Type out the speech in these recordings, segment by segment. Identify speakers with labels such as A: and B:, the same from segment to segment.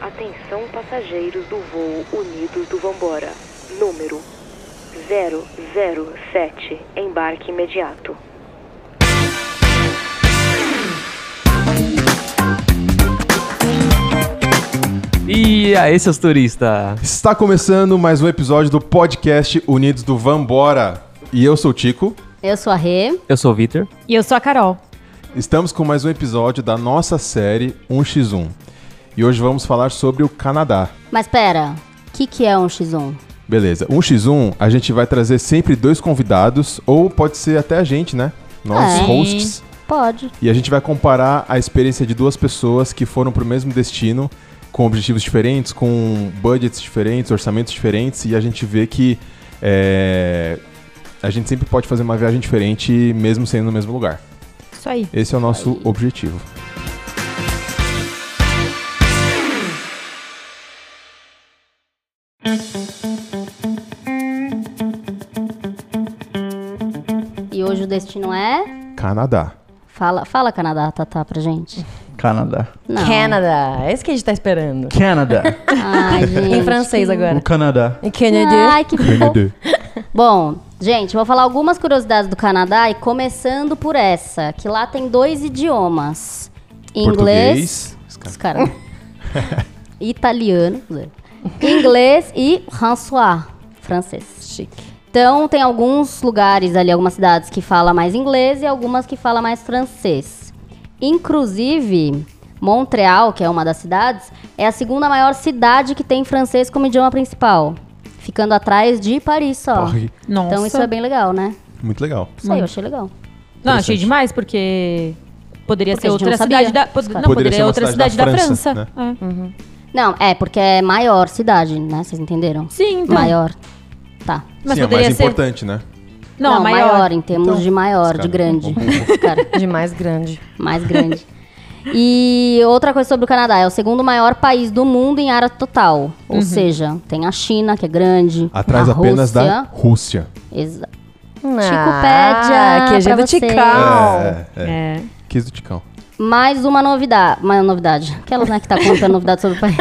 A: Atenção passageiros do voo Unidos do Vambora. Número 007. Embarque imediato.
B: E aí, seus turistas?
C: Está começando mais um episódio do podcast Unidos do Vambora. E eu sou o Tico.
D: Eu sou a Rê.
B: Eu sou o Vitor.
E: E eu sou a Carol.
C: Estamos com mais um episódio da nossa série 1x1. E hoje vamos falar sobre o Canadá.
D: Mas pera, o que, que é um X1?
C: Beleza, 1x1 a gente vai trazer sempre dois convidados, ou pode ser até a gente, né? Nós,
D: É.
C: hosts.
D: Pode.
C: E a gente vai comparar a experiência de duas pessoas que foram para o mesmo destino, com objetivos diferentes, com budgets diferentes, orçamentos diferentes, e a gente vê que é, a gente sempre pode fazer uma viagem diferente, mesmo sendo no mesmo lugar.
E: Isso aí.
C: Esse é o nosso objetivo.
D: E hoje o destino é.
C: Canadá.
D: Fala, fala Canadá, Tatá, pra gente.
F: Canadá.
D: Não.
E: Canadá. É isso que a gente tá esperando.
F: Canadá.
D: Ai, gente.
E: Em francês
F: o
E: agora.
F: Canadá.
E: Em Canadá.
D: Ai, que fofo. Bom, gente, vou falar algumas curiosidades do Canadá e começando por essa, que lá tem dois idiomas: inglês. Os caras. italiano. Inglês e François, francês.
E: Chique.
D: Então, tem alguns lugares ali, algumas cidades que fala mais inglês e algumas que fala mais francês. Inclusive, Montreal, que é uma das cidades, é a segunda maior cidade que tem francês como idioma principal. Ficando atrás de Paris só.
C: Corre.
E: Nossa.
D: Então, isso é bem legal, né?
C: Muito legal.
D: Isso aí, eu achei legal.
E: Não, achei demais, porque poderia
D: Porque
E: ser
D: a gente
E: outra
D: não sabia.
E: cidade da. pod- Não,
C: Poderia
E: poderia,
C: ser
E: ser
C: uma
E: outra
C: cidade
E: cidade,
C: da
E: da
C: França, né?
E: França. É.
D: Não, é, porque é maior cidade, né? Vocês entenderam?
E: Sim, então.
D: Maior. Tá.
E: Mas
C: Sim, é
E: poderia
C: mais
E: ser.
C: importante, né?
E: Não, a maior.
D: em termos
C: Então,
D: de maior,
C: os caras-
D: de
E: um
D: grande. Cara.
G: De mais grande.
D: mais grande. E outra coisa sobre o Canadá, é o segundo maior país do mundo em área total. Ou
E: Uhum.
D: seja, tem a China, que é grande.
C: Atrás
D: a
C: apenas
D: Rússia.
C: da Rússia.
D: Exa-
G: Ah, que é
D: pra
G: do
D: você.
G: Ticão.
C: É, é.
E: É.
C: Quis do Ticão.
D: Mais uma novidade. Uma novidade. Aquela né, que tá contando novidade sobre o país.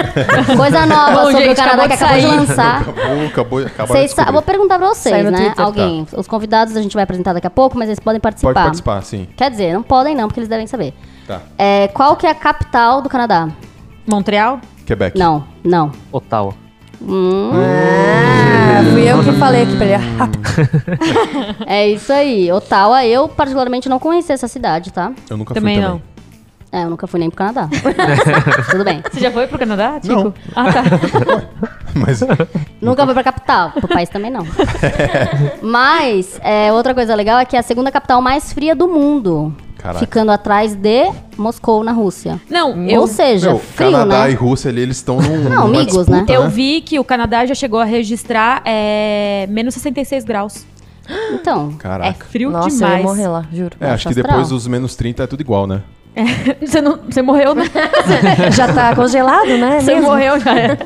D: Coisa nova
E: Bom,
D: sobre
E: gente,
D: o Canadá
E: acabou
D: que acabou
E: de
D: de
E: sair.
D: lançar.
C: Acabou, acabou, acabou
D: Vocês Ah. sa- Vou perguntar pra vocês,
G: Saiu no
D: né?
E: tá.
G: Twitter,
D: Alguém. Os convidados a gente vai apresentar daqui a pouco, mas eles podem participar.
C: Pode participar, sim.
D: Quer dizer, não podem não, porque eles devem saber.
C: Tá.
D: É, qual que é a capital do Canadá?
E: Montreal?
C: Quebec.
D: Não, não.
B: Ottawa.
G: Ah, fui eu que falei aqui pra ele.
D: Hum.
G: ah, tá.
D: É isso aí. Ottawa, eu particularmente não conhecia essa cidade, tá?
C: Eu nunca
E: Também
C: fui
E: não.
C: também.
D: É, eu nunca fui nem pro Canadá. Tudo bem.
E: Você já foi pro Canadá, Tico?
C: Não.
E: Ah, tá.
C: Mas
D: Nunca fui pra capital. Pro país também não. Mas, é, outra coisa legal é que é a segunda capital mais fria do mundo.
C: Caraca.
D: Ficando atrás de Moscou, na Rússia.
E: Não, eu,
D: Ou seja,
C: Meu,
D: frio,
C: Canadá
D: né?
C: e Rússia ali, eles estão num.
D: Não,
C: numa
D: amigos,
C: disputa,
D: né?
E: eu vi que o Canadá já chegou a registrar é, menos 66 graus.
D: Então,
E: É
C: Caraca.
E: frio
G: Nossa, eu ia
E: demais.
G: morrer lá, juro.
C: É, acho que
D: astral.
C: depois dos menos 30 é tudo igual, né?
E: Você, não, você morreu, né?
G: Já tá congelado, né?
E: Você
G: Mesmo?
E: morreu já. é.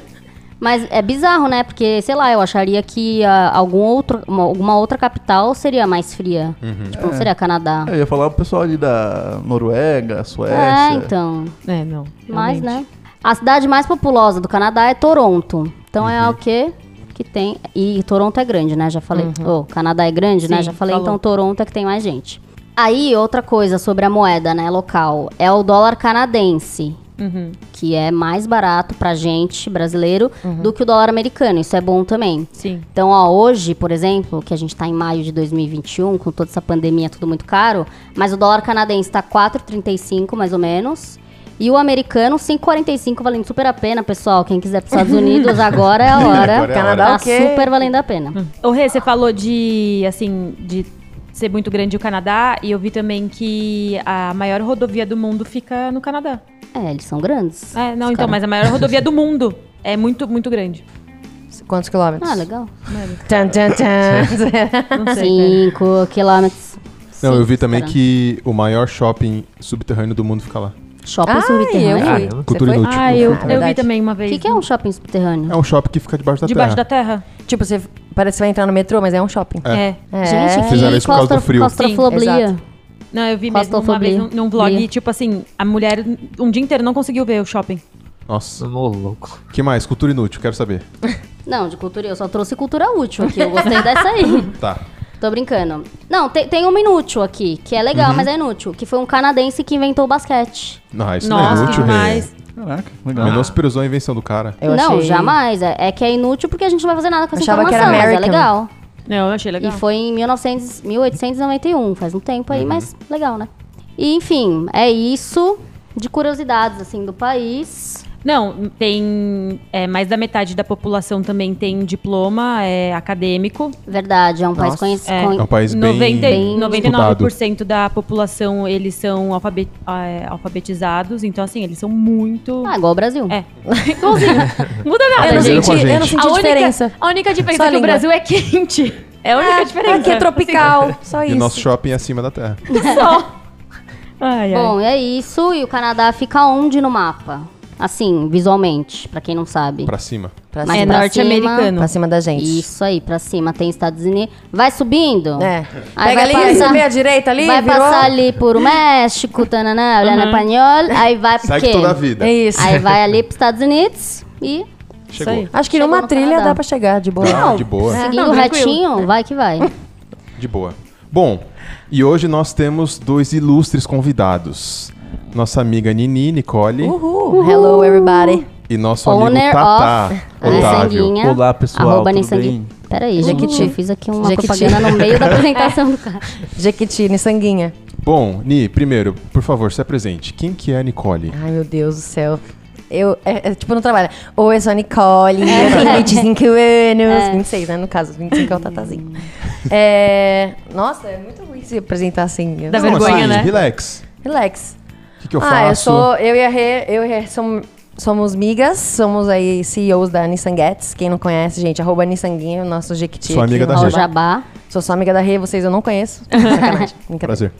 D: mas é bizarro, né? Porque, sei lá, eu acharia que ah, algum outro, uma- alguma outra capital seria mais fria.
C: Uhum.
D: Tipo, não seria Canadá.
F: Eu ia falar pro pessoal ali da Noruega, Suécia.
D: É, então.
E: É, não.
D: Mas,
E: realmente.
D: né? A cidade mais populosa do Canadá é Toronto. Então é o que que tem. E Toronto é grande, né? Já falei. O Canadá é grande, né?
E: Uhum. Sim,
D: Já falei.
E: falou.
D: Então Toronto é que tem mais gente. Aí, outra coisa sobre a moeda, né, local, é o dólar canadense.
E: Uhum.
D: Que é mais barato pra gente brasileiro
E: Uhum.
D: do que o dólar americano. Isso é bom também.
E: Sim.
D: Então, ó, hoje, por exemplo, que a gente tá em maio de 2021, com toda essa pandemia, tudo muito caro, mas o dólar canadense tá 4,35 mais ou menos. E o americano, 5,45, valendo super a pena, pessoal. Quem quiser pros Estados Unidos, agora é a hora.
C: Agora é a
G: Canadá
D: tá
G: hora. o quê? Hum.
D: super valendo a pena.
E: Ô, Rê, você falou de, assim, de ser muito grande o Canadá, e eu vi também que a maior rodovia do mundo fica no Canadá.
D: É, eles são grandes.
G: Ah,
E: É, não,
D: Os
E: então,
D: caras.
E: mas a maior rodovia do mundo é muito, muito grande.
G: Quantos quilômetros?
D: Ah, legal.
G: Tan, tan, tan.
E: Não sei. né?
D: 5 quilômetros.
C: Não, eu vi
D: Cinco,
C: também
D: cara.
C: que o maior shopping subterrâneo do mundo fica lá.
D: Shopping
G: Ai, eu
D: subterrâneo.
G: fui.
B: Caramba.
G: Você
C: Cultura
G: foi?
C: inútil.
E: Ah, eu,
G: Ah,
E: eu vi
G: verdade.
E: também uma
D: O
E: vez.
D: que, que é um shopping subterrâneo?
C: É um shopping que fica debaixo da
E: Debaixo da
C: terra.
E: terra?
G: Tipo, você parece que você vai entrar no metrô, mas é um shopping.
E: É.
G: É.
D: Gente,
C: Fizeram
D: que
C: isso por causa do
D: claustro-
C: frio.
D: claustrofobia.
G: Sim,
E: Não, eu vi
D: Quase
E: mesmo uma
D: claustrofobia.
E: vez num, num vlog,
D: Bia.
E: tipo assim, a mulher um dia inteiro não conseguiu ver o shopping.
C: Nossa.
B: Ô, louco.
C: que mais? Cultura inútil, quero saber.
D: Não, de cultura, eu só trouxe cultura útil aqui. Eu gostei dessa aí.
C: Tá.
D: Tô brincando. Não, tem, tem uma inútil aqui, que é
G: Uhum.
D: legal, mas é inútil. Que foi um canadense que inventou o basquete.
C: Não, isso não
E: Nossa,
C: é
E: que
C: útil, rei.
E: demais.
F: Caraca,
C: Não.
F: legal.
C: Menosprezou a invenção do cara.
G: Eu
D: não,
G: achei-
D: jamais. É, é que é inútil porque a gente não vai fazer nada com essa
G: Achava que era
D: informação, mas é
G: American.
D: legal.
E: Não, eu achei legal.
D: E foi em 1900, 1891, faz um tempo
G: Uhum.
D: aí, mas legal, né? E, enfim, é isso de curiosidades, assim, do país.
E: Não, tem. é, mais da metade da população também tem diploma é, acadêmico.
D: Verdade, é um país
G: Nossa.
D: conhecido.
E: É.
C: É um país bem...
E: 90
D: bem
E: 99% da população eles são alfabe- é, alfabetizados, então assim, eles são muito.
D: Ah, igual o Brasil.
E: É. Igualzinho. Muda
G: Eu
E: nada,
G: não
C: Brasileiro Tá
E: gente.
G: senti,
C: com a gente.
G: eu não senti
E: A única,
G: diferença.
E: a única diferença
G: Só
E: é
G: a
E: que o
G: língua.
E: Brasil é quente. É a única diferença.
G: Aqui é tropical, só
C: E
G: isso.
C: o nosso shopping é acima da terra.
E: Só. Ai, ai.
D: Bom, é isso. E o Canadá fica onde no mapa? Assim, visualmente, pra quem não sabe.
C: Pra cima.
G: Pra
D: Mas
E: é
G: cima,
D: pra
E: norte-americano.
G: pra cima da gente.
D: Isso aí, pra cima tem Estados Unidos. Vai subindo.
G: É.
D: Aí
G: Pega
D: vai
G: ali,
D: passar-
G: vê a direita ali,
D: vai
G: virou. Uhum.
D: passar ali por o México, tananá, olhando espanhol, aí vai pro
C: Segue
D: quê?
C: toda a vida.
G: É isso.
D: Aí vai ali pros Estados Unidos e
C: Chegou.
E: Isso aí.
G: Acho que
D: Chegou
G: numa
D: no
G: trilha
D: Canadá.
G: dá pra chegar de boa.
C: Ah, de
G: É,
C: boa.
D: seguindo
E: Não, tranquilo.
D: retinho, vai que vai.
C: De boa. Bom, e hoje nós temos dois ilustres convidados. Nossa amiga Nini Nicole
G: Uhul. Hello, everybody.
C: e nosso
D: Owner
C: amigo Tatá
D: of
C: Otávio.
D: Nissanguinha.
H: Olá, pessoal,
D: Arroba
H: tudo
D: Nissanguinha.
H: bem?
D: Peraí, gente, eu fiz aqui uma
G: Jequiti.
D: propaganda no meio da apresentação do cara.
H: Tá
G: Jequiti, sanguinha.
C: Bom, Ni, primeiro, por favor, se apresente. Quem que é a Nicole?
G: Ai, meu Deus do céu. Eu, é, é tipo no trabalho. Oi, eu sou a Nicole, eu tenho 25 anos. 26, né? No caso, 25 é o Tatazinho. É, nossa, é muito ruim se apresentar assim. Eu
E: Dá
G: não
C: Não,
E: vergonha,
G: gosto.
C: assim,
E: né?
C: Relax.
G: Relax.
C: O que, que eu
G: ah,
C: faço?
G: eu sou. Eu e a Rê, eu e a Rê som- somos migas, somos aí CEOs da Nissan Gets. Quem não conhece, gente, arroba Nissanguinha, o nosso Jequiti.
C: Sou amiga
G: aqui,
C: da
G: o
D: Ó,
C: Rê.
D: o
G: nosso jabá.
D: Jabá.
G: Sou só amiga da Rê, vocês eu não conheço. Sacanagem. Brincadeira.
C: Prazer.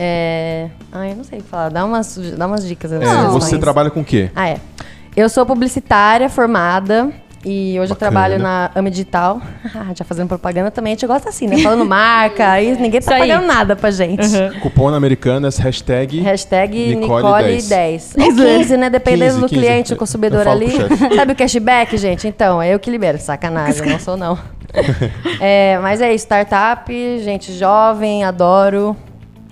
G: É. Ai, eu não sei o que falar. Dá umas, dá umas dicas. eu
C: É,
G: não sei,
C: você
G: mas-
C: trabalha com o quê?
G: Ah, é. Eu sou publicitária formada e hoje
C: Bacana.
G: eu trabalho na AME Digital. Ah, já fazendo propaganda também, a gente gosta assim, né? Falando marca, aí ninguém tá
E: Isso aí. Uhum.
G: pagando nada pra gente.
C: Cupom Americanas, hashtag...
G: Hashtag
C: Nicole10.
G: Nicole10.
E: é.
G: Ou 15, né? Dependendo
C: 15,
G: do
C: 15.
G: cliente, do
C: Eu
G: consumidor
C: falo
G: ali.
C: pro chefe.
G: Sabe o cashback, gente? Então, é eu que libero. Sacanagem, não sou não. É, mas é isso, startup, gente jovem, adoro.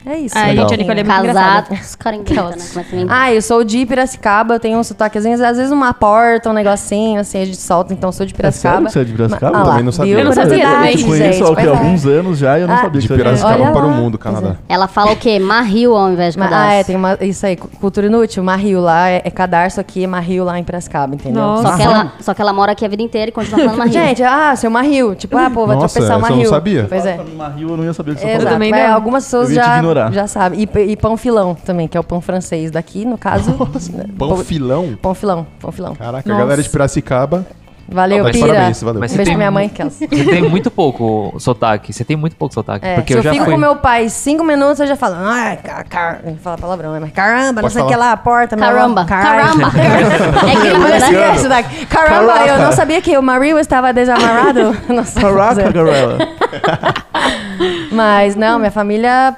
G: É isso.
E: Ai,
C: Legal.
E: gente, a Nicole é muito engraçada.
D: Casado. Os caras inventam, né? Começa a inventar.
G: Ah, eu sou de Piracicaba, eu tenho um sotaquezinho, às vezes uma porta, um negocinho, assim, a gente solta, então eu sou de
F: sério
G: Piracicaba.
F: que você é de Piracicaba?
G: Mas- ah lá,
C: Também não sabia.
G: viu?
E: Eu não sabia também.
F: Eu te conheço
G: gente,
F: há o quê?
G: pois é.
F: alguns anos já e eu não
G: Ah,
C: De
F: sabia que você era
G: Piracicaba.
C: Piracicaba
G: Olha
C: para o
G: lá.
C: mundo, Canadá.
D: Ela fala o quê? Marril ao invés de
G: Ma-
D: cadastro.
G: Ah, é, tem uma, isso aí, cu- cultura inútil, marrio lá, é, é cadarço aqui, marrio lá em Piracicaba, entendeu? é
E: Nossa.
D: só, que ela, só que ela mora aqui a vida inteira e continua falando Marril.
G: Gente, ah, seu marrio, tipo, ah, pô, vai
C: Nossa,
G: tropeçar o
C: essa eu
G: marrio.
C: não sabia.
G: Pois é.
F: Na Rio eu não ia saber o que você
G: Exato,
F: falava.
E: também
G: mas
E: não.
G: algumas pessoas
F: Eu ia te
G: já,
F: ignorar.
G: já sabem. E, p- e pão filão também, que é o pão francês daqui, no caso. né,
C: Pão filão?
G: pão filão, pão filão.
C: Caraca, a galera de Piracicaba...
G: Valeu,
C: Tá de
G: Pira. Um
C: parabéns, valeu.
B: Mas
G: Beijo
B: tem
G: pra minha
B: mu-
G: mãe, Kels.
B: Você tem muito pouco sotaque. Você tem muito pouco sotaque.
G: É,
B: porque
G: se
B: eu
G: eu,
B: já
G: fico
B: fui.
G: com meu pai cinco minutos, eu já falo. Ai, ca- car... não fala palavrão, né? mas caramba, não
C: Pode
G: sei o que
C: falar.
G: lá, a porta. minha
D: Caramba,
G: avó, car-
D: caramba. É gringo,
G: Parece que
D: né?
G: é isso daqui. Caramba, eu não sabia que o Mario estava desamarrado. Nossa,
F: Caraca, galera.
G: Mas não, minha família.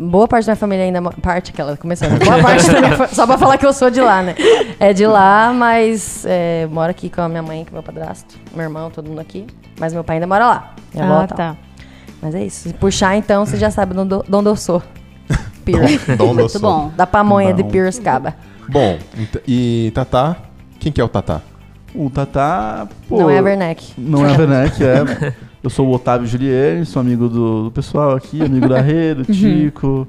G: Boa parte da minha família ainda. mo- Parte que ela começou. né? Boa parte da minha fa- Só pra falar que eu sou de lá, né? É de lá, mas é, moro aqui com a minha mãe, com meu padrasto, meu irmão, todo mundo aqui. Mas meu pai ainda mora lá. Minha avó
E: Ah,
G: e tal.
E: tá.
G: Mas é isso. Se puxar, então, você já sabe de onde eu- de onde eu sou. Pira.
C: Dom do
G: é.
D: Muito
C: Sul.
D: bom.
G: Da pamonha de
C: Bom.
G: Piracicaba.
C: Bom, ent- e Tatá? Quem que é o Tatá?
F: O Tatá. pô,
G: Não é a Werneck.
F: Não é a Werneck, é. Eu sou o Otávio Juliene, sou amigo do, do pessoal aqui, amigo da Rê, do Tico,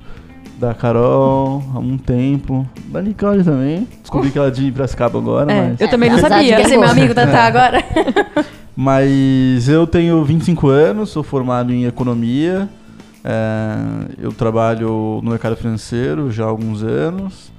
F: da Carol, há um tempo. Da Nicole também. Descobri que ela é de Piracicaba agora,
E: É,
F: mas.
E: eu também não
D: apesar de
E: sabia. é
D: que
G: Quer ser meu amigo, Tatá, agora?
C: É.
F: Mas eu tenho 25 anos, sou formado em economia. é, eu trabalho no mercado financeiro já há alguns anos.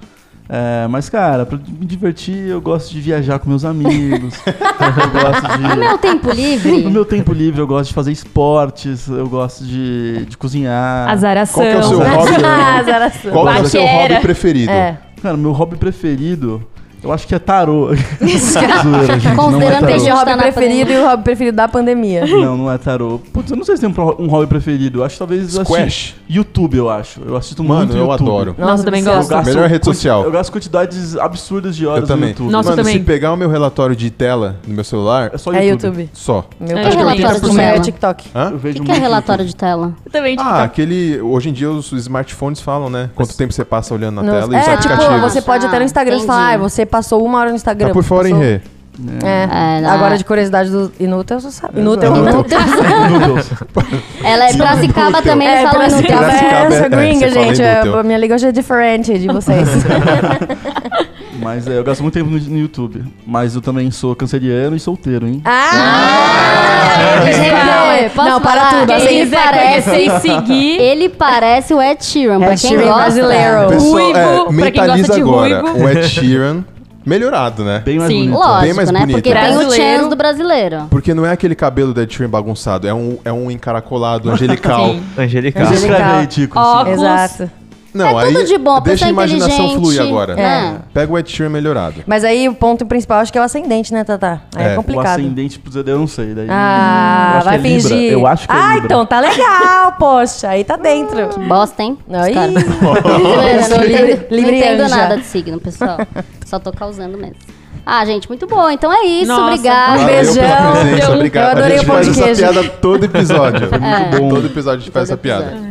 F: é, mas, cara, pra me divertir, eu gosto de viajar com meus amigos. eu gosto de.
D: No meu tempo livre,
F: No meu tempo livre, eu gosto de fazer esportes, eu gosto de, de cozinhar.
E: Azaração.
C: Qual que é o seu hobby?
G: Ah, Zaraçu.
C: Qual que é o seu
E: Paquera.
C: hobby preferido?
G: É.
F: Cara, meu hobby preferido Eu acho que é tarô. Zoeira, gente, não é
D: Considerando que a
F: tarô.
D: gente
G: Meu
D: tá
G: hobby
D: na
G: preferido
D: preferido.
G: e o hobby preferido da pandemia.
F: Não, não é tarô. Putz, eu não sei se tem um, pro- um hobby preferido. Eu acho que talvez eu assisti-
C: Squash.
F: YouTube, eu acho. Eu assisto
C: Mano,
F: muito
C: eu
F: YouTube.
C: adoro.
E: Nossa, também
G: viciado.
E: gosto.
C: Melhor rede
F: quanti-
C: social.
F: Eu gasto quantidades absurdas de horas
C: Eu também.
F: no YouTube.
E: Nossa, eu
C: Mano, se
E: também.
C: pegar o meu relatório de tela no meu celular,
F: É só
G: É
F: YouTube.
G: YouTube.
C: só.
G: Meu
E: É
G: Deus.
E: relatório
G: Acho que
D: de
G: o meu é
D: tela.
G: TikTok.
C: Hã?
F: Eu
D: O que,
F: vejo
D: que
F: muito
D: é
F: YouTube.
D: relatório de tela?
E: Também, tipo,
C: Ah, aquele. Hoje em dia os smartphones falam, né? Quanto tempo você passa olhando na
G: Não-
C: tela e os
G: é, tipo,
C: aplicativos.
G: você pode até no Instagram
D: Entendi.
G: falar, ah, você passou uma hora no Instagram.
C: Tá por fora, hein,
G: passou...
C: Rê?
G: É.
D: É, na-
G: Agora de curiosidade do Inútil, eu só sabe. Inútil.
C: Inútil.
G: Inútil.
D: Ela é Piracicaba também,
G: É,
D: eles falam
G: parece que
D: Inútil.
G: eu
C: Piracicaba, é,
G: sou
C: você
G: gringa,
C: fala
G: gente.
C: inútil.
G: é, A minha língua já é diferente de vocês.
F: Mas é, eu gasto muito tempo no, no YouTube. Mas eu também sou canceriano e solteiro,
G: Ah!
F: hein?
C: Ah,
D: Ah, é, Gente,
G: Não,
D: posso
G: para
D: falar?
G: tudo, assim,
D: Ele
E: eles
D: parece,
E: sem seguir.
D: ele parece o Ed Sheeran, É, pra
G: Ed
D: quem
G: Sheeran
D: gosta.
G: brasileiro.
E: Ruivo, pra quem
C: é, mentaliza
E: gosta de
C: agora.
E: ruivo.
C: O Ed Sheeran melhorado, né?
F: Bem mais
E: Sim.
F: bonito.
C: Bem mais
D: Lógico, né?
C: bonito.
D: Porque tem o
E: Brasileiro.
D: chance do brasileiro.
C: Porque não é aquele cabelo do Ed Sheeran bagunçado, é um, é um encaracolado, angelical.
E: Sim.
B: Angelical.
F: Você
G: Angelical.
F: escreve aí, Tico.
E: Ó,
F: assim.
G: Exato.
C: Não,
D: é tudo de bom, a
C: deixa
D: pessoa
C: a imaginação
D: inteligente.
C: fluir agora.
D: né?
C: Pega o Ed Sheeran melhorado.
G: Mas aí o ponto principal acho que é o ascendente, né, Tata? Aí é,
C: É, o
F: O
G: complicado.
F: ascendente precisa de eu não sei. Daí eu
G: Ah,
F: acho
G: vai
F: que é Libra.
G: fingir.
F: Eu acho que é
G: Ah,
F: Libra.
G: então tá legal, poxa. Aí tá dentro.
D: Bosta, hein? Os
G: Aí.
D: caras.
G: Eu sou
D: não
G: livre-
D: entendo, não
G: livre
D: entendo
G: anja.
D: nada de signo, pessoal. Só tô causando mesmo. Ah, gente, muito bom. Então é isso,
E: Nossa.
D: obrigada.
C: Valeu
G: beijão.
C: Pela presença,
E: Eu
C: obrigado.
G: adorei
C: a gente
G: o pão
C: faz
G: de
C: essa
G: queijo.
C: piada todo episódio. Foi muito
D: É.
C: bom. Todo episódio a gente faz
D: Todo
C: essa piada.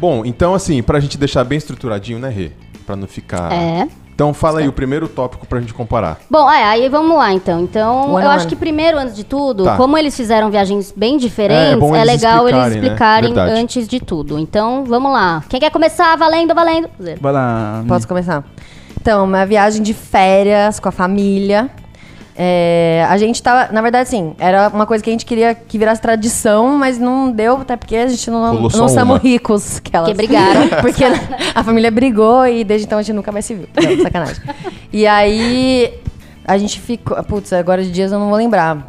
C: Bom, então assim, pra gente deixar bem estruturadinho, né, Rê? Pra não
G: Tá.
C: ficar...
D: É.
C: Então fala aí o primeiro tópico pra gente comparar.
D: Bom, é, aí vamos lá então. Então,
G: One
D: eu
G: on
D: acho
G: one.
D: que primeiro, antes de tudo,
C: Tá.
D: como eles fizeram viagens bem
C: É, é
D: diferentes,
C: bom
D: é,
C: eles
D: legal
C: explicarem, né?
D: eles explicarem
C: Verdade.
D: antes de tudo. Então, vamos lá. Quem quer começar? Valendo, valendo. Zero.
F: Vai lá.
G: Posso começar? Então, uma viagem de férias com a família. É, a gente tava, na verdade, sim, era uma coisa que a gente queria que virasse tradição, mas não deu, até porque a gente não,
C: Rolou
G: não
C: só
G: somos
C: uma.
G: ricos. Aquelas.
D: Porque brigaram.
G: porque a família brigou e desde então a gente nunca mais se viu. Não, sacanagem. E aí a gente ficou. Putz, agora de dias eu não vou lembrar.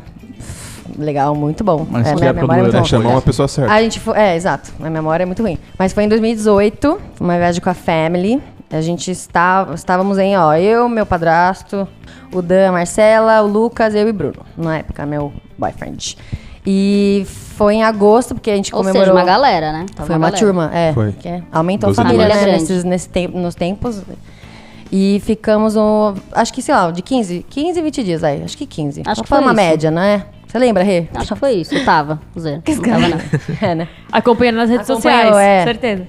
G: Legal, muito bom.
F: Mas que
G: né, a
F: época
G: memória
D: Tá
F: do
G: muito
F: ano?
G: boa.
C: É chamar uma pessoa certa.
G: A gente foi, é, exato. A memória é muito ruim. Mas foi em 2018, uma viagem com a family. A gente estava, estávamos em, ó, eu, meu padrasto, o Dan, a Marcela, o Lucas, eu e Bruno. Na época, meu boyfriend. E foi em agosto, porque a gente
D: Ou
G: comemorou.
D: seja, uma galera, né? Tava
G: Foi uma
D: galera.
G: turma, é.
C: Foi.
G: Que é- aumentou a
C: Doze
G: família,
D: irmãos.
G: né,
D: Família
G: nesses, nesse tempo, nos tempos. E ficamos, um, acho que, sei lá, de 15, 15, 20 dias aí. Acho que 15.
D: Acho que
G: foi
D: foi
G: uma
D: isso.
G: média, né? Você lembra, Rê?
D: Acho que foi isso. Eu tava, zero. Não tava, não.
G: É, né?
E: acompanhando nas redes
G: Acompanhou,
E: sociais,
G: é.
E: certeza.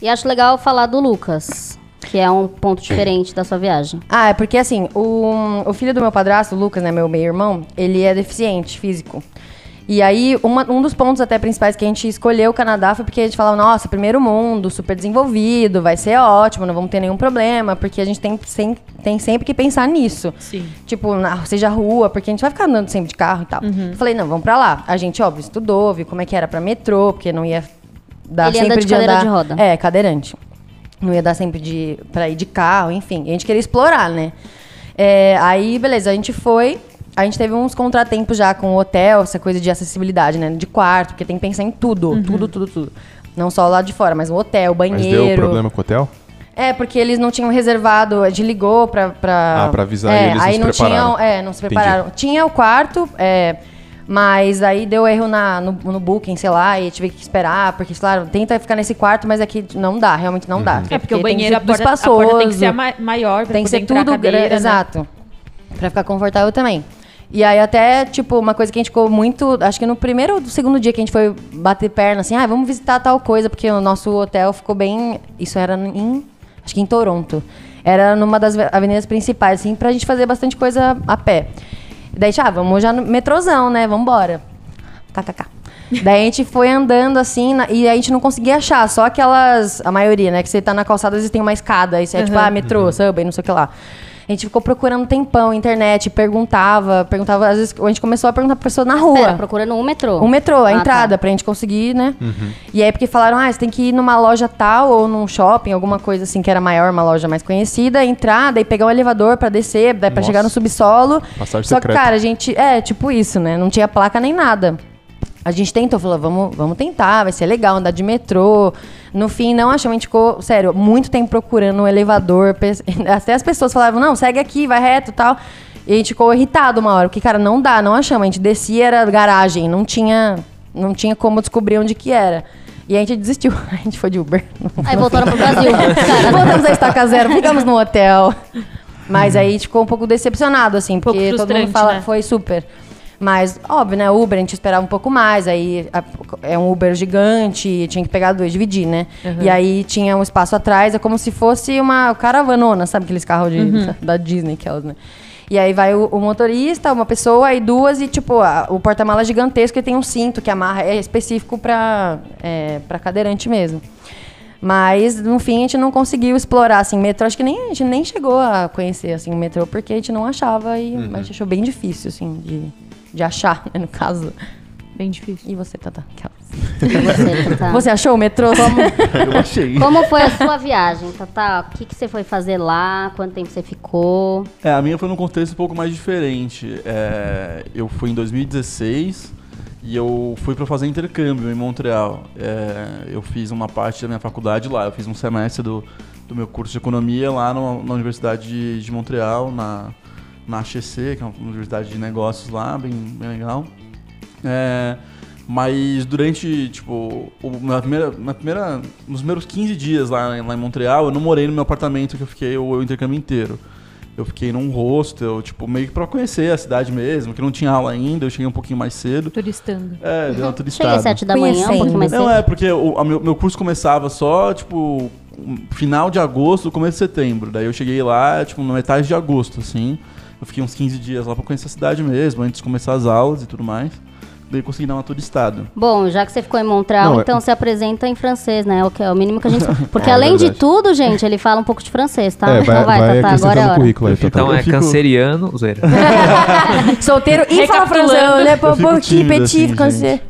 D: E acho legal falar do Lucas, que é um ponto diferente da sua viagem.
G: Ah, é porque assim, o, o filho do meu padrasto, o Lucas, né, meu meio-irmão, ele é deficiente físico. E aí, uma- um dos pontos até principais que a gente escolheu o Canadá foi porque a gente falava, nossa, primeiro mundo, super desenvolvido, vai ser ótimo, não vamos ter nenhum problema, porque a gente tem, sem- tem sempre que pensar nisso.
E: Sim.
G: Tipo, na- seja rua, porque a gente vai ficar andando sempre de carro e tal.
D: Uhum.
G: Falei, não, vamos pra lá. A gente, óbvio, estudou, viu como é que era pra metrô, porque não ia dar
D: Ele anda
G: sempre
D: de cadeira
G: andar-
D: de roda.
G: É, cadeirante. Não ia dar sempre de, pra ir de carro, enfim. A gente queria explorar, né? É, aí, beleza, a gente foi. A gente teve uns contratempos já com o hotel, essa coisa de acessibilidade, né? De quarto, porque tem que pensar em tudo,
D: Uhum.
G: tudo, tudo, tudo. Não só o lado de fora, mas o hotel, o
C: Mas
G: banheiro.
C: deu problema com o hotel?
G: É, porque eles não tinham reservado, a gente ligou pra. pra
C: Ah, pra avisar, e
G: é,
C: eles não
G: aí
C: se
G: não
C: prepararam.
G: tinham. É, não se
C: Entendi.
G: prepararam. Tinha o quarto, é, mas aí deu erro na, no, no booking, sei lá, e tive que esperar, porque, sei lá, tenta ficar nesse quarto, mas aqui não dá, realmente não
C: Uhum.
G: dá.
E: É porque o
G: tem que ser
E: banheiro, a porta, a
G: espaçoso,
E: porta tem que ser a ma- maior pra
G: tem que
E: poder
G: ser
E: entrar a
G: tudo
E: cadeira,
G: grande.
E: né?
G: Exato. Pra ficar confortável também. E aí até, tipo, uma coisa que a gente ficou muito. Acho que no primeiro ou segundo dia que a gente foi bater perna, assim, ah, vamos visitar tal coisa, porque o nosso hotel ficou bem. Isso era em. Acho que em Toronto. Era numa das ve- avenidas principais, assim, pra gente fazer bastante coisa a pé. Daí, a gente, ah, vamos já no metrozão, né? Vambora. KKK. Tá, Daí a gente foi andando assim na- e a gente não conseguia achar, só aquelas, a maioria, né? Que você tá na calçada, às vezes tem uma escada, aí você é tipo, ah, metrô, subway, não sei o que lá. A gente ficou procurando um tempão, internet, perguntava, perguntava, às vezes a gente começou a perguntar pra pessoa na rua.
D: Pera, procurando um metrô.
G: Um metrô, a
D: Ah, tá.
G: entrada, pra gente conseguir, né? E aí, porque falaram, ah, você tem que ir numa loja tal ou num shopping, alguma coisa assim que era maior, uma loja mais conhecida, entrar, daí pegar um elevador pra descer, daí pra
C: Nossa.
G: chegar no subsolo.
C: Passagem
G: Só que,
C: secreta.
G: cara, a gente. É, tipo isso, né? Não tinha placa nem nada. A gente tentou, falou, vamos, vamos tentar, vai ser legal andar de metrô. No fim, não achamos, a gente ficou, sério, muito tempo procurando um elevador. pe- Até as pessoas falavam, não, segue aqui, vai reto e tal. E a gente ficou irritado uma hora, porque, cara, não dá, não achamos. A gente descia, era garagem, não tinha, não tinha como descobrir onde que era. E a gente desistiu, a gente foi de Uber.
D: Aí voltaram pro Brasil. Cara,
G: Voltamos a estaca zero, ficamos no hotel. Mas aí a gente ficou um pouco decepcionado, assim,
E: Hum. Um pouco
G: porque todo mundo
E: frustrante,
G: fala
E: né?
G: foi super. Mas, óbvio, né? Uber, a gente esperava um pouco mais, aí a- é um Uber gigante, tinha que pegar dois, dividir, né? E aí tinha um espaço atrás, é como se fosse uma caravanona, sabe aqueles carros de-
E: Uhum.
G: da Disney, aquelas, né? E aí vai o, o motorista, uma pessoa, aí duas, e tipo, a- o porta-mala é gigantesco e tem um cinto que amarra, é específico pra, é, pra cadeirante mesmo. Mas, no fim, a gente não conseguiu explorar, assim, metrô. Acho que nem, a gente nem chegou a conhecer, assim, o metrô, porque a gente não achava e
F: Uhum.
G: a gente achou bem difícil, assim, de, de achar, né, no caso.
E: Bem difícil.
G: E você, Tata? Aquelas.
D: você, tá? Tatá?
G: Você achou o metrô?
F: Eu achei.
D: Como foi a sua viagem, Tatá? O que, que você foi fazer lá? Quanto tempo você ficou?
F: É, a minha foi num contexto um pouco mais diferente. É, eu fui em 2016 e eu fui para fazer intercâmbio em Montreal. É, eu fiz uma parte da minha faculdade lá, eu fiz um semestre do, do meu curso de economia lá no- na Universidade de, de Montreal, na, na HEC, que é uma universidade de negócios lá, bem, bem legal. É, mas durante, tipo, o- na primeira, na primeira, nos primeiros 15 dias lá, em- lá em Montreal, eu não morei no meu apartamento que eu fiquei o, o intercâmbio inteiro. Eu fiquei num hostel, tipo, meio que pra conhecer a cidade mesmo, que não tinha aula ainda, eu cheguei um pouquinho mais cedo.
E: Turistando.
F: É, deu uma turistada.
D: Cheguei às sete da manhã, um pouquinho mais
F: Não,
D: cedo.
F: é, porque o a meu, meu curso começava só, tipo, um- final de agosto, começo de setembro. Daí eu cheguei lá, tipo, na metade de agosto, assim. Eu fiquei uns 15 dias lá pra conhecer a cidade mesmo, antes de começar as aulas e tudo mais. Daí eu consegui dar uma turistada.
D: Bom, já que você ficou em Montreal,
C: Não, é-
D: então se apresenta em francês, né? O que é o mínimo que a gente. Porque
C: É
D: além de
C: verdade.
D: tudo, gente, ele fala um pouco de francês, tá?
C: é, vai,
D: então vai,
C: vai
D: Tatá, agora é
C: acrescentando o
D: hora.
C: currículo aí,
B: Então
C: Tatá.
B: é
F: fico-
B: canceriano, zoeira.
G: Solteiro e fala
E: Recapitulando.
G: francês. Le
F: Eu fico
G: popo qui
F: tímido,
G: petit
F: assim,
G: français.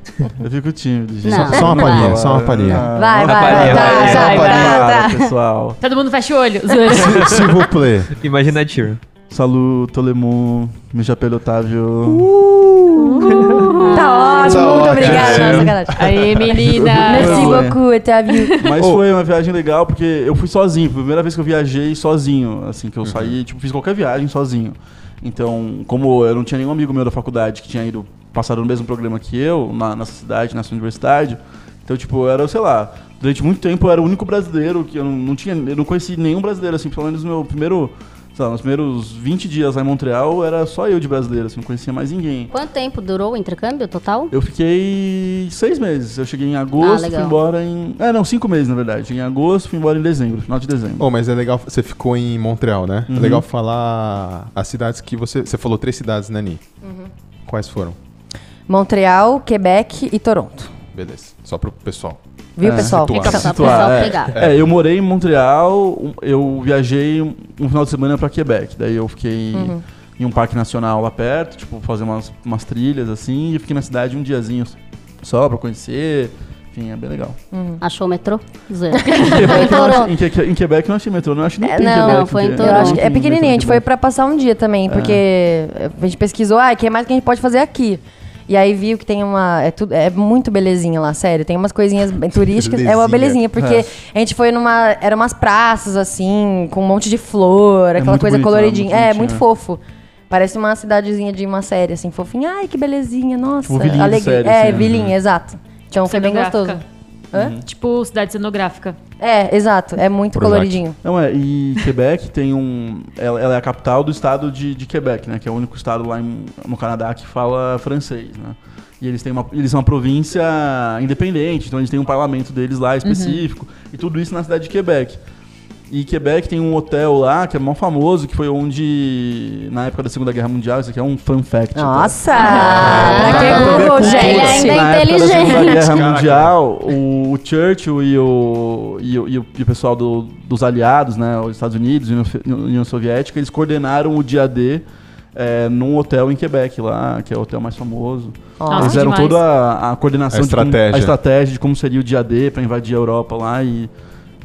F: Eu fico tímido, gente.
D: Não.
C: Só uma
D: Vai.
C: palhinha, só uma palhinha.
F: Ah,
G: Vai, vai, vai.
B: Vai,
G: tá,
B: vai,
G: já,
E: vai,
G: tá,
E: vai.
G: tá.
F: tá, pessoal.
E: Todo mundo fecha o olho. Zoeira.
C: S'il vous plaît.
B: Imagina a Tyrion.
F: Salut, tout le monde. Me chapelle Otávio.
C: Tá
G: Tá ótimo, muito
C: ótimo.
G: obrigada. Não, sacanagem.
E: Aí,
G: Merci
E: menina.
F: Não, é.
G: beaucoup, até a view.
F: Mas foi uma viagem legal porque eu fui sozinho. Foi a primeira vez que eu viajei sozinho, assim, que eu saí, tipo, fiz qualquer viagem sozinho. Então, como eu não tinha nenhum amigo meu da faculdade que tinha ido passado no mesmo programa que eu, na, nessa cidade, nessa universidade, então, tipo, eu era, sei lá, durante muito tempo eu era o único brasileiro que eu não, não tinha, eu não conheci nenhum brasileiro, assim, pelo menos no meu primeiro, sei lá, nos primeiros 20 dias lá em Montreal, era só eu de brasileiro, assim, não conhecia mais ninguém.
D: Quanto tempo durou o intercâmbio total?
F: Eu fiquei seis meses. Eu cheguei em agosto,
D: legal.
F: fui embora em. É, não, cinco meses na verdade. Cheguei em agosto, fui embora em dezembro, final de dezembro.
C: Oh, mas é legal, você ficou em Montreal, né? É legal falar as cidades que você. Você falou três cidades, Nani.
D: Uhum.
C: Quais foram?
G: Montreal, Quebec e Toronto.
C: Beleza. Só pro pessoal.
G: Viu,
F: É,
G: pessoal?
C: situar.
D: Só pra
F: Situar,
D: pessoal
F: é.
D: pegar.
F: É, eu morei em Montreal, um- eu viajei um um final de semana pra Quebec. Daí eu fiquei em um parque nacional lá perto, tipo, fazer umas, umas trilhas assim, e eu fiquei na cidade um diazinho só pra conhecer. Enfim, é bem legal.
D: Achou o metrô? Então, Zoeira.
F: Em Quebec, eu não
D: Toronto.
F: achei- em Que- em Quebec eu não achei metrô, não achei nem
G: É,
F: tem
G: não,
F: Quebec,
D: não, foi em
F: Quebec.
G: Eu
D: Toronto.
G: acho que é
F: Tem metrô em
G: pequenininho, a gente foi
F: Quebec.
G: pra passar um dia
F: É.
G: também, porque a gente pesquisou, ah, o que mais que a gente pode fazer aqui? E aí viu que tem uma. É, tudo, é muito belezinha lá, sério. Tem umas coisinhas bem turísticas. É uma
C: Belezinha.
G: belezinha, porque
F: É.
G: a gente foi numa. Eram umas praças, assim, com um monte de flor,
F: É
G: aquela
F: muito
G: coisa
F: bonito lá,
G: coloridinha.
F: muito
G: é,
F: bonitinho,
G: muito
F: né?
G: fofo. Parece uma cidadezinha de uma série, assim, fofinha. Ai, que belezinha, nossa.
F: Tipo, vilinha de série,
G: é,
F: assim, né? Uhum.
G: vilinha, exato. Então foi bem gostoso.
E: cenográfica.
G: Hã?
E: Tipo, cidade cenográfica.
G: É, exato. É muito
C: Projac.
G: coloridinho.
F: Não, é, e Quebec tem um. Ela, ela é a capital do estado de, de Quebec, né? Que é o único estado lá em- no Canadá que fala francês, né? E eles, têm uma, eles são uma província independente, então eles têm um parlamento deles lá específico, e tudo isso na cidade de Quebec. E Quebec tem um hotel lá que é mó famoso, que foi onde, na época da Segunda Guerra Mundial, isso aqui é um fun fact. tá?
G: Nossa! pra que
D: Ah,
G: Google,
D: ele
G: gente?
D: ainda é
F: Na época da
D: inteligente.
F: Segunda Guerra
C: Caraca.
F: Mundial, o, o Churchill e o, e o, e o- e o pessoal do- dos aliados, né, os Estados Unidos e União Fe- União Soviética, eles coordenaram o dia D é, num hotel em Quebec lá, que é o hotel mais famoso.
E: Nossa,
F: eles fizeram
E: demais.
F: toda a, a coordenação,
C: A
F: de como-
C: estratégia.
F: a estratégia de como seria o dia D para invadir a Europa lá e,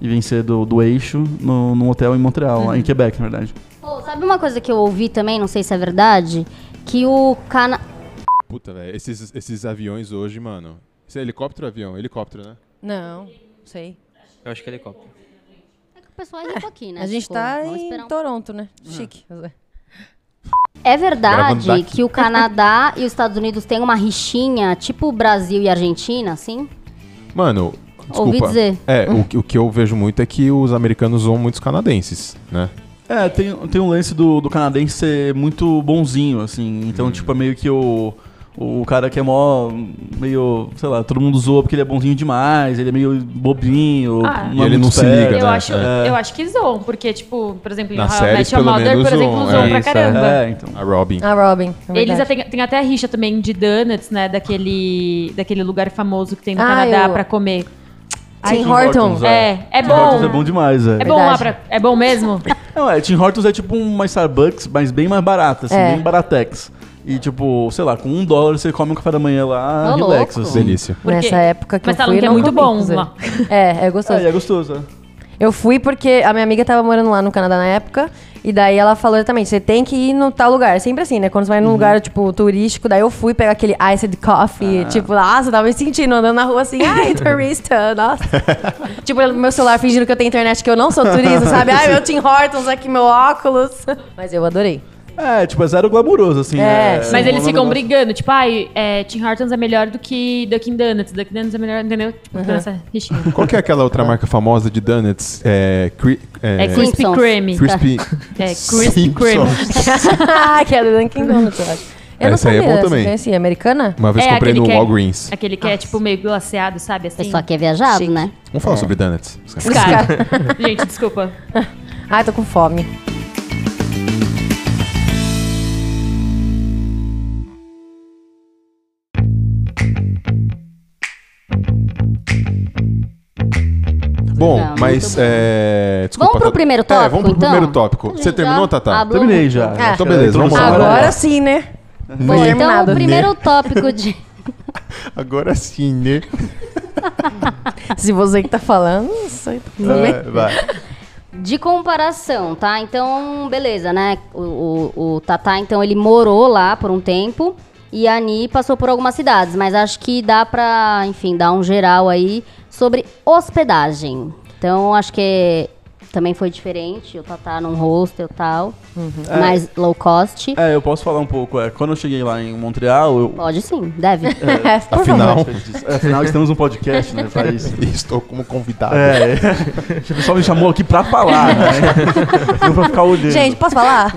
F: e vencer do, do eixo no, num hotel em Montreal,
D: Uhum.
F: lá em Quebec, na verdade.
D: Pô, sabe uma coisa que eu ouvi também, não sei se é verdade? Que o Cana...
C: Puta, velho. Esses, esses aviões hoje, mano. Isso é helicóptero ou avião? Helicóptero, né?
G: Não, sei.
B: Eu acho que é helicóptero.
D: É que o pessoal é rico aqui, né?
G: A gente
D: Tipo,
G: tá
D: vamos
G: em
D: esperar um
G: Toronto, né? Chique.
D: É
C: Gravando
D: verdade
C: daqui.
D: que o Canadá e os Estados Unidos têm uma rixinha, tipo o Brasil e a Argentina, assim?
C: Mano, desculpa.
D: Ouvi dizer.
C: É, o, que- o que eu vejo muito é que os americanos zoam muitos canadenses, né?
F: É, tem, tem um lance do, do canadense ser muito bonzinho, assim. Então,
C: Uhum.
F: tipo, é meio que o, o cara que é mó. meio. sei lá, todo mundo zoa porque ele é bonzinho demais, ele é meio bobinho. é
E: Ah.
C: E ele
F: muito
C: não se
F: esperto.
C: liga,
E: Eu,
C: né?
E: acho,
F: É.
E: eu acho que zoam, porque, tipo, por exemplo, em
C: Nas
E: How I
C: séries,
E: Met Your
C: pelo
E: Mother,
C: menos,
E: por exemplo,
C: zoam,
E: zoam
C: é.
E: pra
B: Isso, é.
E: caramba.
F: É, então.
C: A Robin.
G: A Robin. é
E: Eles
G: verdade.
E: até, tem até a rixa também de donuts, né? Daquele, daquele lugar famoso que tem no
G: Ah,
E: Canadá
G: eu-
E: pra comer.
G: Tim
F: Tim Hortons,
G: Ah, Horton.
E: É, é
F: Tim Hortons é
E: bom.
F: bom demais, é.
E: É bom lá
G: Verdade.
E: pra. É bom mesmo?
F: Não, é, Tim Hortons é tipo uma Starbucks, mas bem mais barata, assim,
G: É.
F: bem baratex. E tipo, sei lá, com um dólar você come um café da manhã lá,
D: Ô,
F: relaxa,
D: louco.
F: assim.
C: Delícia.
E: Por quê?
G: Nessa época que
E: Mas
G: eu
E: falam
G: fui,
E: que é
G: não
E: muito
G: comi,
E: bom
G: inclusive.
E: lá.
G: É, é gostoso.
F: É, e é gostoso, é.
G: Eu fui porque a minha amiga tava morando lá no Canadá na época. E daí ela falou exatamente, você tem que ir no tal lugar. É Sempre assim, né? Quando você vai num lugar, tipo, turístico. Daí eu fui pegar aquele iced coffee. Tipo, nossa, tava me sentindo andando na rua assim. Ai, turista, nossa. tipo, olhando pro meu celular fingindo que eu tenho internet, que eu não sou turista, sabe? Ai, meu Tim Hortons aqui, meu óculos. Mas eu adorei.
F: É, tipo, é zero glamouroso, assim.
G: É, sim.
E: Mas
F: um
E: eles ficam
F: negócio-
E: brigando, tipo, ai, é, Tim Hortons é melhor do que Dunkin' Donuts, Dunkin' Donuts é melhor, entendeu? Tipo,
G: Uhum.
E: tem essa rixinha.
C: Qual que é aquela outra marca famosa de donuts? É, cri-
E: É Krispy
D: Simpsons.
E: Kreme.
C: Crispy.
E: É, Krispy Kreme.
G: que é do Dunkin' Donuts, eu acho. Eu não
C: Essa aí é
G: sabia,
C: bom
G: você
C: também.
G: conhecia? Americana?
C: Uma vez
E: É,
C: comprei
E: aquele
C: no
E: que é-
C: Walgreens.
E: Aquele que é, tipo, meio glaciado, sabe?
D: O
E: Assim.
D: pessoal aqui é viajado,
G: Chique.
D: né?
C: Vamos falar sobre donuts.
E: Cara. Gente, desculpa.
G: Ai, tô com fome.
C: Bom,
D: Não,
C: mas.
D: muito bom.
C: é, desculpa,
D: pro
C: Tata.
D: primeiro
C: É, vamos
D: tópico,
C: pro
D: então?
C: primeiro tópico.
D: A gente
C: Você terminou,
D: já
C: Tatá?
D: abriu.
F: Terminei já.
G: Ah.
C: Então, beleza, vamos lá.
G: Agora sim, né?
D: Bom, então
G: Terminado.
D: o
C: Né?
D: primeiro tópico de...
C: Agora sim, né?
G: Se você que tá falando, não sei.
C: É, vai.
D: De comparação, tá? Então, beleza, né? O, o, o Tatá, então, ele morou lá por um tempo e a Ani passou por algumas cidades, mas acho que dá pra, enfim, dar um geral aí sobre hospedagem. Então, acho que também foi diferente, o Tatá num hostel e tal, mais low cost.
F: É, eu posso falar um pouco. É, quando eu cheguei lá em Montreal, eu.
D: Pode sim, deve.
G: Por
C: Afinal,
G: favor.
F: É, afinal, estamos um podcast, né? Pra isso.
C: estou como convidado.
F: É, o pessoal me chamou aqui pra falar, né? Não pra ficar olhando.
G: Gente, posso falar?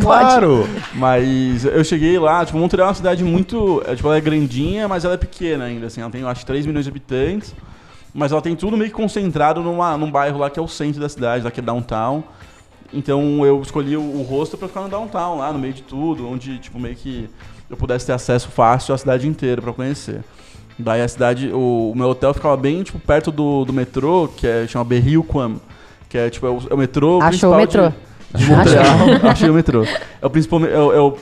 C: claro!
F: Mas eu cheguei lá, tipo, Montreal é uma cidade muito. É, tipo, ela é grandinha, mas ela é pequena ainda, assim. Ela tem, eu acho, 3 milhões de habitantes. Mas ela tem tudo meio que concentrado numa, num bairro lá que é o centro da cidade, lá que é downtown. Então eu escolhi o, o hostel pra ficar no downtown, lá no meio de tudo, onde, tipo, meio que eu pudesse ter acesso fácil à cidade inteira pra conhecer. Daí a cidade, o, o meu hotel ficava bem, tipo, perto do, do metrô, que é, chama Berri-UQAM. Que é, tipo, é o, é o metrô
G: Achou
F: principal
G: o
F: de-
G: metrô.
F: de Montreal. Achei o metrô. É, o principal, me- é, o- é o-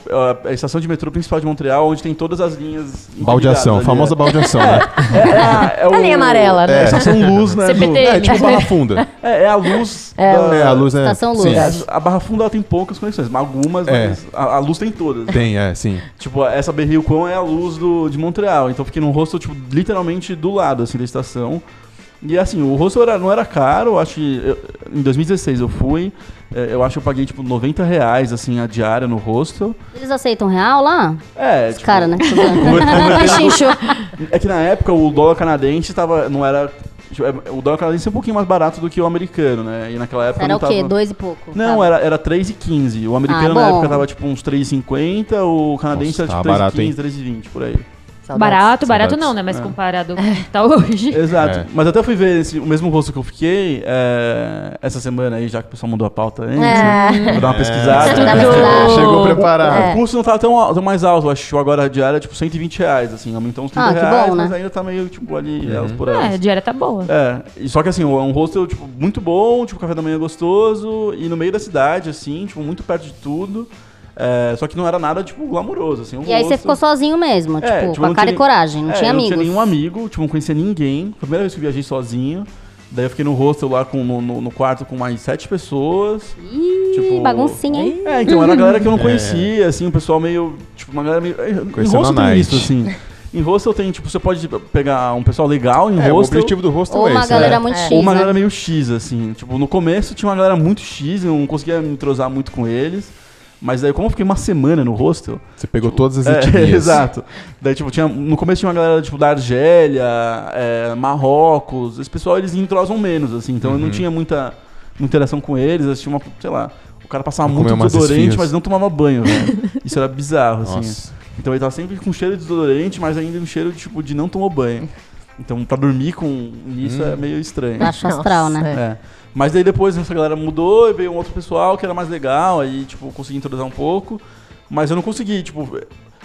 F: é a estação de metrô principal de Montreal, onde tem todas as linhas.
C: Baldeação,
F: interligadas ali,
C: famosa
F: né?
C: baldeação, né?
F: É, é a- é
G: A
F: o-
G: linha amarela,
F: É,
G: né?
F: a estação luz, né?
E: CPT.
F: do-
C: É tipo Barra Funda.
F: é, é a luz.
G: É,
F: da-
C: É, a luz é.
D: Estação luz.
C: Sim,
F: é, a Barra Funda ela tem poucas conexões, algumas,
C: É.
F: mas a, a luz tem todas.
C: Tem, é, sim.
F: Tipo, essa Berrio Quão é a luz do, de Montreal. Então eu fiquei num hostel, tipo, literalmente do lado, assim, da estação. E assim, o hostel era- não era caro, eu acho que. eu- em 2016 eu fui. eh, Eu acho que eu paguei, tipo, 90 reais, assim, a diária no hostel.
D: Eles aceitam real lá?
F: É,
D: Os
F: tipo,
D: caras, né? Tô zoando.
G: Chinchu.
F: É que na época o dólar canadense tava, não era. tipo, é, O dólar canadense é um pouquinho mais barato do que o americano, né? E naquela época
D: Era
F: não
D: o
F: tava.
D: quê? Dois e pouco? Tá.
F: Não,
D: sabe?
F: era, era 3,15. O americano
D: Ah,
F: na
D: bom.
F: época tava tipo uns 3,50, o canadense
C: Nossa,
F: era tipo
C: tava barato,
F: 3,15, 3,20 por aí.
E: Barato, barato
C: saudades.
E: não, né? Mas
G: É.
E: comparado com o que tá hoje.
F: Exato.
C: É.
F: Mas até eu fui ver esse- o mesmo rosto que eu fiquei é, essa semana aí, já que o pessoal mudou a pauta aí.
G: É.
F: Vou dar uma pesquisada. Tipo,
D: Estudar,
C: né?
D: É. pesquisar.
C: Chegou
F: O
C: preparado.
F: custo não tava tão, al- tão mais alto, eu acho. Agora a diária é tipo 120 reais, assim, aumentou uns 30
D: Ah, que
F: reais,
D: bom, né?
F: mas ainda tá meio tipo
C: Uhum.
F: ali, elas por elas.
E: É, a diária tá boa.
F: É, e só que assim, é um hostel, tipo, muito bom, tipo, café da manhã gostoso, e no meio da cidade, assim, tipo, muito perto de tudo. É, só que não era nada, tipo, glamouroso, assim. um
D: E aí você
F: hostel-
D: ficou sozinho mesmo,
F: É,
D: tipo,
F: tipo,
D: com a
F: não
D: cara e
F: tinha-
D: coragem, não
F: É,
D: tinha
F: eu
D: amigos.
F: Não tinha nenhum amigo, tipo, não conhecia ninguém. Foi a primeira vez que eu viajei sozinho. Daí eu fiquei no hostel lá com, no, no- no quarto com mais sete pessoas.
D: Ih,
F: Tipo,
D: baguncinha, hein?
F: É, então era a galera que eu não conhecia, assim, o pessoal meio, Tipo, uma galera meio. Em
C: É. Conhecendo a
F: hostel tem
C: Night.
F: isso, assim. Em hostel tem, tipo, você pode pegar um pessoal legal em
C: É, o
F: hostel.
C: objetivo do hostel
D: Ou
C: é
D: uma
C: esse,
D: galera
C: né?
D: muito X,
F: Ou uma
D: né?
F: galera meio X, assim. Tipo, no começo tinha uma galera muito X, eu não conseguia me entrosar muito com eles. Mas daí, como eu fiquei uma semana no hostel.
C: Você pegou todas as
F: É,
C: etnias.
F: exato. Daí, tipo, tinha, no começo tinha uma galera, tipo, da Argélia, é, Marrocos. Esse pessoal, eles entrosam menos, assim. Então,
C: Uhum.
F: eu não tinha muita, muita interação com eles. Eu tinha uma, sei lá, o cara passava
C: Não
F: muito
C: comeu umas
F: desodorante,
C: esfirras.
F: mas não tomava banho, velho. Isso era bizarro, assim.
C: Nossa.
F: Então, ele tava sempre com cheiro de desodorante, mas ainda um cheiro, tipo, de não tomou banho. Então, pra dormir com isso
C: Hum.
F: é meio estranho.
D: Baixo astral, né?
F: É. Mas daí depois essa galera mudou e veio um outro pessoal que era mais legal, aí, tipo, eu consegui introduzir um pouco. Mas eu não consegui, tipo.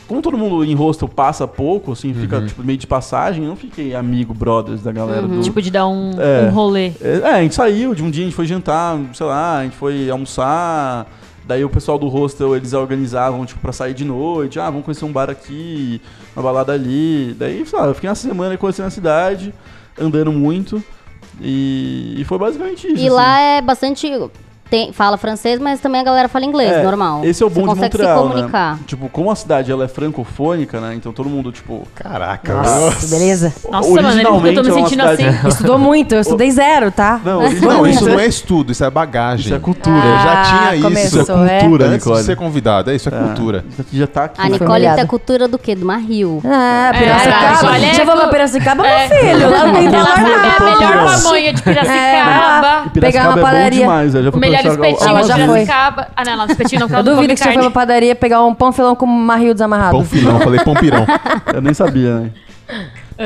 F: Como todo mundo em hostel passa pouco, assim, fica tipo, meio de passagem, eu não fiquei amigo, brothers da galera do.
E: Tipo, de dar um,
F: É.
E: um rolê.
F: É, é, a gente saiu, de um dia a gente foi jantar, sei lá, a gente foi almoçar. Daí o pessoal do hostel, eles organizavam, tipo, pra sair de noite. Ah, vamos conhecer um bar aqui, uma balada ali. Daí, sei lá, eu fiquei uma semana conhecendo a cidade, andando muito. E, e foi basicamente isso.
D: E
F: assim.
D: lá é bastante. tem- fala francês, mas também a galera fala inglês,
F: É,
D: normal.
F: Esse é o
D: Você
F: bom de
D: consegue
F: Montreal,
D: se comunicar.
F: né? Tipo, como a cidade ela é francofônica, né? Então todo mundo, tipo...
C: Caraca,
G: Nossa, beleza.
E: Nossa, mano, eu tô
F: originalmente
E: me
F: é uma
E: sentindo
F: cidade-
E: assim.
G: Estudou muito, eu estudei zero, tá?
F: Não,
C: Não, isso não
F: é...
C: é estudo, isso é bagagem.
F: Isso é cultura.
G: Ah,
C: já tinha isso.
G: começou, é.
F: cultura,
C: Antes de
F: Nicole.
C: ser convidado, é isso, é, cultura.
F: Isso aqui já tá aqui.
D: A
G: Foi
D: Nicole
G: humilhada.
D: tem a cultura do quê? Do Marrio.
G: Ah, Piracicaba.
E: Piracicaba.
G: Já vou pra
E: é.
G: Piracicaba, meu filho. Lá não tem
E: Ela
G: dólar
E: sabe
G: nada.
E: a melhor
F: Nossa.
E: pamonha de
G: É,
E: Piracicaba.
F: E
G: Pegar
F: Piracicaba
G: uma
F: é bom
G: padaria.
F: demais, eu já
E: O
F: fui pra
E: melhor
F: Piracicaba
E: espetinho de
G: ela
F: algumas
G: já foi.
F: vezes.
E: Piracicaba. Ah, não, lá no espetinho não, que ela
G: Eu
E: não
G: duvido
E: come
G: que você foi pra
E: carne.
G: padaria pegar um pão filão com um marril desamarrado.
C: Pão filão, eu falei pão pirão.
F: Eu nem sabia, né?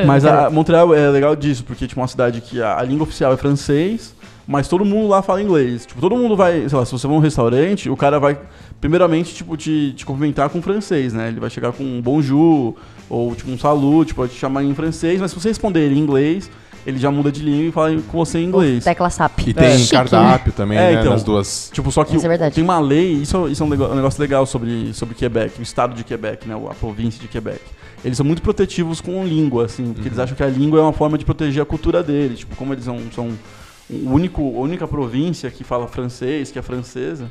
F: Mas a Montreal é legal disso, porque tipo, é uma cidade que a, a língua oficial é francês, mas todo mundo lá fala inglês. Tipo, todo mundo vai, sei lá, se você vai num restaurante, o cara vai primeiramente tipo te, te cumprimentar com francês, né? Ele vai chegar com um bonjour ou tipo um salut, tipo, vai te chamar em francês, mas se você responder ele em inglês, ele já muda de língua e fala com você em inglês.
G: Tecla SAP.
C: E tem cardápio também,
F: É,
C: né?
F: então.
C: Nas duas.
F: Tipo, só que
G: Isso é verdade.
F: tem uma lei, isso, isso é um nego- um negócio legal sobre, sobre Quebec, o estado de Quebec, né? A província de Quebec. Eles são muito protetivos com língua, assim, porque eles acham que a língua é uma forma de proteger a cultura deles. Tipo, como eles são, são o único, a única província que fala francês, que é francesa.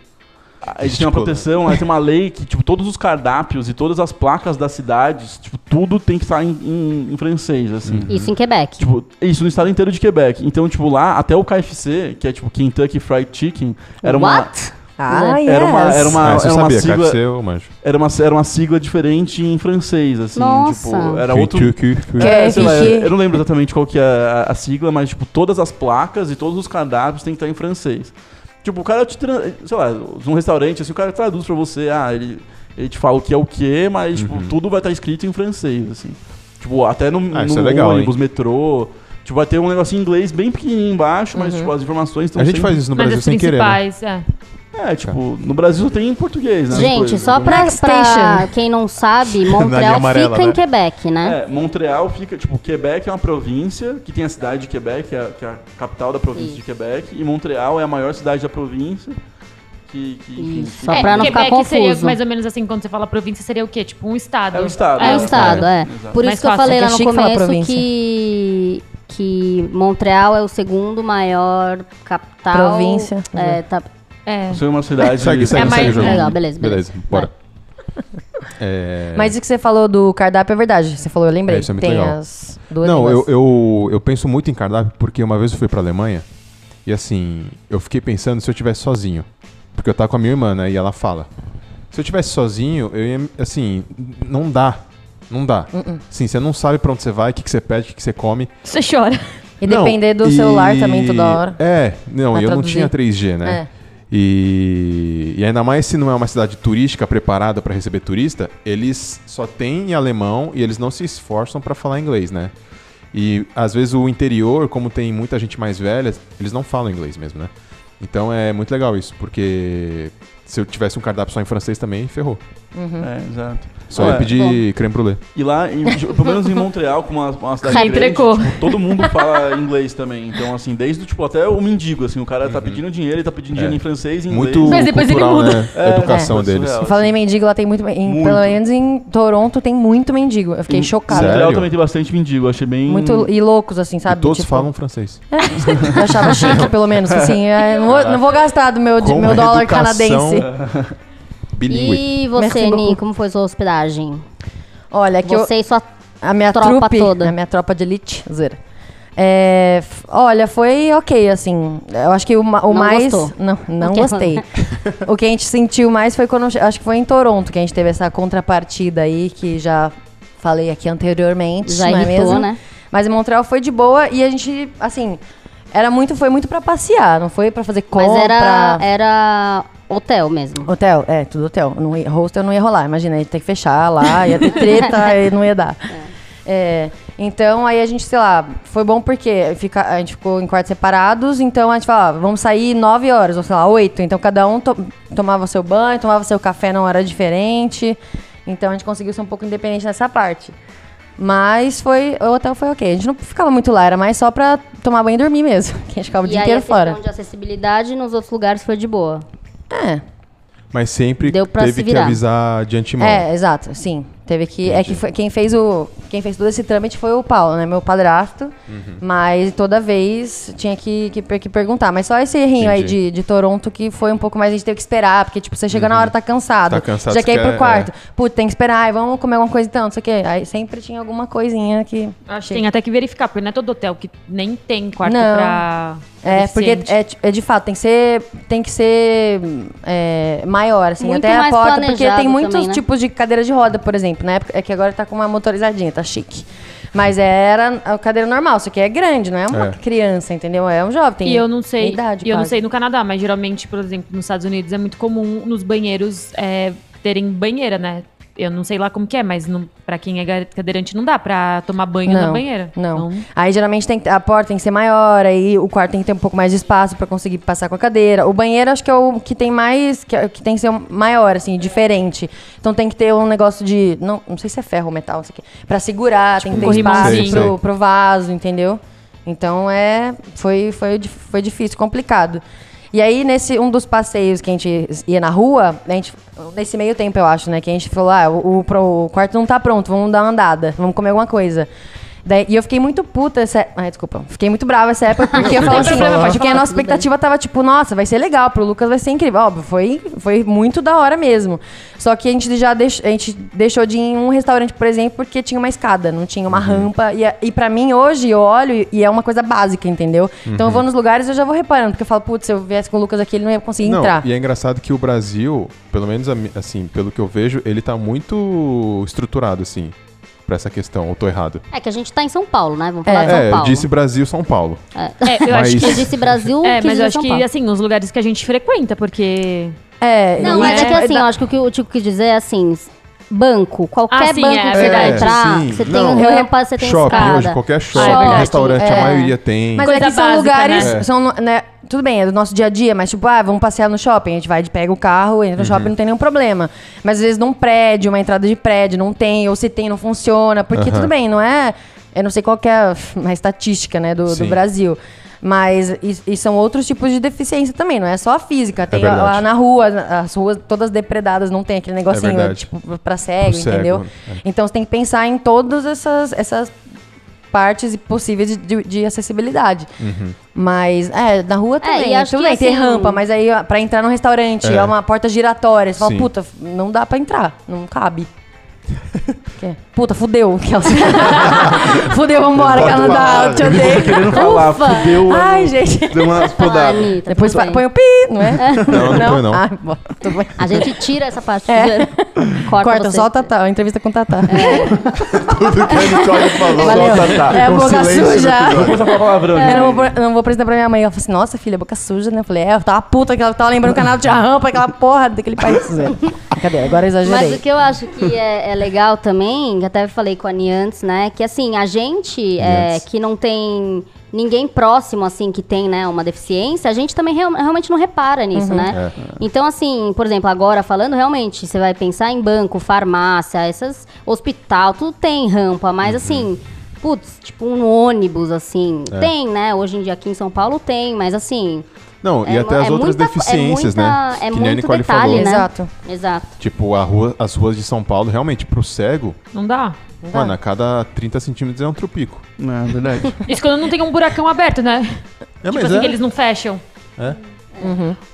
F: Aí eles têm uma
C: Tipo,
F: proteção, aí tem uma lei que, tipo, todos os cardápios e todas as placas das cidades, tipo, tudo tem que estar em, em- em francês, assim.
D: Isso em Quebec.
F: Tipo, isso no estado inteiro de Quebec. Então, tipo, lá, até o KFC, que é tipo Kentucky Fried Chicken, era uma,
D: What?
G: Ah, yes.
F: era uma, era uma,
C: Ah, você
F: era, é uma
C: sabia,
F: sigla,
C: KFC, eu manjo.
F: era, uma, era uma sigla diferente em francês, assim.
D: Nossa.
F: Tipo, era outro.
C: Que- que- que-
F: É, sei lá,
G: KFC.
F: eu não lembro exatamente qual que é a, a sigla, mas, tipo, todas as placas e todos os cardápios têm que estar em francês. Tipo, o cara te. tra- Sei lá, num restaurante, assim, o cara traduz pra você, ah, ele, ele te fala o que é o que, mas, tipo, tudo vai estar escrito em francês, assim. Tipo, até no,
C: Uhum. Ah, isso
F: no
C: é legal,
F: ônibus, metrô. Tipo, vai ter um negocinho em inglês bem pequenininho embaixo, mas, tipo, as informações estão
C: A gente
F: sempre-
C: faz isso no
E: Mas
C: Brasil
E: as
C: sem querer. né?
E: principais, é.
F: É, tipo, no Brasil só tem em português, né?
D: Gente,
F: Coisa.
D: só pra,
G: Next
D: pra
G: station.
D: quem não sabe, Montreal
C: amarela,
D: fica
C: né?
D: em Quebec, né?
F: É, Montreal fica, tipo, Quebec é uma província que tem a cidade de Quebec, que é, a- que é a capital da província de Quebec, e Montreal é a maior cidade da província. Que, que, enfim,
D: Isso,
F: fica-
D: só pra não ficar
E: Quebec É, seria
D: confuso.
E: mais ou menos assim, quando você fala província, seria o quê? Tipo, um estado.
F: É um estado.
D: É
F: né?
D: o estado, é. Por
E: Mais
D: isso que eu
E: fácil,
D: falei
G: que é
D: lá no
G: chique falar
D: começo
G: província.
D: que, que Montreal é o segundo maior capital.
G: Província. Uhum.
D: É, tá,
E: É.
F: Isso é uma cidade.
C: Segue, segue, segue
E: É
C: o
E: mais-
C: jogo.
D: Legal, beleza,
C: Beleza, bora. É...
G: Mas o que você falou do cardápio é verdade. Você falou, eu lembrei.
C: É, isso é muito
G: Tem
C: legal.
G: as duas
C: Não, eu,
G: línguas.
C: eu, eu penso muito em cardápio porque uma vez eu fui pra Alemanha e assim, eu fiquei pensando se eu tivesse sozinho. Porque eu tava com a minha irmã, né? E ela fala. Se eu tivesse sozinho, eu ia. Assim, não dá. Não dá. Sim, você não sabe pra onde você vai, o que, que você pede, o que, que você come.
E: Você chora.
G: E
C: Não,
G: depender do
C: e-
G: celular também toda hora.
C: É, não,
G: Vai
C: e eu não
G: traduzir. É.
C: tinha 3G, né? E, e ainda mais se não é uma cidade turística preparada pra receber turista, eles só têm em alemão e eles não se esforçam pra falar inglês, né? E às vezes o interior, como tem muita gente mais velha, eles não falam inglês mesmo, né? Então é muito legal isso, porque se eu tivesse um cardápio só em francês também, ferrou.
G: Uhum.
F: É, exato.
C: Só
F: Não,
C: ia
F: é.
C: pedir creme brulee.
F: E lá, em- tipo, pelo menos em Montreal, como é uma, uma cidade
E: Cara,
F: grande,
E: entregou.
F: tipo, todo mundo fala inglês também. Então, assim, desde, tipo, até o mendigo, assim, o cara tá pedindo dinheiro, ele tá pedindo dinheiro
C: Uhum. É.
F: em francês e inglês.
C: Muito
E: Mas depois ele
C: cultural,
E: muda.
C: né? A educação
F: É.
C: deles.
F: Surreal.
G: Falando em mendigo, lá tem muito, men- em-
F: Muito. Hum,
G: Pelo menos em Toronto tem muito mendigo. Eu fiquei
F: Em-
G: chocada.
F: Em Montreal
C: Sério?
F: também tem bastante mendigo, eu achei bem...
G: Muito e loucos, assim, sabe?
C: E todos
G: Tipo,
C: falam francês.
G: Eu achava chique, pelo menos. que Assim, é, não, vou, não vou gastar do meu, de-
C: Como
G: meu
C: a
G: dólar
C: educação
G: canadense.
C: Bilíngue.
D: E você,
G: Merci beaucoup.
D: Ni, como foi sua hospedagem?
G: Olha, que eu,
D: você e sua...
G: a minha
D: tropa
G: trupe,
D: toda.
G: A minha tropa de elite, zera. É, f- olha, foi ok, assim. Eu acho que o, ma-
D: Não
G: o mais.
D: gostou.
G: Não, não
D: Ok.
G: gostei. o que a gente sentiu mais foi quando. Acho que foi em Toronto que a gente teve essa contrapartida aí, que já falei aqui anteriormente.
D: Já
G: não é
D: irritou,
G: mesmo?
D: né?
G: Mas em Montreal foi de boa e a gente, assim. Era muito, foi muito pra passear, não foi pra fazer compra.
D: Mas era, era hotel mesmo.
G: Hotel, é, tudo hotel. Não ia, hostel não ia rolar, imagina, ia ter que fechar lá, ia ter treta e não ia dar. É, então aí a gente, sei lá, foi bom porque fica, a gente ficou em quartos separados, então a gente falava, vamos sair nove horas, ou sei lá, oito. Então cada um to- tomava seu banho, tomava seu café numa hora diferente. Então a gente conseguiu ser um pouco independente nessa parte. Mas foi, o hotel foi ok. A gente não ficava muito lá, era mais só pra tomar banho e dormir mesmo. Que a gente ficava o
D: E
G: dia
D: aí a
G: inteiro fora.
D: questão de acessibilidade nos outros lugares foi de boa.
G: É.
C: Mas sempre
D: Deu pra se
C: teve que
D: virar.
C: avisar de antemão.
G: É, exato, sim. Teve que. É que foi- quem fez o. Quem fez todo esse trâmite foi o Paulo, né? Meu padrasto.
C: Uhum.
G: Mas toda vez tinha que, que, per- que perguntar. Mas só esse errinho aí
C: Entendi.
G: de, de Toronto que foi um pouco mais. A gente teve que esperar, porque, tipo, você chega na hora, tá cansado.
C: Tá cansado,
G: Já quer ir
C: você
G: pro
C: quer- é.
G: quarto. Putz, tem que esperar, ai, vamos comer alguma coisa então, não sei o quê. Aí sempre tinha alguma coisinha que.
E: Acho que tem até que verificar, porque não é todo hotel que nem tem quarto
G: Não.
E: pra.
G: É, porque
E: deficiente.
G: é, é de fato, tem que ser, tem que ser é, maior, assim,
D: Muito
G: até a
D: mais
G: porta, porque tem
D: planejado
G: muitos
D: também, né?
G: tipos de cadeira de roda, por exemplo, na época, é que agora tá com uma motorizadinha, tá chique. Mas era a cadeira normal, só que é grande, não é uma
C: É.
G: criança, entendeu? É um jovem, tem
E: E eu não sei.
G: idade
E: e eu não
G: quase.
E: sei no Canadá, mas geralmente, por exemplo, nos Estados Unidos é muito comum nos banheiros é, terem banheira, né? Eu não sei lá como que é, mas não, pra quem é ga- cadeirante não dá pra tomar banho na banheira.
G: Não.
E: Então,
G: Aí geralmente tem que- a porta tem que ser maior, aí o quarto tem que ter um pouco mais de espaço pra conseguir passar com a cadeira. O banheiro acho que é o que tem mais, que, é- que tem que ser maior, assim, diferente. Então tem que ter um negócio de, não, não sei se é ferro ou metal, não sei o quê, pra segurar, tem que
E: um
G: ter espaço
E: corrimãozinho.
G: pro, pro vaso, entendeu? Então é, foi, foi, dif- foi difícil, complicado. E aí, nesse um dos passeios que a gente ia na rua, a gente, nesse meio tempo, eu acho, né? Que a gente falou, ah, o, o, pro- o quarto não tá pronto, vamos dar uma andada, vamos comer alguma coisa. Daí- e eu fiquei muito puta essa. Ai, desculpa. Fiquei muito brava essa época, porque eu falava assim.
E: problema, pode
G: porque a
E: falar,
G: nossa
D: tudo bem.
G: expectativa tava tipo, nossa, vai ser legal, pro Lucas vai ser incrível. Óbvio, foi, foi muito da hora mesmo. Só que a gente já deix, a gente deixou de ir em um restaurante, por exemplo, porque tinha uma escada, não tinha
C: Uhum.
G: uma rampa. E, a- e para mim, hoje, eu olho e- e é uma coisa básica, entendeu? Então eu
C: Uhum.
G: vou nos lugares e eu já vou reparando, porque eu falo, putz, se eu viesse com o Lucas aqui, ele não ia conseguir
C: Não,
G: entrar.
C: e é engraçado que o Brasil, pelo menos a mi- assim, pelo que eu vejo, ele tá muito estruturado, assim, pra essa questão. Ou tô errado?
D: É que a gente tá em São Paulo, né? Vamos falar de São
C: é, eu
D: Paulo.
C: disse Brasil, São Paulo.
E: é, eu acho
C: Mas-
E: que.
D: Eu disse Brasil,
E: É,
D: quis
E: mas
D: dizer
E: eu acho
D: São
E: que,
D: Paulo.
E: assim, nos lugares que a gente frequenta, porque.
G: É,
D: Não,
G: e-
D: mas é que assim,
G: da-
D: eu acho que o que o Tico quis dizer é assim, banco, qualquer
E: Ah, sim,
D: banco
E: é,
D: que você vai
E: verdade.
D: entrar,
C: Sim.
D: você tem
C: Não.
D: um rampa, você tem
C: shopping,
D: escada.
C: hoje, qualquer shopping,
G: verdade.
C: restaurante,
G: É.
C: a maioria tem.
G: Mas
E: Coisa
G: é que são
E: básica,
G: lugares.
E: né?
G: São, né, tudo bem, é do nosso dia a dia, mas tipo, ah, vamos passear no shopping. A gente vai, pega o carro, entra no
C: Uhum.
G: shopping, não tem nenhum problema. Mas às vezes num prédio, uma entrada de prédio, não tem, ou se tem, não funciona. Porque
C: Aham.
G: tudo bem, não é. Eu não sei qual que é a estatística, né, do, do
C: Sim.
G: Brasil. Mas e, e são outros tipos de deficiência também, não é só a física. Tem
C: verdade. É
G: lá na rua, as ruas todas depredadas, não tem aquele negocinho,
C: verdade.
G: tipo, pra cego,
C: Pro cego,
G: entendeu?
C: é.
G: Então você tem que pensar em todas essas, essas partes e possíveis de, de- de acessibilidade.
C: Uhum.
G: Mas, é, na rua também.
D: e acho
G: tudo
D: que,
G: bem, tem
D: assim,
G: rampa, mas aí ó, pra entrar num restaurante é,
C: É.
G: uma porta giratória. Você fala,
C: Sim.
G: puta, não dá pra entrar, não cabe. Que é, Puta, fudeu. que elas- fudeu, vambora, Canadá, eu te odeio.
F: Querendo falar, fudeu.
G: Ai, gente.
F: Deu uma
D: Ah,
F: podada.
D: Anitta,
G: Depois
D: tudo
G: fa-
D: bem.
G: põe o pi, não é?
C: Não, não põe, não.
G: Ah, bom, tudo bem.
D: A gente tira essa parte.
G: É.
D: Corta,
G: Corta,
D: você.
G: só o Tatá, a entrevista com o Tatá.
D: É.
F: Tudo que a Nicole falou.
G: Valeu.
F: Só tá, tá.
G: É,
F: Ficou um
G: boca
F: silêncio no
G: suja.
F: episódio. Não precisa falar palavrão,
G: É, Eu não
F: né?
G: vou, não vou apresentar pra minha mãe. Ela falou assim, nossa, filha, boca suja, né? Eu falei, é, eu tava puta que ela tava lembrando o canal de rampa, aquela porra daquele país. É. Cadê? Agora eu exagerei.
D: Mas o que eu acho que é, é legal também, que até falei com a Ni antes, né? Que assim, a gente é,
C: antes.
D: que não tem ninguém próximo, assim, que tem, né, uma deficiência, a gente também real- realmente não repara nisso, né? Então, assim, por exemplo, agora falando, realmente, você vai pensar em banco, farmácia, essas. hospital, tudo tem rampa, mas assim. Putz, tipo um ônibus, assim. Tem, né? Hoje em dia aqui em São Paulo tem, mas assim.
C: Não, e
D: é
C: até
D: mu-
C: as
D: é
C: outras
D: muita- é
C: deficiências, né?
D: muita-
C: que nem
D: É
C: a
D: muito
C: Nicole
D: detalhe,
C: falou.
D: né?
G: Exato.
D: Exato.
C: Tipo, a rua- as ruas de São Paulo, realmente, pro cego,
E: Não dá.
C: mano, a cada 30 centímetros é um trupico.
F: Não, é verdade.
E: Isso quando não tem um buracão aberto, né?
C: É,
E: tipo assim, que eles não fecham.
C: É?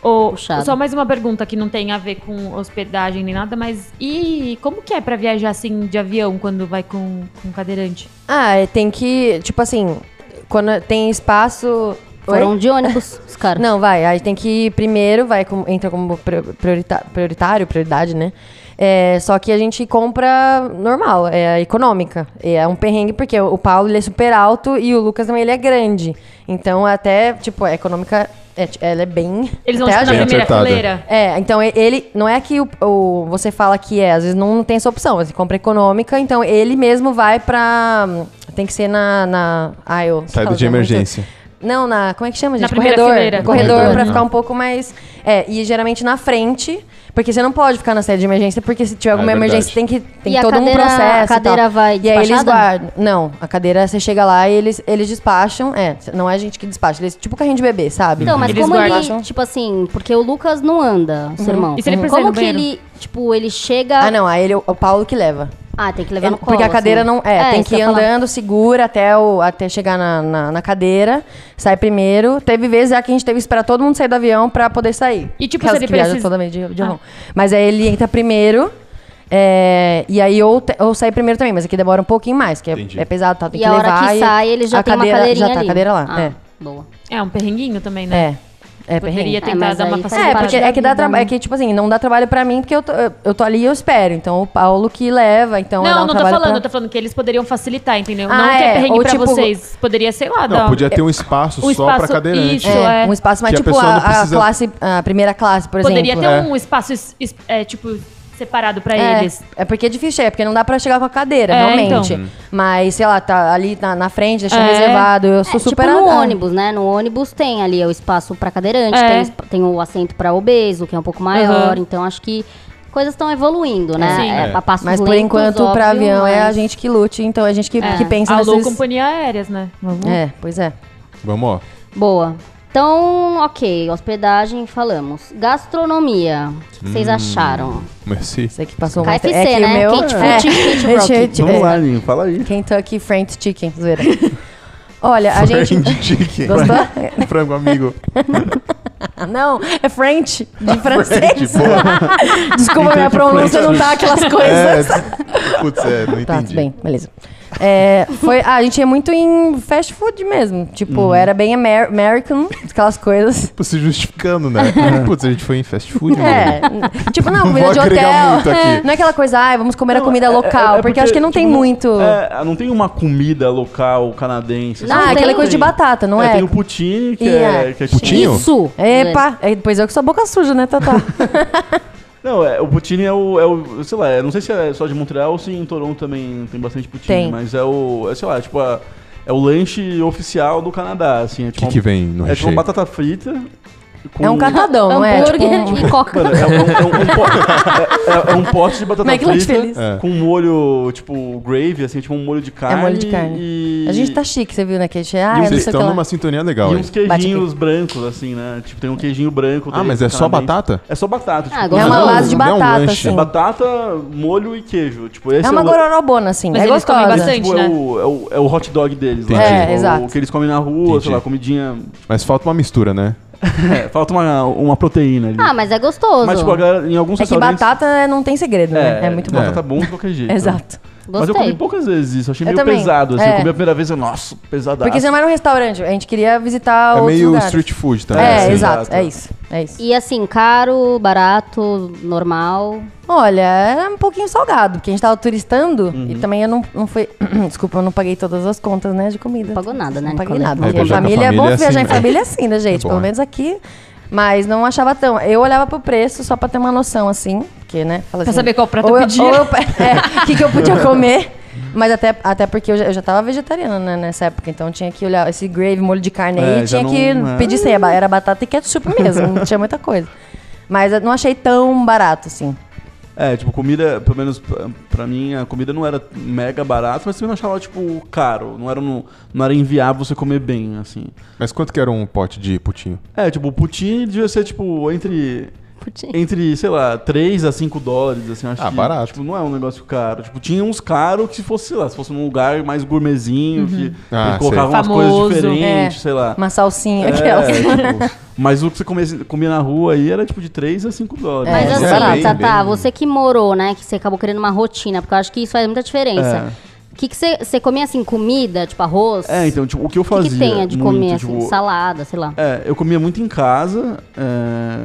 E: Ô,
D: Puxado.
E: só mais uma pergunta que não tem a ver com hospedagem nem nada, mas e como que é pra viajar assim de avião quando vai com, com cadeirante?
G: Ah, é, tem que. Tipo assim, quando tem espaço. Oi?
D: Foram de ônibus, os caras.
G: Não, vai. Aí tem que ir primeiro, vai, com- entra como prior- priorita- prioritário, prioridade, né? É, só que a gente compra normal, é a econômica. E É um perrengue, porque o Paulo ele é super alto e o Lucas também ele é grande. Então, até, tipo, a econômica, é, ti- ela é bem.
E: Eles vão
G: até
E: ficar
G: a
E: na
G: gente-
C: Bem
E: primeira
C: acertada.
E: fileira?
G: é, então e- ele. Não é que o, o- você fala que é, às vezes não tem essa opção. Você compra econômica, então ele mesmo vai pra. Tem que ser na. na ah, eu. que
C: Saída
G: fala
C: de
G: que é muito-
C: emergência.
G: Não, na. Como é que chama,
E: Na
G: gente?
E: primeira
G: corredor.
E: fileira.
G: Corredor,
C: Corredor,
G: pra
C: né?
G: ficar um pouco mais. É, e geralmente na frente, porque você não pode ficar na saída de emergência, porque se tiver alguma
C: é verdade.
G: emergência tem que. Tem
D: E a
G: todo
D: cadeira-
G: um processo.
D: a cadeira
G: e tal.
D: vai
G: E aí eles
D: despachada?
G: guardam. Não, a cadeira você chega lá e eles, eles despacham. É, não é a gente que despacha, eles tipo carrinho de bebê, sabe?
D: Então, mas
E: Eles
D: como
G: guardam.
D: ele, tipo assim, porque o Lucas não anda, seu irmão.
E: E se ele
D: Uhum.
E: precisar ir
D: como
E: no
D: que
E: banheiro?
D: ele, tipo, ele chega.
G: Ah, não, aí ele, o Paulo que leva.
D: Ah, tem que levar no colo.
G: Porque a cadeira
D: assim.
G: não. É, tem
D: isso
G: que ir
D: eu ia falar.
G: andando, segura até, o, até chegar na, na, na cadeira, sai primeiro. Teve vezes já que a gente teve que esperar todo mundo sair do avião pra poder sair.
E: E, tipo,
G: Aquelas
E: se ele
G: que viajam
E: precisa-
G: toda vez de,
D: Ah.
G: de avião. Mas aí ele entra primeiro. é, e aí ou, te- ou sai primeiro também, mas aqui demora um pouquinho mais, que é,
C: Entendi.
G: é pesado, tá? Tem
D: E
G: que
D: a
G: levar.
D: hora que
G: e
D: sai, ele já
G: a
D: tem
G: cadeira,
D: uma cadeirinha
G: Já tá
D: ali.
G: a cadeira lá.
D: Ah, boa.
E: É um perrenguinho também,
G: É.
E: né?
G: É. É,
E: Poderia
G: perrengue.
D: É,
E: tentar
D: mas
E: dar uma
D: aí faz
E: facilitada.
G: É,
D: parte
G: porque é
D: da
G: que dá
D: vida,
G: trabalho.
D: né?
G: É que, tipo assim, não dá trabalho pra mim, porque eu tô, eu, eu tô ali e eu espero. Então o Paulo que leva. Então dá
E: Não,
G: um
E: não tô
G: trabalho
E: falando,
G: pra-
E: eu tô falando que eles poderiam facilitar, entendeu?
G: Ah,
E: não que é
G: é,
E: perrengue
G: ou
E: pra
G: tipo-
E: vocês. Poderia, sei lá, dar
C: Não, podia ter um espaço
E: um
C: só pra né?
E: espaço-
C: cadeirante.
E: isso.
G: É,
E: é.
G: um espaço mais
C: Que a
G: tipo a,
C: pessoa não
G: a
C: precisa-
G: classe, a primeira classe, por
E: Poderia
G: exemplo. né?
E: ter
C: É.
E: um espaço, es- es- é, tipo, separado pra
G: é,
E: eles.
G: é porque é difícil, é porque não dá pra chegar com a cadeira,
E: É,
G: realmente.
C: Hum.
E: então.
G: Mas, sei lá, tá ali na, na frente, deixar
E: É. um
G: reservado. Eu sou
D: É,
G: super
D: tipo no
G: ah,
D: ônibus, né? No ônibus tem ali o espaço pra cadeirante,
E: É.
D: tem, esp- tem o assento pra obeso, que é um pouco maior. Então acho que coisas estão evoluindo, né?
E: Sim.
D: É,
C: É.
D: a passos
G: Mas por
D: lentos,
G: enquanto,
D: óbvio,
G: pra avião é a
D: mas-
G: gente que lute, então é a gente que, que pensa
E: Alô,
G: nesses...
E: companhia aéreas, né?
G: É, pois é.
C: Vamos, ó.
D: Boa. Então, ok, hospedagem falamos. Gastronomia, o que que vocês acharam?
C: Merci.
G: Você que passou uma...
D: KFC,
G: é que o
D: né?
G: meu...
D: Kate
G: é.
D: Food, Kate
G: É,
D: Rock.
G: gente,
F: Vamos
G: é.
F: lá, Aline, fala aí.
G: Kentucky Fried Chicken, zoeira. Olha, a gente...
C: Chicken.
G: Gostou?
C: Frango amigo.
G: Ah, Não, é French, de
C: Ah, French,
G: francês.
C: boa.
G: Desculpa,
F: Kentucky
G: minha pronúncia
F: Fried
G: não tá aquelas coisas.
C: É, putz, é, não entendi.
G: Tá, tudo bem, beleza. É, foi, ah, a gente ia muito em fast food mesmo. Tipo,
C: Hum.
G: era bem amer- American, aquelas coisas.
C: Tipo, se justificando, né? Putz, a gente foi em fast food, né?
G: É. tipo, não,
C: Não
G: comida
C: vou
G: de
C: agregar
G: hotel.
C: muito aqui.
G: Não é aquela coisa, ah, vamos comer a
F: Não,
G: comida
F: é- é-
G: local.
F: é
G: porque, acho que não
F: tipo,
G: tem muito.
F: é, não tem uma comida local canadense.
D: Não,
F: assim,
G: ah,
D: tem.
G: aquela coisa de batata, não é?
F: Tem um o poutine, que
G: E
F: é...
G: é-
F: que é
C: Poutine? Tinho?
D: Isso!
G: Epa, é, pois eu que sou boca suja, né, Tata?
F: Não, é, o poutine é o, é o- Sei lá, eu não sei se é só de Montreal ou se em Toronto também tem bastante poutine.
G: Tem.
F: Mas é o... É, sei lá, tipo a- É o lanche oficial do Canadá, assim. É
C: O
F: tipo
C: que, que vem no
F: É tipo
C: recheio?
F: uma batata frita. com-
G: É um catadão, não é? Tipo,
D: Hambúrguer
G: um-
D: e coca.
F: Mano, é, um- é um- é um po- é- é- é um pote de batata
G: McLanche
F: frita
G: feliz. É
C: É.
F: com um molho, tipo, gravy, assim, tipo um molho de carne.
G: molho de carne.
F: E...
G: A gente tá chique, você viu, né? Que a gente, ah, não sei
C: Vocês
G: o que
C: estão
G: lá.
C: numa sintonia legal,
F: E
C: hein?
F: uns queijinhos brancos, assim, né? Tipo, tem um queijinho branco.
C: Ah,
F: tem
C: mas é só
F: canadense.
C: batata?
F: É só batata.
D: Ah,
F: tipo,
G: É uma
C: Não,
G: base de
C: não é um
G: batata,
C: lanche.
G: assim.
F: é batata, molho e queijo. Tipo, esse
G: É uma
F: o, é,
G: gororobona, assim.
E: Mas
G: é
E: eles comem
G: gostosa.
E: bastante.
F: tipo, é,
E: né?
F: o, é, o, é o hot dog deles lá.
C: Entendi.
G: É,
F: tipo,
G: exato.
F: O que eles comem na rua, sei
C: Entendi.
F: lá, comidinha...
C: Mas falta uma mistura, né?
F: É, falta uma, uma proteína ali.
D: Ah, mas é gostoso.
F: mas, tipo, a galera, em alguns
G: É que
F: restaurantes...
G: batata é, não tem segredo, né? É muito bom.
F: Batata bom de qualquer jeito. né?
G: Exato.
F: Mas eu
D: Gostei.
F: comi poucas vezes isso, achei
G: Eu
F: meio
G: também.
F: pesado. Assim.
G: É.
F: Eu comi a primeira vez e, nossa, pesadaço.
G: Porque você não era um restaurante, a gente queria visitar
C: é
G: outros
C: meio
G: lugares.
C: street food né? também.
G: É,
F: assim.
G: exato.
F: Exato.
G: É isso. É isso.
D: E assim, caro, barato, normal.
G: Olha, é um pouquinho salgado, porque a gente tava turistando e também eu não, não fui. Desculpa, eu não paguei todas as contas, né, de comida.
D: Não pagou nada, né,
G: Não paguei
D: Nicola?
G: nada.
C: É,
G: Porque
C: viajar com
G: família é
C: família
G: bom
C: é assim
G: viajar em
C: mesmo.
G: família é assim, né, gente?
C: É bom,
G: Pelo
C: né?
G: menos aqui. Mas não achava tão. Eu olhava pro preço só pra ter uma noção, assim, porque, né? Fala
E: Pra
G: assim,
E: saber qual prato eu
G: ou
E: pedia.
G: ou eu pe- é, o que, que eu podia comer. Mas até, até porque eu já, eu já tava vegetariana né, nessa época, então tinha que olhar esse gravy, molho de carne
F: É,
G: aí,
F: já
G: tinha
F: não-
G: que
F: é.
G: pedir sem, era batata e ketchup mesmo, não tinha muita coisa. Mas eu não achei tão barato, assim.
F: É, tipo, comida, pelo menos pra, pra mim, a comida não era mega barata, mas também não achava, tipo, caro. Não era, no, não era inviável você comer bem, assim.
C: Mas quanto que era um pote de putinho?
F: É, tipo, o poutine devia ser, tipo, entre,
D: Putinho.
F: entre sei lá, 3 a 5 dólares, assim, acho
C: Ah,
F: que,
C: barato.
F: Tipo, não é um negócio caro. Tipo, tinha uns caros que se fosse, sei lá, se fosse num lugar mais gourmetzinho, que eles
C: Ah, sei.
F: colocavam umas
E: Famoso.
F: coisas diferentes,
G: Uhum. É.
F: sei lá.
G: Uma salsinha, aquelas.
F: É, tipo, Mas o que você comia, comia na rua aí era tipo de 3 a 5 dólares.
D: Mas
G: É,
D: assim,
C: era bem,
D: Tatá,
C: bem-
D: você que morou, né? Que você acabou criando uma rotina, porque eu acho que isso faz muita diferença. O que que você você comia, assim, comida, tipo arroz?
F: É, então, tipo, o que eu
D: O que
F: fazia.
D: que tem de
F: muito,
D: comer,
F: tipo,
D: assim, salada, sei lá.
F: É, eu comia muito em casa, é,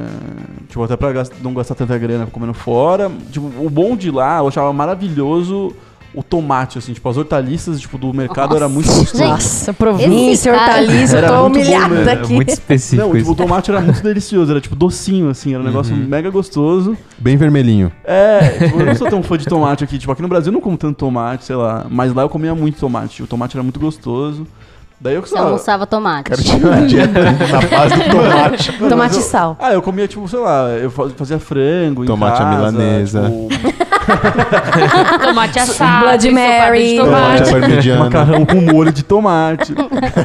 F: tipo, até pra gas- não gastar tanta grana comendo fora. Tipo, o bom de lá, eu achava maravilhoso o tomate, assim, tipo, as hortaliças tipo, do mercado era muito gostoso.
D: Gente,
G: Nossa, província,
D: cara-
G: hortaliça, eu
F: Era
G: tô
F: muito bom
G: humilhada
F: mesmo,
G: tá aqui.
B: É Muito específico
F: Não, tipo,
B: isso.
F: o tomate era muito delicioso, era tipo docinho, assim, era um negócio mega gostoso.
C: Bem vermelhinho.
F: É, tipo, eu não sou tão fã de tomate aqui. Tipo, aqui no Brasil eu não como tanto tomate, sei lá. Mas lá eu comia muito tomate. O tomate era muito gostoso. Daí eu ah, que
D: Você almoçava tomate.
C: Quero tirar uma dieta na base do tomate.
F: Não, mas
G: Tomate
F: eu-
G: e sal.
F: Ah, eu comia, tipo, sei lá, eu fa- fazia frango
C: Tomate
F: em
C: à
F: casa.
C: milanesa.
F: Tipo,
E: Tomate assado,
G: Bloody
E: ensopada
G: Mary.
E: de
C: Tomate
E: tomate.
C: parmegiana.
F: macarrão com molho de tomate.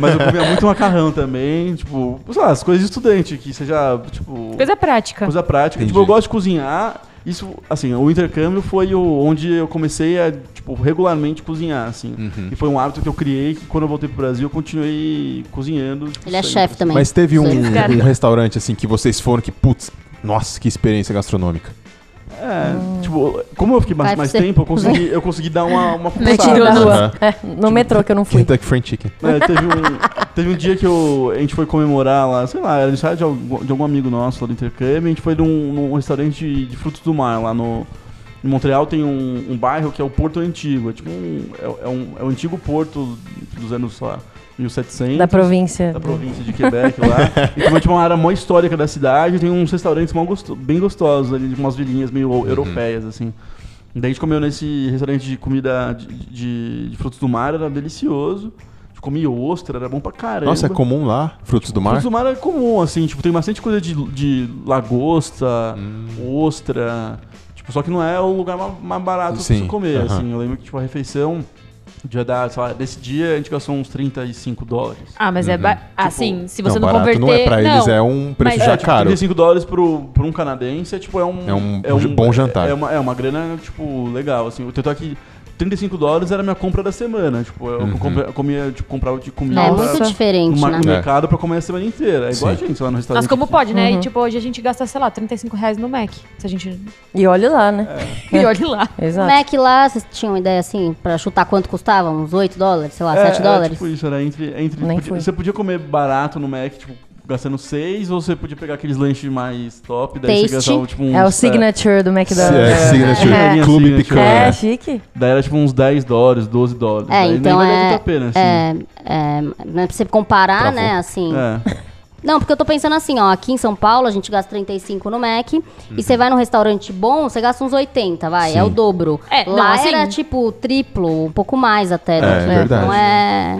F: Mas eu comia muito macarrão também. Tipo, sei lá, as coisas de estudante, que seja, tipo...
D: Tá.
E: Coisa prática.
F: Coisa prática.
C: Entendi.
F: Tipo, eu gosto de cozinhar. Isso, assim, o intercâmbio foi o, onde eu comecei a, tipo, regularmente cozinhar, assim. E foi um hábito que eu criei que quando eu voltei pro Brasil eu continuei cozinhando. tipo,
D: Ele é
F: sempre,
D: chefe também.
C: Mas teve um,
D: Sim.
E: Obrigada.
C: um restaurante assim que vocês foram que, putz, nossa, que experiência gastronômica.
F: assim. É, tipo, como eu fiquei mais, mais
D: KFC.
F: tempo, eu consegui, eu consegui dar uma, uma
G: Metido na
F: pulsada.
G: rua.
C: Aham.
G: É, no metrô que eu não fui.
C: Kentucky Fried Chicken.
F: É, teve, um, teve um dia que eu, a gente foi comemorar lá, sei lá, era aniversário de algum, de algum amigo nosso lá do intercâmbio, a gente foi num, num restaurante de, de frutos do mar lá no. Em Montreal tem um, um bairro que é o Porto Antigo, é tipo um. É, é um, é um antigo porto dos anos, sei lá, 1700.
G: Da província.
F: da Tá província de Quebec lá. Então é tipo uma área mó histórica da cidade, tem uns restaurantes mó gosto- bem gostosos ali, de umas vilinhas meio
C: Uhum.
F: europeias, assim. Daí a gente comeu nesse restaurante de comida de, de- de frutos do mar, era delicioso. A gente comia ostra, era bom pra caramba.
C: Nossa, é comum lá, frutos do mar.
F: Frutos do mar é comum, assim, tipo, tem bastante coisa de, de lagosta,
C: Hum.
F: ostra, tipo, só que não é o lugar ma- mais, barato pra
C: Sim,
F: você comer,
C: aham.
F: assim. Eu lembro que, tipo, a refeição devia dar, sei lá, desse dia a gente gastou uns 35 dólares.
E: Ah, mas é. ba- Assim, se você não,
C: barato
E: converter.
C: não é pra eles, é um preço
E: mas-
C: já
F: É, tipo,
C: caro.
F: 35 dólares pro, pra um canadense é tipo, é um...
C: É um bom jantar.
F: É uma, é uma grana, tipo, legal, assim. O tanto é que 35 dólares era a minha compra da semana, tipo,
C: Uhum.
F: eu, compra- eu comia, tipo, comprava de comida
D: É
F: pra-
D: muito diferente,
F: numa-
D: né?
F: no
C: É.
F: mercado pra comer a semana inteira. É igual
C: Sim.
F: a gente lá no restaurante.
E: Mas como
F: que-
E: pode,
D: Uhum.
E: né? E tipo, hoje a gente gasta, sei lá, 35 reais no Mac. Se a gente.
G: E olha lá, né?
E: E olha lá.
D: O
G: Exato.
D: Mac lá, vocês tinham ideia, assim, pra chutar quanto custava? Uns 8 dólares, sei lá,
F: É,
D: 7
F: é,
D: dólares?
F: tipo isso, era entre... entre
G: Nem
F: podia-
G: fui.
F: você podia comer barato no Mac, tipo, gastando 6, ou você podia pegar aqueles lanches mais top, daí
D: Taste.
F: você gastava, tipo, uns...
G: É o signature do
C: É,
G: McDonald's.
C: signature,
G: É.
C: clube
F: Signature.
C: picanha.
G: É, chique.
F: Daí era, tipo, uns 10 dólares, 12 dólares.
D: É,
F: daí
D: então
F: nem valia
D: é,
F: tanto a pena, assim.
D: é,
C: Hum.
D: é, não é pra você comparar, né, assim.
F: É.
D: Não, porque eu tô pensando assim, ó, aqui em São Paulo a gente gasta 35 no Mac,
C: Uhum.
D: e você vai num restaurante bom, você gasta uns 80, vai, é o dobro.
E: É, não,
D: Lá
E: assim-
D: era tipo o triplo, um pouco mais até.
C: É,
D: né?
C: verdade.
D: Não é...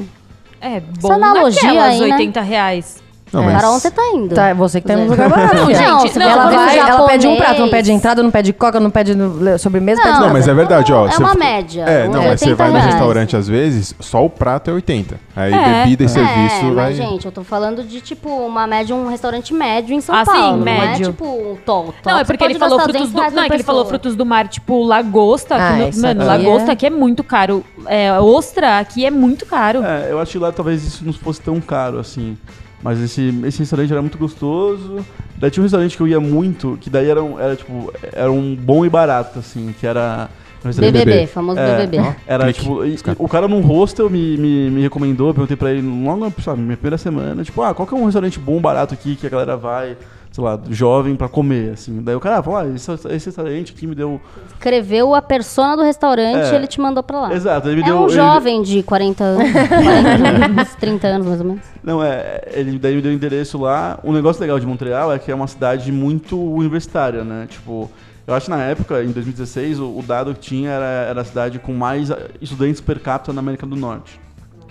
E: É, bom
D: analogia
E: naquelas
D: aí, né?
E: 80 reais.
C: Não,
D: Para
C: mas...
D: onde você tá indo?
G: Tá, você que tá no
D: Zero.
G: lugar barato.
E: Não,
G: filha.
E: gente, não,
G: ela
E: quando
G: vai,
D: no
G: ela pede um
D: japonês-
G: prato, não pede entrada, não pede coca, não pede no- sobremesa, pede
D: Não,
G: nada.
C: Não, mas é verdade, ó.
D: É
C: você-
D: uma média,
C: É,
D: uns
C: não, mas você
D: 80
C: vai no
D: reais.
C: restaurante às vezes, só o prato é 80. Aí
E: É.
C: bebida e
D: é,
C: serviço
D: mas
C: vai.
D: gente, eu tô falando de tipo uma média, um restaurante médio em São
E: Ah, sim,
D: Paulo. Não é
E: médio.
D: tipo um top. top.
E: Não, é
D: Você
E: porque
D: pode
E: ele falou
D: gastar
E: frutos
D: 200
E: do.
D: reais
E: Não, é
D: por
E: que ele falou
D: pessoa.
E: frutos do mar, tipo, lagosta.
G: Ah,
E: que no-
G: isso
E: mano,
G: aqui
E: lagosta
G: é-
E: aqui é muito caro. É, ostra aqui é muito caro.
F: É, eu acho que lá talvez isso não fosse tão caro assim. Mas esse, esse restaurante era muito gostoso. Daí tinha um restaurante que eu ia muito, que daí era, um- era tipo, era um bom e barato, assim, que era. um restaurante-
D: BBB,
C: BBB.
D: famoso
F: É.
D: BBB.
F: Era
C: Clique.
F: tipo, e-
C: Escapa.
F: o cara num hostel me, me, me recomendou, eu perguntei pra ele logo na sabe, minha primeira semana, tipo, ah, qual que é um restaurante bom, barato aqui que a galera vai, sei lá, jovem pra comer, assim. Daí o cara ah, falou, ah, esse, esse restaurante aqui me deu.
D: Escreveu a persona do restaurante
F: É.
D: e ele te mandou pra lá.
F: Exato, ele me
D: É
F: deu.
D: um
F: ele-
D: jovem de 40 anos, 40 anos, 30 anos mais ou menos.
F: Não, é. Ele daí me deu o endereço lá. O negócio legal de Montreal é que é uma cidade muito universitária, né? Tipo, eu acho que na época, em 2016, o, o dado que tinha era, era a cidade com mais ah, estudantes per capita na América do Norte.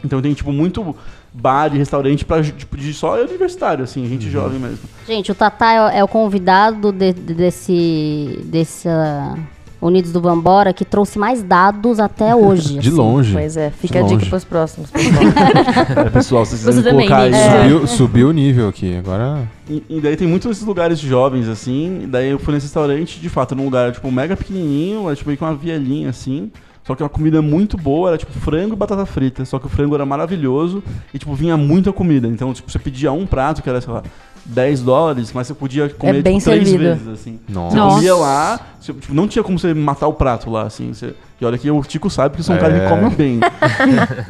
F: Então tem, tipo, muito bar e restaurante pra, ju- tipo, de só universitário, assim, gente
E: Uhum.
F: jovem mesmo.
D: Gente, o Tatá é, o- é o convidado de- de- desse, dessa Unidos do Vambora que trouxe mais dados até hoje. assim.
C: De longe.
G: Pois é, fica a
C: De
G: dica
C: longe.
G: pros próximos. pessoal.
F: É, pessoal, vocês
E: Você
F: devem
E: também,
F: colocar
E: né?
F: isso.
C: Subiu, subiu o nível aqui. Agora.
F: E, e daí tem muitos desses lugares jovens, assim. E daí eu fui nesse restaurante, de fato, num lugar, tipo, mega pequenininho, era, tipo, meio que uma vielinha, assim. Só que uma comida muito boa, era, tipo, frango e batata frita. Só que o frango era maravilhoso e, tipo, vinha muita comida. Então, tipo, você pedia um prato, que era, sei lá, 10 dólares, mas você podia comer
G: É bem
F: tipo, três
G: servido.
F: vezes, assim.
C: Nossa.
F: Você
E: Nossa.
F: comia lá, você, tipo, não tinha como você matar o prato lá, assim. você- e olha que o Tico sabe que eu sou um cara
C: É.
F: que come bem.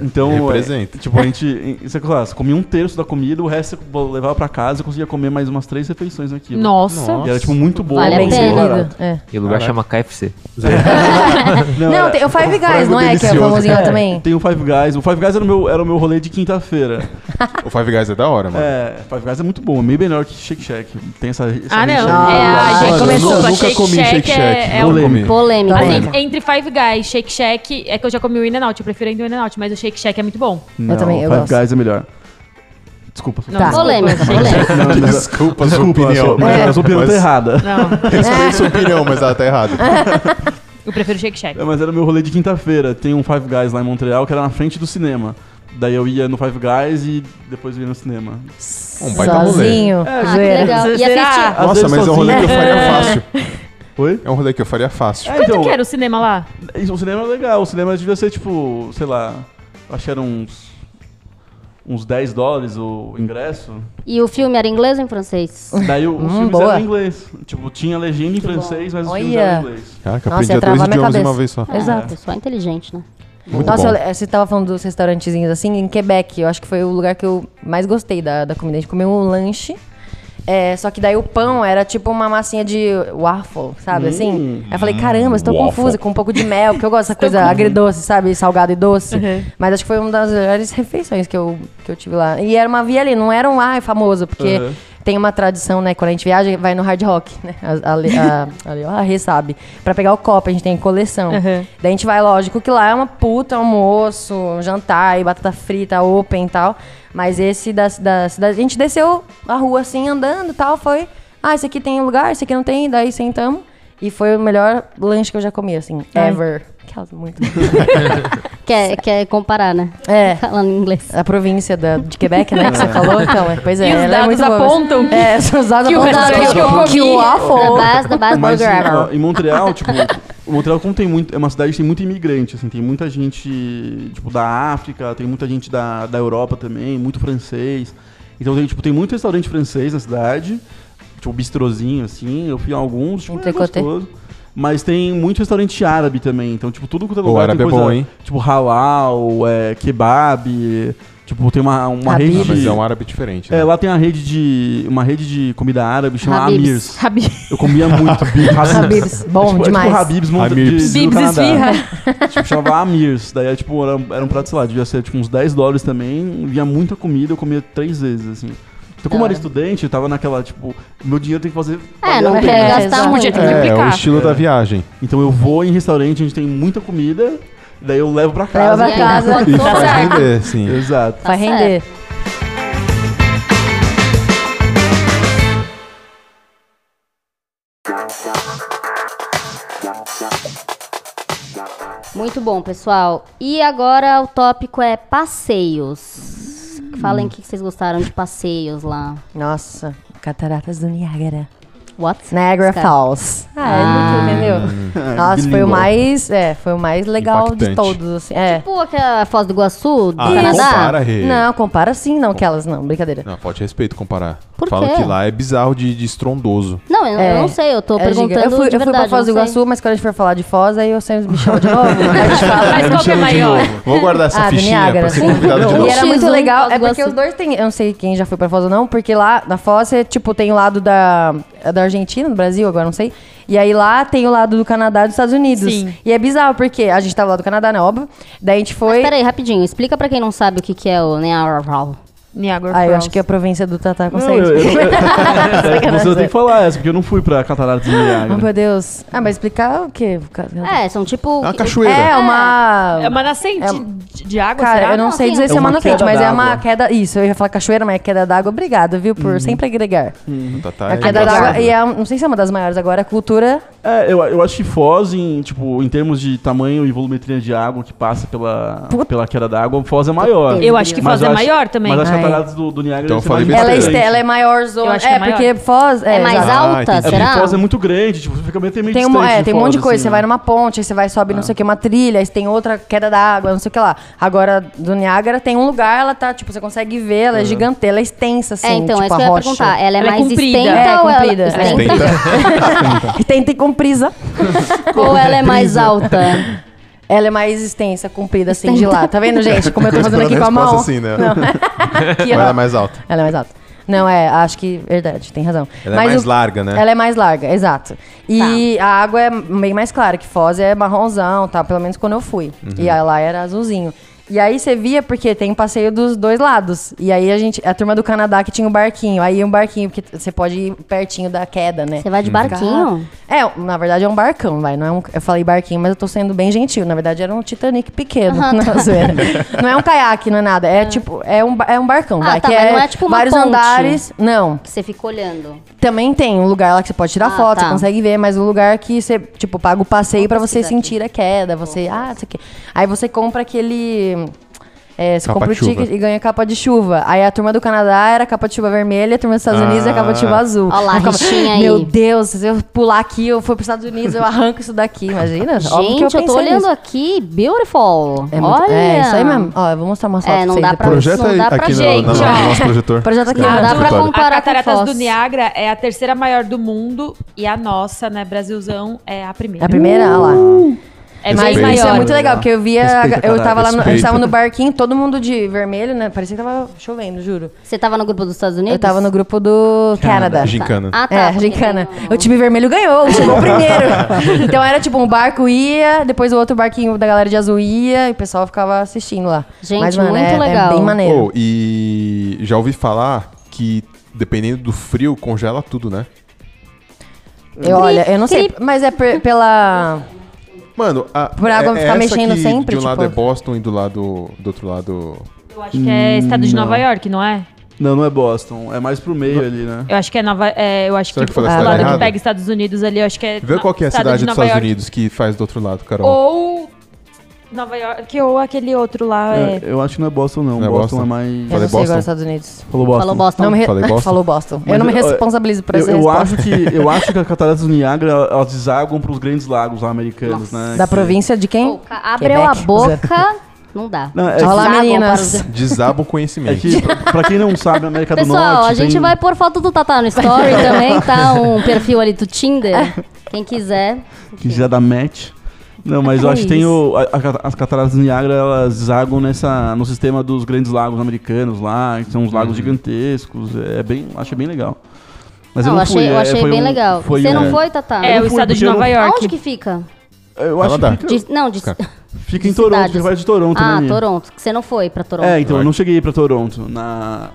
F: então, é,
C: Representa.
F: tipo, a gente. em- Você, claro, você comia um terço da comida, o resto você levava pra casa e conseguia comer mais umas três refeições naquilo.
E: Nossa.
F: E era, tipo, muito bom.
D: Vale a
F: muito
D: pena.
F: barato.
G: É.
B: E o lugar
C: Caraca.
B: chama KFC.
F: Não,
G: Não,
F: era-
G: tem o Five Guys,
C: frango
G: não é? Que é
C: delicioso.
G: famosinho lá também.
F: Tem o Five Guys. O Five Guys era o meu, era o meu rolê de quinta-feira.
C: O Five Guys é da hora, mano.
F: É, Five Guys é muito bom, é meio melhor que Shake Shack. Tem essa. essa
E: Ah, não. É,
F: recheada.
E: ai,
G: gente,
C: Mano,
G: começou.
C: eu
E: Desculpa,
C: nunca
E: Shake
C: comi
E: Shack
C: Shake Shack.
E: é- é
C: nunca
F: um-
C: comi.
D: Polêmica.
G: Polêmica.
E: Assim, entre Five Guys, Shake Shack, é que eu já comi o In-N-Out, eu prefiro ainda o In-N-Out, mas o Shake Shack é muito bom.
F: Não,
G: também, eu
F: Five
G: gosto.
F: Guys é melhor. Desculpa.
E: Não,
G: Tá.
E: desculpa,
D: Polêmica,
E: Shake
D: polêmica.
E: Shack.
F: Não, mas-
C: Desculpa, a sua
F: desculpa, a
C: opinião.
F: sua, mas a sua opinião tá
C: Mas-
F: errada.
E: Não,
C: Respeito sua opinião, mas ela tá errada.
E: eu prefiro Shake Shack.
F: É, mas era o meu rolê de quinta-feira. Tem um Five Guys lá em Montreal que era na frente do cinema. Daí eu ia no Five Guys e depois eu ia no cinema.
C: Um baita rolê.
G: Sozinho.
D: Ah, que
G: zoeira.
D: legal. E
E: Será?
D: assistir.
F: Às
C: Nossa,
F: vezes
C: mas é um rolê que eu
F: sozinho.
C: faria fácil.
F: Oi?
C: É um rolê que eu faria fácil.
F: É,
E: Quanto
F: então,
E: que era o cinema lá?
F: isso, o cinema é legal. O cinema devia ser tipo, sei lá, acho que era uns. uns 10 dólares o ingresso.
D: E o filme era em inglês ou em francês?
F: Daí o- os
G: Hum,
F: filmes
G: boa.
F: eram em inglês. Tipo, tinha legenda em francês, mas os filmes
G: Olha.
F: eram em inglês.
C: Caraca,
G: Nossa,
C: aprendi dois
G: ia travar minha
C: idiomas de uma
G: cabeça. É.
C: vez só.
D: Exato, só Ah, inteligente, né?
C: Muito
G: Nossa, é
C: bom.
G: eu- você tava falando dos restaurantezinhos assim, em Quebec, eu acho que foi o lugar que eu mais gostei da, da comida. A gente comeu um lanche. é, só que daí o pão era tipo uma massinha de waffle, sabe assim? Aí eu falei, caramba, estou
C: Hum. waffle.
G: confusa, com um pouco de mel, porque eu gosto dessa coisa agridoce, sabe? Salgado e doce. Mas acho que foi uma das melhores refeições que eu, que eu tive lá. E era uma via ali, não era um ai famoso, porque
F: Uhum.
G: tem uma tradição, né? Quando a gente viaja, vai no hard rock, né? A, a, Le- a, a, Le- a Rê sabe. Pra pegar o copo, a gente tem coleção. Daí a gente vai, lógico, que lá é uma puta almoço, um jantar e batata frita, open e tal. Mas esse da, da cidade. A gente desceu a rua assim, andando e tal. Foi. Ah, esse aqui tem lugar, esse aqui não tem. Daí sentamos. E foi o melhor lanche que eu já comi, assim, ever. Aquelas muito.
D: Quer, quer comparar, né?
G: É.
D: Falando em inglês.
G: A província da, de Quebec, né? Que você falou, então. é, Pois é,
E: E os
G: ela é
E: dados
G: muito boa, mas-
E: apontam que-
G: É, os dados
E: que o
G: apontaram
E: restaurante
G: que
E: que eu
G: o- É.
E: comi-
G: que o
D: The
G: waffle.
D: best, the best
F: Mas
D: burger
F: em,
D: ever.
F: ó, em Montreal, tipo, o Montreal como tem muito, é uma cidade que tem muito imigrante, assim, tem muita gente, tipo, da África, tem muita gente da, da Europa também, muito francês. Então tem, tipo, tem muito restaurante francês na cidade, tipo, bistrozinho, assim, eu fui em alguns, tipo,
G: Um
F: é
G: tricotê.
F: gostoso. Mas tem muito restaurante árabe também, então, tipo, tudo quanto é
C: Pô,
F: lugar
C: árabe
F: tem
C: é
F: coisa,
C: bom, hein?
F: tipo, halal, é, kebab, tipo, tem uma, uma
G: Habib.
F: rede...
C: Ah, mas é um árabe diferente. né?
F: É, lá tem uma rede de uma rede de comida árabe chamada
D: Habib's.
F: Amir's.
E: Rabi...
F: Eu comia muito Habib's.
G: Habib's, bom
F: É tipo, É
G: demais.
F: tipo Habib's, monta-
C: Habib's.
F: de- do
E: Bibs
F: Canadá.
E: esfirra.
F: Tipo, chamava Amir's. Daí, tipo, era, era um prato, sei lá, devia ser tipo, uns 10 dólares também. Vinha muita comida, eu comia três vezes, assim. Então,
G: Tá.
F: como eu era estudante, eu tava naquela, tipo, meu dinheiro tem que fazer...
D: É,
F: valer a
D: não
F: pena.
D: quer
G: É,
D: gastar
G: exato.
D: muito.
E: Podia ter-
D: né?
C: É, é o
E: explicar.
C: estilo da viagem.
F: Então eu vou em restaurante, a gente tem muita comida, daí eu levo pra casa.
G: pra
D: E ainda
G: casa.
D: pode
C: E
D: sobrar.
C: faz render, sim.
F: Exato.
G: Vai
D: certo.
G: render.
D: Muito bom, pessoal. E agora o tópico é passeios. Falem o que vocês gostaram de passeios lá.
G: Nossa, Cataratas do Niágara.
D: What?
G: Niagara
D: Cara.
G: Falls. Ah, é muito, entendeu? Nossa, foi o
F: Bilingual.
G: mais, é, foi o mais legal de
C: Impactante.
G: todos, assim. É.
D: Tipo aquela Foz do Iguaçu, do
C: Ah, não
D: Canadá.
C: compara, Rê.
G: Não, compara sim, não que elas não, brincadeira.
C: Não, falta de respeito comparar.
D: Por
C: Falam
D: quê?
C: que lá é bizarro de, de estrondoso.
D: Não, eu,
G: É.
D: eu não sei, eu tô
G: É
D: perguntando
G: gigante. eu fui,
D: de
G: eu fui
D: verdade.
G: pra Foz do
D: eu não sei.
G: Iguaçu, mas quando a gente for falar de Foz, aí eu sempre me chamam de novo. Aí a gente fala,
E: Mas qual que é maior?
C: Vou guardar essa
G: ah, do
C: fichinha
G: Niágara.
C: pra ser convidado de
G: Não,
C: novo.
G: E era muito
D: X1
G: legal,
D: Foz do
G: é porque
D: Iguaçu.
G: os dois tem. Eu não sei quem já foi pra Foz ou não, porque lá na Foz é tipo, tem o lado da, é da Argentina, do Brasil, agora não sei. E aí lá tem o lado do Canadá e dos Estados Unidos.
E: Sim.
G: E é bizarro, porque a gente tava lá do Canadá, né? Óbvio. Daí a gente foi.
D: Pera aí, rapidinho, explica pra quem não sabe o que, que é o Niagara Falls.
E: Niagara
G: Ah, eu
E: Falls.
G: acho que a província do Tatá
F: Não,
G: consegue.
F: eu- eu- eu- você tem
C: né?
F: que falar essa, porque eu não fui pra Cataratas do
G: Oh,
F: Niágara.
G: meu Deus. Ah, mas explicar o quê?
D: É, são tipo.
C: É uma
G: É,
C: cachoeira.
G: uma.
E: É uma nascente
G: É-
E: de- de água,
G: Cara,
E: será?
G: eu não
D: Não,
G: sei
D: assim,
G: dizer se
F: é
G: é uma
F: uma
G: nascente,
F: queda
G: mas é uma
F: d'água.
G: queda. Isso, eu ia falar cachoeira, mas é queda d'água. Obrigado, viu,
C: Uhum.
G: por sempre agregar.
C: Tá, tá,
G: A
C: é
G: queda
C: engraçado.
G: d'água, e é, um- não sei se é uma das maiores agora, a cultura.
F: É, eu, eu acho que Foz, em, tipo, em termos de tamanho e volumetria de água que passa pela,
G: Puta.
F: pela queda d'água, Foz é maior.
E: Eu acho que
F: Mas
E: Foz é
F: acho-
E: maior também.
F: Mas acho que
G: Ah, é?
F: separados do, do Niágara.
C: Então eu
F: deve ser
C: falei
F: mais
G: Ela é,
C: besteira.
G: este-
F: diferente.
C: externa,
G: ela é maiorzona.
E: Eu acho que
G: é,
E: é maior.
G: porque Foz.
D: É mais
G: exato.
C: Ah,
D: alta,
C: entendi.
F: É
D: será?
F: porque Foz é muito grande, tipo, fica meio, meio
G: Tem,
F: distante.
G: uma- é,
F: de
G: tem um
F: Foz,
G: monte de coisa.
F: assim,
G: Você
F: né?
G: vai numa ponte, aí você vai,
C: Ah.
G: sobe não sei o que, uma trilha, aí você tem outra queda d'água, não sei o que lá. Agora, do Niágara, tem um lugar, ela tá, tipo, você consegue ver,
C: Uhum.
G: ela é gigante, ela é extensa, assim,
D: é, então, é
G: tipo,
D: isso
G: a
D: que eu ia
G: rocha.
D: perguntar. Ela é
E: Ela é
D: mais
E: comprida.
D: extensa
G: É,
D: ou
G: comprida,
D: ela...
G: é.
D: extensa? é.
G: E tem, tem comprisa.
D: Ou ela é mais alta?
G: Ela é mais extensa, comprida, assim, de lá. Tá vendo, gente? Como eu tô fazendo aqui com
C: Esperando
G: a
C: a
G: mão.
C: resposta assim, né? Mas
G: Aqui, ó.
C: ela é mais alta.
G: Ela é mais alta. Não, é, acho que verdade, tem razão.
C: Ela é mais
G: o-
C: larga, né?
G: Ela é mais larga, exato. E
D: Tá.
G: a água é bem mais clara, que Foz é marronzão, tá? Pelo menos quando eu fui.
C: Uhum.
G: E aí lá era azulzinho. E aí você via porque tem passeio dos dois lados. E aí a gente, a turma do Canadá que tinha um barquinho. Aí um barquinho porque você pode ir pertinho da queda, né?
D: Você vai de barquinho?
G: É, na verdade é um barcão, vai. Não é um, eu falei barquinho, mas eu tô sendo bem gentil. Na verdade era um Titanic pequeno. não, zoeira. Não é um caiaque, não é nada. É tipo, é um, ba- é um barcão,
D: Ah,
G: vai.
D: tá,
G: que
D: mas
G: é,
D: não é tipo uma
G: vários
D: ponte.
G: andares. Não.
D: Que você fica olhando.
G: Também tem um lugar lá que você pode tirar
D: Ah,
G: foto, você
D: tá.
G: consegue ver, mas o lugar que você, tipo, paga o passeio pra você
D: pesquisar
G: sentir a queda, você, ah, isso aqui. Aí você compra aquele é, você
C: Capa
G: compra o
C: de chuva.
G: ticket e ganha capa de chuva. Aí a turma do Canadá era capa de chuva vermelha, a turma dos Estados Unidos é capa de chuva
C: Ah.
G: azul.
D: Ó lá,
G: Eu ficava,
D: rixinha aí.
G: Meu Deus, se eu pular aqui, eu for pros Estados Unidos, eu arranco isso daqui, imagina? Óbvio que
D: Gente, eu, tô
G: pensei
D: olhando
G: nisso.
D: aqui, beautiful.
G: É, muito-
D: Olha.
G: é isso aí mesmo. Ó, eu vou mostrar uma foto
D: É, não
G: pra vocês
D: dá
G: depois.
D: pra-
C: Projeta
D: não dá pra
C: aqui no,
D: gente,
C: no- no
E: ó.
C: nosso projetor.
G: Projeto aqui,
C: É,
G: ó.
D: Não dá pra
C: escritório.
D: comparar
E: Ah, A
D: com
E: Cataratas
D: Foz.
E: do Niágara é a terceira maior do mundo e a nossa, né, Brasilzão, é a
G: É
E: primeira.
G: a primeira, olha lá.
C: Uh.
E: É
G: Mas
E: bem
G: isso é
E: maior.
G: muito legal, porque eu via.
F: Respeita,
G: eu
F: caralho,
G: tava lá no, eu
C: respeita.
G: estava no barquinho, todo mundo de vermelho, né? Parecia que tava chovendo, juro.
D: Você tava no grupo dos Estados Unidos?
G: Eu tava no grupo do Canadá.
C: Gincana.
D: Ah, tá.
G: É,
D: porque
G: gincana.
D: tem um-
G: O time vermelho ganhou, chegou primeiro. então era tipo, um barco ia, depois o outro barquinho da galera de azul ia, e o pessoal ficava assistindo lá.
D: Gente,
G: Mas, mano,
D: muito
G: é,
D: legal.
G: É
E: Ah,
G: bem maneiro.
C: Oh, e já ouvi falar que dependendo do frio congela tudo, né?
G: eu, olha, eu não sei,
D: cri.
G: mas é per- pela.
C: Mano, a
G: Por
C: é,
G: água
C: é
G: ficar
C: essa
G: mexendo
C: que
G: sempre,
C: De um lado é
G: tipo-
C: Boston e do lado do outro lado
E: Eu acho que é estado de
F: Não.
E: Nova York, não é?
F: Não, não é Boston. É mais pro meio ali, né?
E: Eu acho que é Nova. é, eu acho
C: Será
E: que,
C: que foi da
E: o
C: cidade
E: lado
C: errada?
E: que pega Estados Unidos ali, eu acho que é.
C: Vê
E: na-
C: qual que é a
E: estado
C: cidade
E: de
C: dos
E: Nova
C: Estados
E: York.
C: Unidos que faz do outro lado, Carol.
E: Ou Nova York, ou aquele outro lá. É,
F: É, eu acho que não é Boston, não.
C: Não é
F: Boston,
C: Boston?
F: é mais.
G: Eu
C: Falei
G: não sei agora
C: Boston?
G: nos Estados Unidos.
F: Falou Boston.
D: Falou Boston.
G: Não me re-
C: Falei Boston?
G: Falou Boston. eu
F: Mas
G: não me
F: eu-
G: responsabilizo por
F: Eu,
G: essa
F: eu
G: resposta.
F: acho que, eu acho que as cataratas do Niágara, elas desaguam pros grandes lagos lá americanos, né?
G: Da
F: Que-
G: província de quem?
D: Pô, ca- Abreu a
G: Quebec.
D: boca, não dá.
F: Não, é
G: Olha
F: que-
G: lá,
D: Desagam
G: meninas.
D: para
C: Desaba o
F: É
C: conhecimento.
F: que, pra- pra quem não sabe, a América do Norte.
D: Pessoal, a gente
F: tem-
D: vai pôr foto do Tatá no Story também, tá? Um perfil ali do Tinder.
G: É.
D: Quem quiser.
F: Que já dá match. Não, mas eu acho
D: É
F: que tem o, a- a- as cataratas do Niágara, elas desagam nessa, no sistema dos grandes lagos americanos lá, que são uns lagos gigantescos. É bem, acho bem legal. Mas
D: não,
F: eu não
D: achei,
F: fui,
D: eu
F: é,
D: achei
F: foi
D: bem
F: um-
D: legal. Você
F: um-
D: não foi, Tatá?
E: é,
F: Eu
E: o
F: fui
E: estado de
F: porque eu
E: Nova
F: não-
E: York.
D: Onde que fica?
F: Eu acho
C: Canadá.
F: que fica,
D: De- não, de...
F: fica em
D: de
F: Toronto,
D: cidades.
F: porque vai de Toronto,
D: Ah,
F: né? Nini?
D: Toronto. Que você não foi pra Toronto.
F: É, então, eu não cheguei pra Toronto. Na...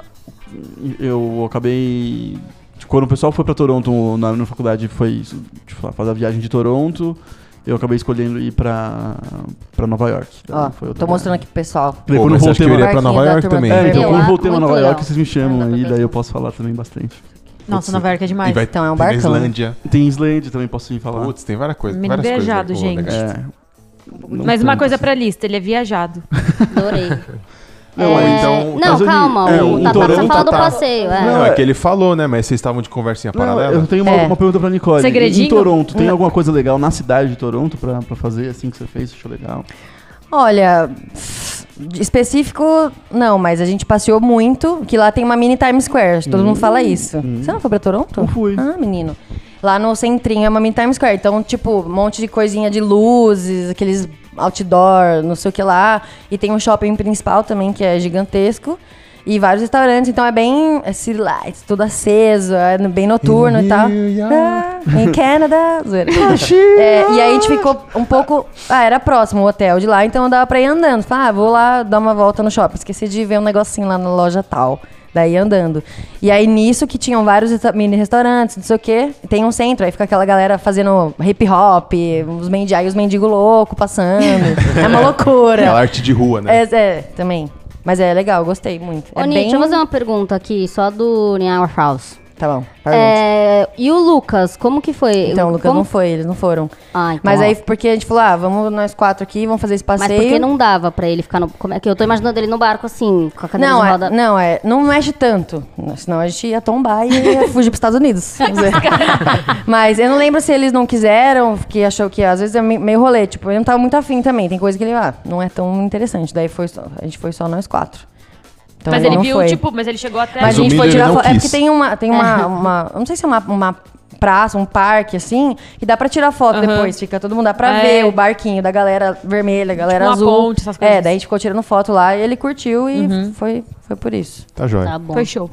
F: Eu acabei. Quando o pessoal foi pra Toronto na minha faculdade, foi isso, tipo, fazer a viagem de Toronto. Eu acabei escolhendo ir pra, pra Nova York. Então,
G: Ó,
F: Foi
G: Ah, tô
F: outra
G: mostrando
F: viagem.
G: aqui pro pessoal.
F: Daí,
C: Pô,
F: quando eu
C: mas acho que
F: voltei
C: eu
F: pra...
C: iria pra
G: Barquinho
C: Nova
G: da
C: York
G: turma
C: também.
G: do
F: É,
D: Eu
F: então, quando eu
D: acho
F: voltei pra
D: muito
F: Nova
D: legal.
F: York, vocês me
D: Não dá
F: chamam.
D: pra
F: E daí
D: pensar.
F: eu posso falar também bastante.
E: Nossa, Nova York é demais.
C: E vai,
G: Então, é um
C: tem na
G: barcão, né?
C: Islândia.
F: Tem Islândia também, posso ir falar.
C: Putz, tem várias coisas.
E: Menino
C: Várias coisas
E: viajado,
C: boas, né,
E: gente.
C: cara?
F: É. Não
E: Mais uma
F: tanto,
E: coisa
F: assim.
E: pra lista, ele é viajado.
D: Adorei.
C: Não,
D: É,
C: então-
D: não
F: então- mas eu-
D: calma.
F: é,
D: o
F: o
D: Tatá precisa
F: Toronto
D: falar do
C: tá-
D: passeio. É.
C: Não, é
F: é.
C: que ele falou, né? Mas vocês estavam de conversinha
F: Não,
C: paralela.
F: eu tenho uma,
G: É.
F: uma pergunta pra Nicole.
E: Segredinho?
F: Em Toronto, tem alguma coisa legal na cidade de Toronto pra, pra fazer, assim, que você fez? Achou legal?
G: Olha, de específico, não, mas a gente passeou muito, que lá tem uma mini Times Square, acho que todo mundo fala isso. Você não foi pra Toronto?
F: Hum, Não fui.
G: Ah, menino. Lá no centrinho é uma mini Times Square, então, tipo, um monte de coisinha de luzes, aqueles outdoor, não sei o que lá. E tem um shopping principal também, que é gigantesco. E vários restaurantes, então é bem é city lights, tudo aceso, é bem noturno e tal. Ah, em Canadá. zoeira. É, e aí a gente ficou um pouco. Ah, era próximo o hotel de lá, então dava pra ir andando. Falei, ah, vou lá dar uma volta no shopping. Esqueci de ver um negocinho lá na loja tal. Daí andando. E aí nisso que tinham vários resta- mini restaurantes, não sei o quê. Tem um centro, aí fica aquela galera fazendo hip hop, os mendigos, aí os mendigos loucos passando. é uma loucura.
C: É a arte de rua, né?
G: É, é, também. Mas é legal, gostei muito.
D: Ô,
G: é
D: Nietzsche,
G: bem...
D: deixa eu fazer uma pergunta aqui, só do Niall House.
G: Tá bom. pergunta.
D: É, e o Lucas, como que foi?
G: Então, o Lucas
D: Como-
G: não foi, eles não foram.
D: Ah, então,
G: Mas
D: ó.
G: aí, porque a gente falou, ah, vamos nós quatro aqui, vamos fazer esse
D: Mas
G: passeio.
D: porque não dava pra ele ficar no. Como é que eu tô imaginando ele no barco assim, com a cadeira
G: Não,
D: de
G: é,
D: roda.
G: não, é, não mexe tanto. Senão a gente ia tombar e ia fugir pros Estados Unidos. Vamos ver. Mas eu não lembro se eles não quiseram, que achou que às vezes é me- meio rolê. Tipo, eu não tava muito afim também. Tem coisa que ele, ah, não é tão interessante. Daí foi só- a gente foi só nós quatro.
F: Tá
G: Então,
E: mas ele
G: não
E: viu,
G: foi.
E: tipo, mas ele chegou até.
G: Mas a gente
C: Resumindo,
G: foi
C: ele
G: tirar
C: não
G: foto. É
C: quis.
G: porque tem uma. Tem uma, uma- eu não sei se é uma, uma praça, um parque, assim, que dá pra tirar foto
E: Aham.
G: depois. Fica todo mundo, dá pra
E: É. Tipo
G: ver o barquinho da galera vermelha, galera
E: uma
G: azul.
E: ponte, essas
G: é,
E: coisas. assim. Uhum.
G: daí a gente ficou tirando foto lá e ele curtiu e foi, foi por isso.
C: Tá jóia.
D: Tá bom.
E: Foi show.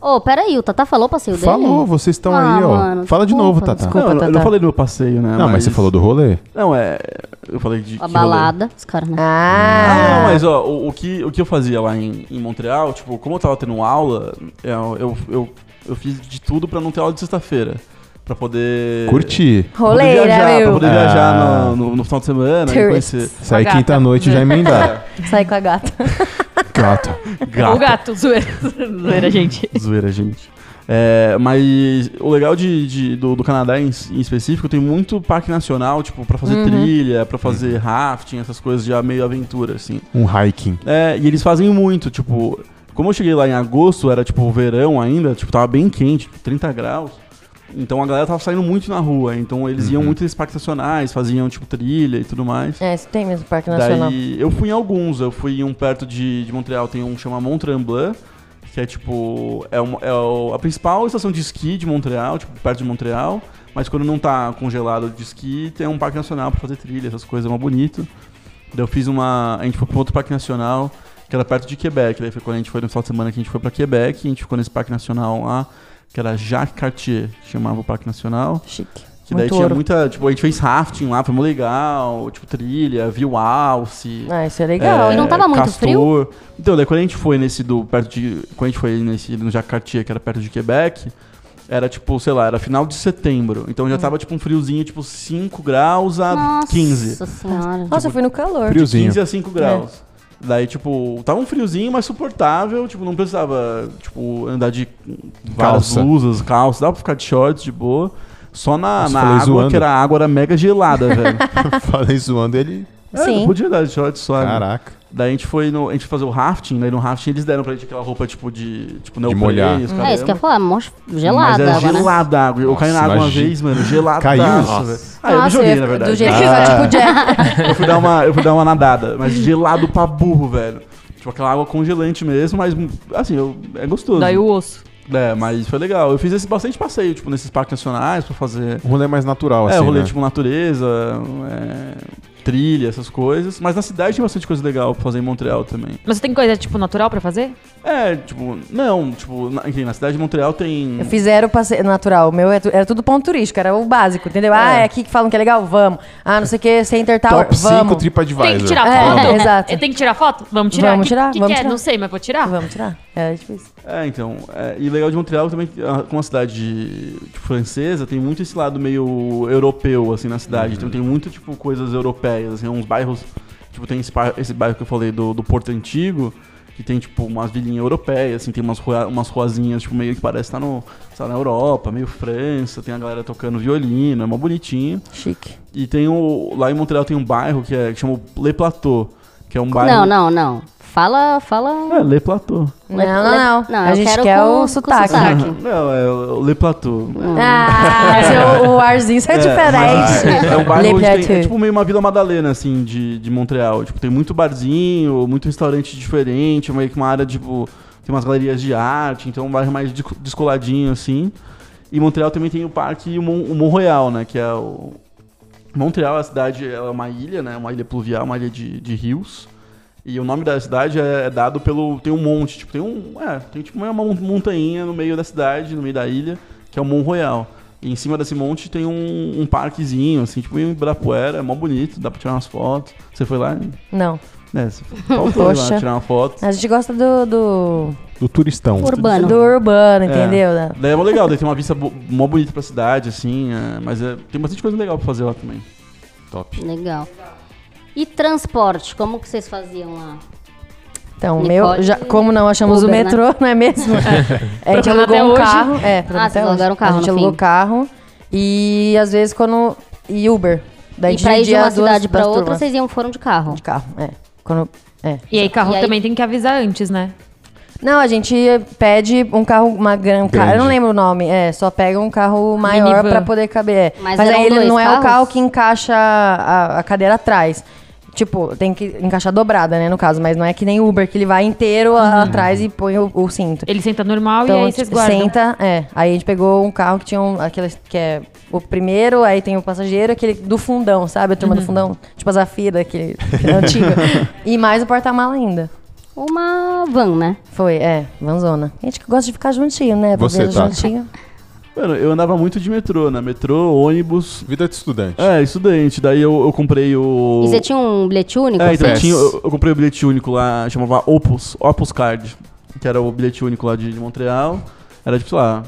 D: Ô, peraí, o Tata falou o passeio dele?
C: Falou, vocês estão
D: Ah,
C: aí, ó.
D: mano,
C: Fala de novo,
D: desculpa,
C: Tata.
G: desculpa.
F: Não, eu não- eu
G: Tatá.
F: não falei do meu passeio, né?
C: Não, mas você falou do rolê.
F: Não, é. Eu falei de. que
D: A
F: rolê.
D: balada. Os caras, né?
F: Ah, não,
G: Ah!
F: mas ó, o, o que, o que eu fazia lá em, em Montreal, tipo, como eu tava tendo aula, eu, eu, eu, eu fiz de tudo pra não ter aula de sexta-feira. Pra poder.
C: Curti.
F: pra poder
G: Roleira,
F: viajar, Pra
G: meu!
F: poder viajar
C: Ah.
F: no, no, no final de semana e
G: Tourists.
F: conhecer.
C: Sai
E: gata.
C: quinta-noite já emendar.
G: Saí com a gata.
C: Gato.
E: O gato, zoeira. zoeira, gente.
F: Zoeira, gente. É, mas o legal de, de- do, do Canadá em, em específico tem muito parque nacional, tipo, pra fazer trilha, pra fazer rafting, essas coisas já meio aventura, assim.
C: Um hiking.
F: É, e eles fazem muito, tipo, como eu cheguei lá em agosto, era tipo verão ainda, tipo, tava bem quente, tipo, 30 graus. Então a galera tava saindo muito na rua, então eles iam muito nesses parques nacionais, faziam tipo trilha e tudo mais.
G: É, isso tem mesmo Parque Nacional.
F: Daí eu fui em alguns, eu fui em um perto de, de Montreal, tem um que chama Mont Tremblant, que é tipo, é, uma- é o- a principal estação de esqui de Montreal, tipo, perto de Montreal, mas quando não tá congelado de esqui, tem um parque nacional pra fazer trilha, essas coisas, é mais bonito. Daí eu fiz uma, a gente foi pra um outro parque nacional, que era perto de Quebec, daí foi quando a gente foi no final de semana que a gente foi pra Quebec, a gente ficou nesse parque nacional lá, que era Jacques Cartier, que chamava o parque nacional.
G: Chique.
F: Que daí
G: Muito
F: tinha
G: ouro.
F: muita. Tipo, a gente fez rafting lá, foi muito legal. Tipo, trilha, viu alce.
G: Ah, isso é legal.
F: é,
D: E
G: hein?
D: não tava muito
F: castor. Então, daí quando a gente foi nesse do. Perto de. Quando a gente foi nesse no Jacartia, que era perto de Quebec, era tipo, sei lá, era final de setembro. Então já tava tipo um friozinho, tipo 5 graus
C: Ah,
F: a
D: Hum. Nossa
F: 15. tipo,
D: senhora.
G: Nossa, eu fui no calor.
C: Friozinho. É.
F: 15 a 5 graus. Daí, tipo, tava um friozinho, mas suportável, tipo, não precisava, tipo, andar de várias
C: Calça.
F: blusas, calça, dava pra ficar de shorts, de boa. Só na,
C: Nossa,
F: na
C: falei
F: água,
C: zoando.
F: que era a água era mega gelada, velho.
C: Falei zoando ele.
F: É,
G: Sim.
F: não podia andar de shorts só. né?
C: Caraca.
F: Daí a gente foi no. A gente foi fazer o rafting, daí no rafting eles deram pra gente aquela roupa, tipo, de. Tipo, neoprene,
C: molhar.
F: os
G: Ah,
D: É isso que eu ia
F: caramba.
D: falar, mó
F: Mas
D: gelada
F: era
D: agora, né?
F: gelada a água. Eu caí na
C: Nossa,
F: água uma
C: imagina.
F: vez, mano, gelada.
C: Caiu?
F: Ah, eu me
G: Nossa,
F: joguei, na
G: ia ficar-
F: verdade.
G: Do jeito
F: Ah.
G: que foi, tipo, Jack.
F: Eu fui dar uma, eu fui dar uma nadada, mas gelado pra burro, velho. Tipo, aquela água congelante mesmo, mas assim, eu, é gostoso.
E: Daí o osso.
F: É, mas foi legal. Eu fiz esse bastante passeio, tipo, nesses parques nacionais pra fazer.
C: Um rolê mais natural, assim.
F: é, rolê
C: né?
F: tipo natureza, é, trilha, essas coisas. Mas na cidade tem bastante coisa legal pra fazer em Montreal também.
E: Mas você tem coisa, tipo, natural pra fazer?
F: É, tipo, não, tipo, na, enfim, na cidade de Montreal tem.
G: Eu fizeram o passeio natural. O meu é tu- era tudo ponto turístico, era o básico, entendeu? Ah, é aqui que falam que é legal? Vamos. Ah, não sei o que, Center Tower?
C: Top 5
G: vamos.
C: TripAdvisor.
E: Tem que tirar
G: É,
E: foto?
G: exato.
E: Tem que tirar foto? Vamos tirar?
G: Vamos
E: Que-
G: tirar,
E: que
G: vamos
E: que é?
G: tirar.
E: Não sei, mas vou tirar.
G: Vamos tirar. É difícil.
F: É, então. é, e legal de Montreal também, ah, como uma cidade tipo, francesa, tem muito esse lado meio europeu, assim, na cidade. Então tem muito, tipo, coisas europeias, assim, uns bairros. Tipo, tem esse, par- esse bairro que eu falei do, do Porto Antigo, que tem, tipo, umas vilinhas europeias, assim, tem umas, rua, umas ruazinhas, tipo, meio que parece estar no, sei lá, na Europa, meio França, tem a galera tocando violino, é mó bonitinho.
G: Chique.
F: E tem o. Lá em Montreal tem um bairro que, é, que chama Le Plateau, que é um bairro.
D: Não, não, não. Fala, fala.
F: É, Le Plateau.
G: Não,
D: Le-
G: não,
D: le-
G: não.
D: não,
G: a
D: eu
G: gente
D: quero
G: quer
D: com- com
G: o sotaque.
D: sotaque.
F: Não, é o Le Plateau.
G: Ah, seu, o arzinho saiu diferente.
F: É, mas É um bairro onde tem,
G: Plateau.
F: é tipo meio uma Vila Madalena, assim, de, de Montreal. Tipo, tem muito barzinho, muito restaurante diferente, meio que uma área, tipo, tem umas galerias de arte, então é um bairro mais de- descoladinho, assim. E Montreal também tem o parque e o Mon, o Mont Royal, né, que é o... Montreal, a cidade, ela é uma ilha, né, uma ilha pluvial, uma ilha de, de rios. E o nome da cidade é, é dado pelo... tem um monte, tipo, tem um... é, tem tipo uma mon- montanha no meio da cidade, no meio da ilha, que é o Mont Royal. E em cima desse monte tem um, um parquezinho, assim, tipo em Ibirapuera, é mó bonito, dá pra tirar umas fotos. Você foi lá? hein?
G: Não.
F: É, você faltou
G: Poxa.
F: lá tirar uma foto.
G: A gente gosta do, do,
C: Do turistão.
D: Urbano.
G: do urbano,
F: É.
G: entendeu? Da-
F: Daí é mó legal, daí tem uma vista bo- mó bonita pra cidade, assim, é, mas é- tem bastante coisa legal pra fazer lá também.
C: Top.
D: Legal. E transporte, como que vocês faziam lá?
G: Então, o
D: Nicole
G: meu, já, como não achamos
D: Uber, né?
G: o metrô, não é mesmo? É, a gente
E: Problema
G: alugou
E: até
G: um
E: hoje.
G: carro. É, problema
D: Ah,
G: até
D: vocês
G: hoje.
D: alugaram um carro,
G: A gente
D: no
G: alugou
D: fim.
G: carro e às vezes quando. E Uber. Daí
D: E pra ir de
G: dividia
D: uma
G: as duas-
D: cidade pra
G: duas
D: outra,
G: turmas.
D: vocês iam foram de carro.
G: De carro, é. Quando, é.
E: E aí, carro
D: E aí-
E: também tem que avisar antes, né?
G: Não, a gente pede um carro, uma gran...
C: Grande.
G: carro, eu não lembro o nome, é, só pega um carro maior
E: Minivan.
G: pra poder caber. é.
D: Mas
G: Mas,
D: eram
G: aí ele
D: dois
G: não é o carro
D: carros?
G: que encaixa a, a cadeira atrás. Tipo, tem que encaixar dobrada, né, no caso, mas não é que nem Uber, que ele vai inteiro a- atrás e põe o, o cinto.
E: Ele senta normal e aí vocês
G: tipo,
E: guardam.
G: senta, é. Aí a gente pegou um carro que tinha um, aqueles que é o primeiro, aí tem o passageiro, aquele do fundão, sabe? A turma do fundão, tipo a Zafira, aquele aquele antigo. E mais o porta-mala ainda.
D: Uma van, né?
G: Foi, é, vanzona. A gente que gosta de ficar juntinho, né?
C: Você,
G: Viver
C: Tato?
G: juntinho.
F: Mano, eu andava muito de metrô, né? Metrô, ônibus.
C: Vida de estudante.
F: É, estudante. Daí eu, eu comprei o.
D: E você tinha um bilhete único?
F: É, então eu,
C: Pass.
F: tinha, eu, eu comprei o bilhete único lá, chamava Opus, Opus Card, que era o bilhete único lá de, de Montreal. Era tipo, sei lá,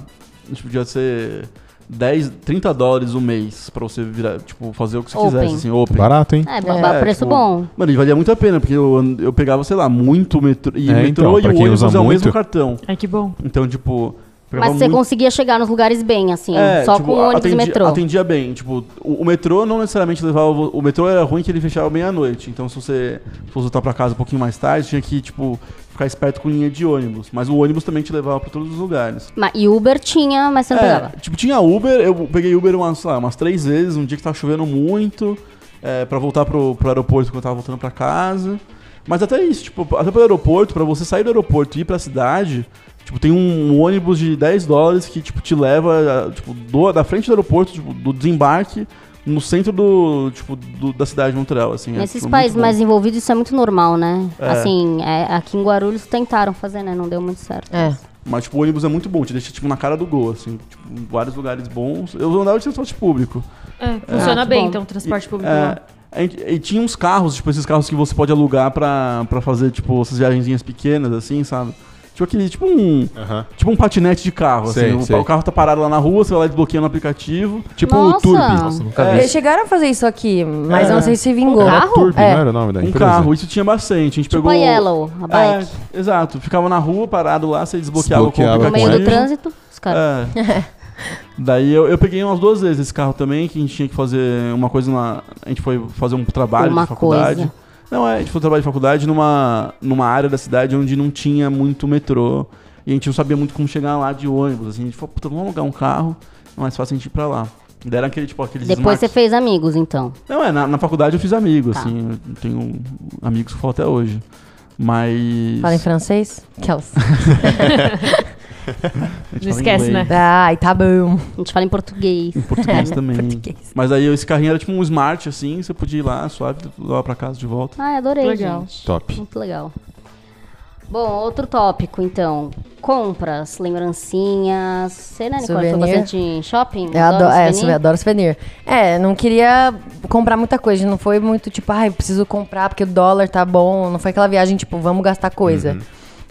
F: acho que podia ser 10, 30 dólares um mês pra você virar, tipo, fazer o que você
D: Open.
F: quisesse, assim, open.
C: Barato, hein?
D: É, ba- ba-
F: É,
D: preço
F: tipo,
D: bom.
F: Mano, e valia muito a pena, porque eu, eu pegava, sei lá, muito metrô, e
C: É,
F: o metrô
C: então, pra
F: e o
C: quem
F: ônibus é
C: usa
F: o mesmo
C: muito.
F: cartão.
E: Ai, que bom.
F: Então, tipo, pegava
D: Mas você
F: muito...
D: conseguia chegar nos lugares bem, assim,
F: É,
D: só
F: tipo,
D: com ônibus
F: atendi-
D: e metrô.
F: Atendia bem. Tipo, o, o metrô não necessariamente levava. vo- O metrô era ruim que ele fechava meia-noite. Então, se você fosse voltar pra casa um pouquinho mais tarde, tinha que, tipo, ficar esperto com linha de ônibus. Mas o ônibus também te levava pra todos os lugares.
D: Ma- E Uber tinha, mas você não
F: É,
D: pegava.
F: tipo, tinha Uber, eu peguei Uber umas, sei lá, umas três vezes, um dia que tava chovendo muito, é, pra voltar pro, pro aeroporto quando eu tava voltando pra casa. Mas até isso, tipo, até pro aeroporto, pra você sair do aeroporto e ir pra cidade, tipo, tem um, ônibus de 10 dólares que, tipo, te leva, ah, tipo, do- da frente do aeroporto, tipo, do desembarque, no centro do, tipo, do- da cidade de Montreal, assim. é,
D: Nesses
F: tipo,
D: países
F: muito bom.
D: mais envolvidos, isso é muito normal, né?
F: É.
D: Assim, é, aqui em Guarulhos tentaram fazer, né? Não deu muito certo.
G: É.
F: Mas, tipo, o ônibus é muito bom, te deixa, tipo, na cara do gol, assim, tipo, em vários lugares bons. Eu andava de transporte público.
E: É, funciona
D: Ah, que
E: bem,
D: bom.
E: então, o transporte público lá.
F: É, a gente- e tinha uns carros, tipo, esses carros que você pode alugar pra, pra fazer, tipo, essas viagenzinhas pequenas, assim, sabe? Tipo aquele, tipo um.
C: Aham.
F: Tipo um patinete de carro,
C: Sei,
F: assim. O-
C: sei.
F: O, carro tá parado lá na rua, você vai lá e desbloqueia no aplicativo.
C: Tipo
D: Nossa!
C: o Turbi.
B: Nossa, nunca vi
G: Eles
B: isso.
G: chegaram a fazer isso aqui, mas
F: É.
G: eu não sei se vingou.
D: Um
C: Era
D: Carro?
C: Turbi,
G: É.
C: não era o nome da
F: um
C: empresa?
F: carro, isso tinha bastante. A gente
D: Tipo
F: pegou.
D: a Yellow, a
F: é,
D: bike.
F: exato. Ficava na rua, parado lá, você desbloqueava,
C: Desbloqueava
F: com o
D: no
C: com
D: meio
F: aplicativo.
D: do trânsito, os caras.
F: É. Daí eu, eu peguei umas duas vezes esse carro também, que a gente tinha que fazer uma coisa na. A gente foi fazer um trabalho
D: Uma
F: de faculdade.
D: coisa.
F: Não, é, a gente foi trabalhar de faculdade numa, numa área da cidade onde não tinha muito metrô. E a gente não sabia muito como chegar lá de ônibus. Assim, a gente falou, puta, vamos alugar um carro, é mais fácil a gente ir pra lá. Daí era aquele, tipo, aqueles
D: Depois
F: smart-
D: você fez amigos, então.
F: não, é, na, na faculdade eu fiz amigos,
D: Tá.
F: assim, eu tenho amigos que eu falo até hoje. Mas.
G: Fala em francês? Aquelas.
F: a gente
E: Não
F: fala
E: esquece,
F: tipo,
E: né?
F: inglês,
G: Ai, tá bom.
D: A gente fala em português.
F: Em português também.
G: É, Português.
F: Mas aí esse carrinho era tipo um smart, assim, você podia ir lá, suave, lá pra casa de volta.
D: Ai, adorei,
E: Legal.
D: gente.
C: Top.
D: Muito legal. Bom, outro tópico, então. Compras, lembrancinhas. Você, né, Nicole, foi
G: Souvenir.
D: bastante em shopping?
G: Eu adoro, é,
D: souvenir?
G: eu adoro souvenir. É, não queria comprar muita coisa. Não foi muito tipo, ai, preciso comprar porque o dólar tá bom. Não foi aquela viagem, tipo, vamos gastar coisa.
C: Uhum.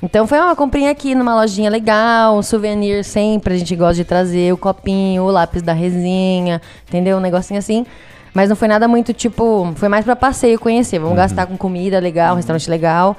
G: Então foi uma comprinha aqui numa lojinha legal, um souvenir sempre, a gente gosta de trazer o copinho, o lápis da resinha, entendeu? Um negocinho assim. Mas não foi nada muito tipo, foi mais pra passeio conhecer.
C: Uhum.
G: Vamos gastar com comida legal, restaurante legal,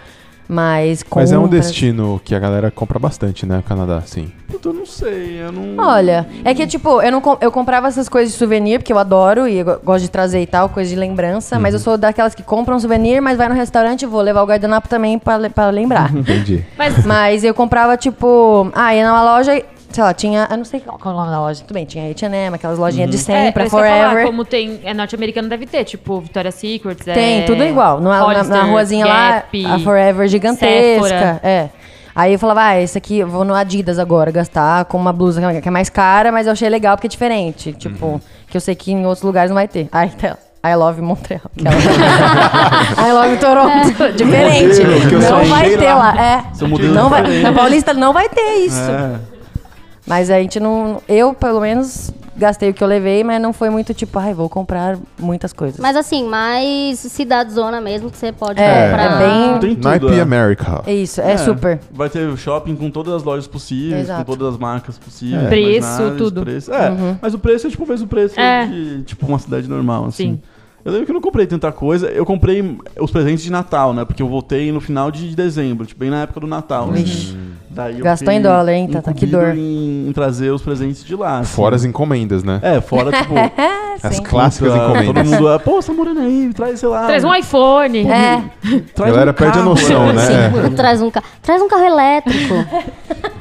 G: mas com
C: Mas é um destino que a galera compra bastante, né? O Canadá, sim.
F: Puta, eu não sei, eu não.
G: Olha, é que tipo, eu não com- eu comprava essas coisas de souvenir, porque eu adoro e eu go- gosto de trazer e tal, coisa de lembrança, mas eu sou daquelas que compram um souvenir, mas vai no restaurante e vou levar o guardanapo também pra, le- pra lembrar.
C: Entendi.
E: Mas
G: mas eu comprava tipo, ah, ia numa loja, sei lá, tinha, eu não sei qual, qual é o nome da loja, tudo bem, tinha H&M, aquelas lojinhas de 100
E: é,
G: pra
E: isso que eu ia
G: Forever.
E: Falar, como tem, é norte-americano, deve ter, tipo, Victoria's Secret.
G: Tem,
E: é,
G: tudo igual. No- na- na,
E: Hollister,
G: ruazinha
E: Gap,
G: lá, a Forever gigantesca.
E: Sephora.
G: É. Aí eu falava, ah, esse aqui eu vou no Adidas agora gastar com uma blusa que é mais cara, mas eu achei legal porque é diferente. Tipo,
F: Uhum.
G: que eu sei que em outros lugares não vai ter. Ai, tá. I love Montreal. aquela. I love
E: É,
G: Toronto. Diferente.
F: Modelo que eu só
G: não vai
F: achei
G: ter lá.
F: Seu
G: É.
F: modelo
G: Não vai,
F: diferente.
G: na Paulista não vai ter isso.
F: É.
G: Mas a gente não. Eu, pelo menos, gastei o que eu levei, mas não foi muito tipo, ai, vou comprar muitas coisas.
D: Mas assim, mais cidadezona mesmo, que você pode
G: É,
D: comprar.
G: é bem-
F: Tem tudo.
C: Naipe
F: é.
C: America.
G: é isso, é super.
F: Vai ter shopping com todas as lojas possíveis,
G: Exato. Uhum.
F: com todas as marcas possíveis.
E: É. Preço,
F: imaginários,
E: tudo.
F: Preço. É, mas o preço é tipo o mesmo preço
E: É.
F: de tipo, uma cidade normal, assim.
E: Sim.
F: Eu lembro que eu não comprei tanta coisa. Eu comprei os presentes de Natal, né? Porque eu voltei no final de dezembro, tipo, bem na época do Natal. né?
G: Vixe.
F: Daí eu
G: Gastou
F: fiquei
G: em dólar, hein, Tata? Que
F: incumbido
G: dor.
F: Em, em trazer os presentes de lá. assim.
C: Fora as encomendas, né?
F: É, fora, tipo.
C: As clássicas
F: puta, Todo
C: encomendas.
F: mundo, ah, pô, você tá morando aí, traz, sei lá. né?"
E: Traz um iPhone.
G: É,
F: traz
C: Galera
F: um
C: perde a
F: carro,
C: noção,
F: né?
C: né? É.
D: Traz um, ca... Traz um carro elétrico.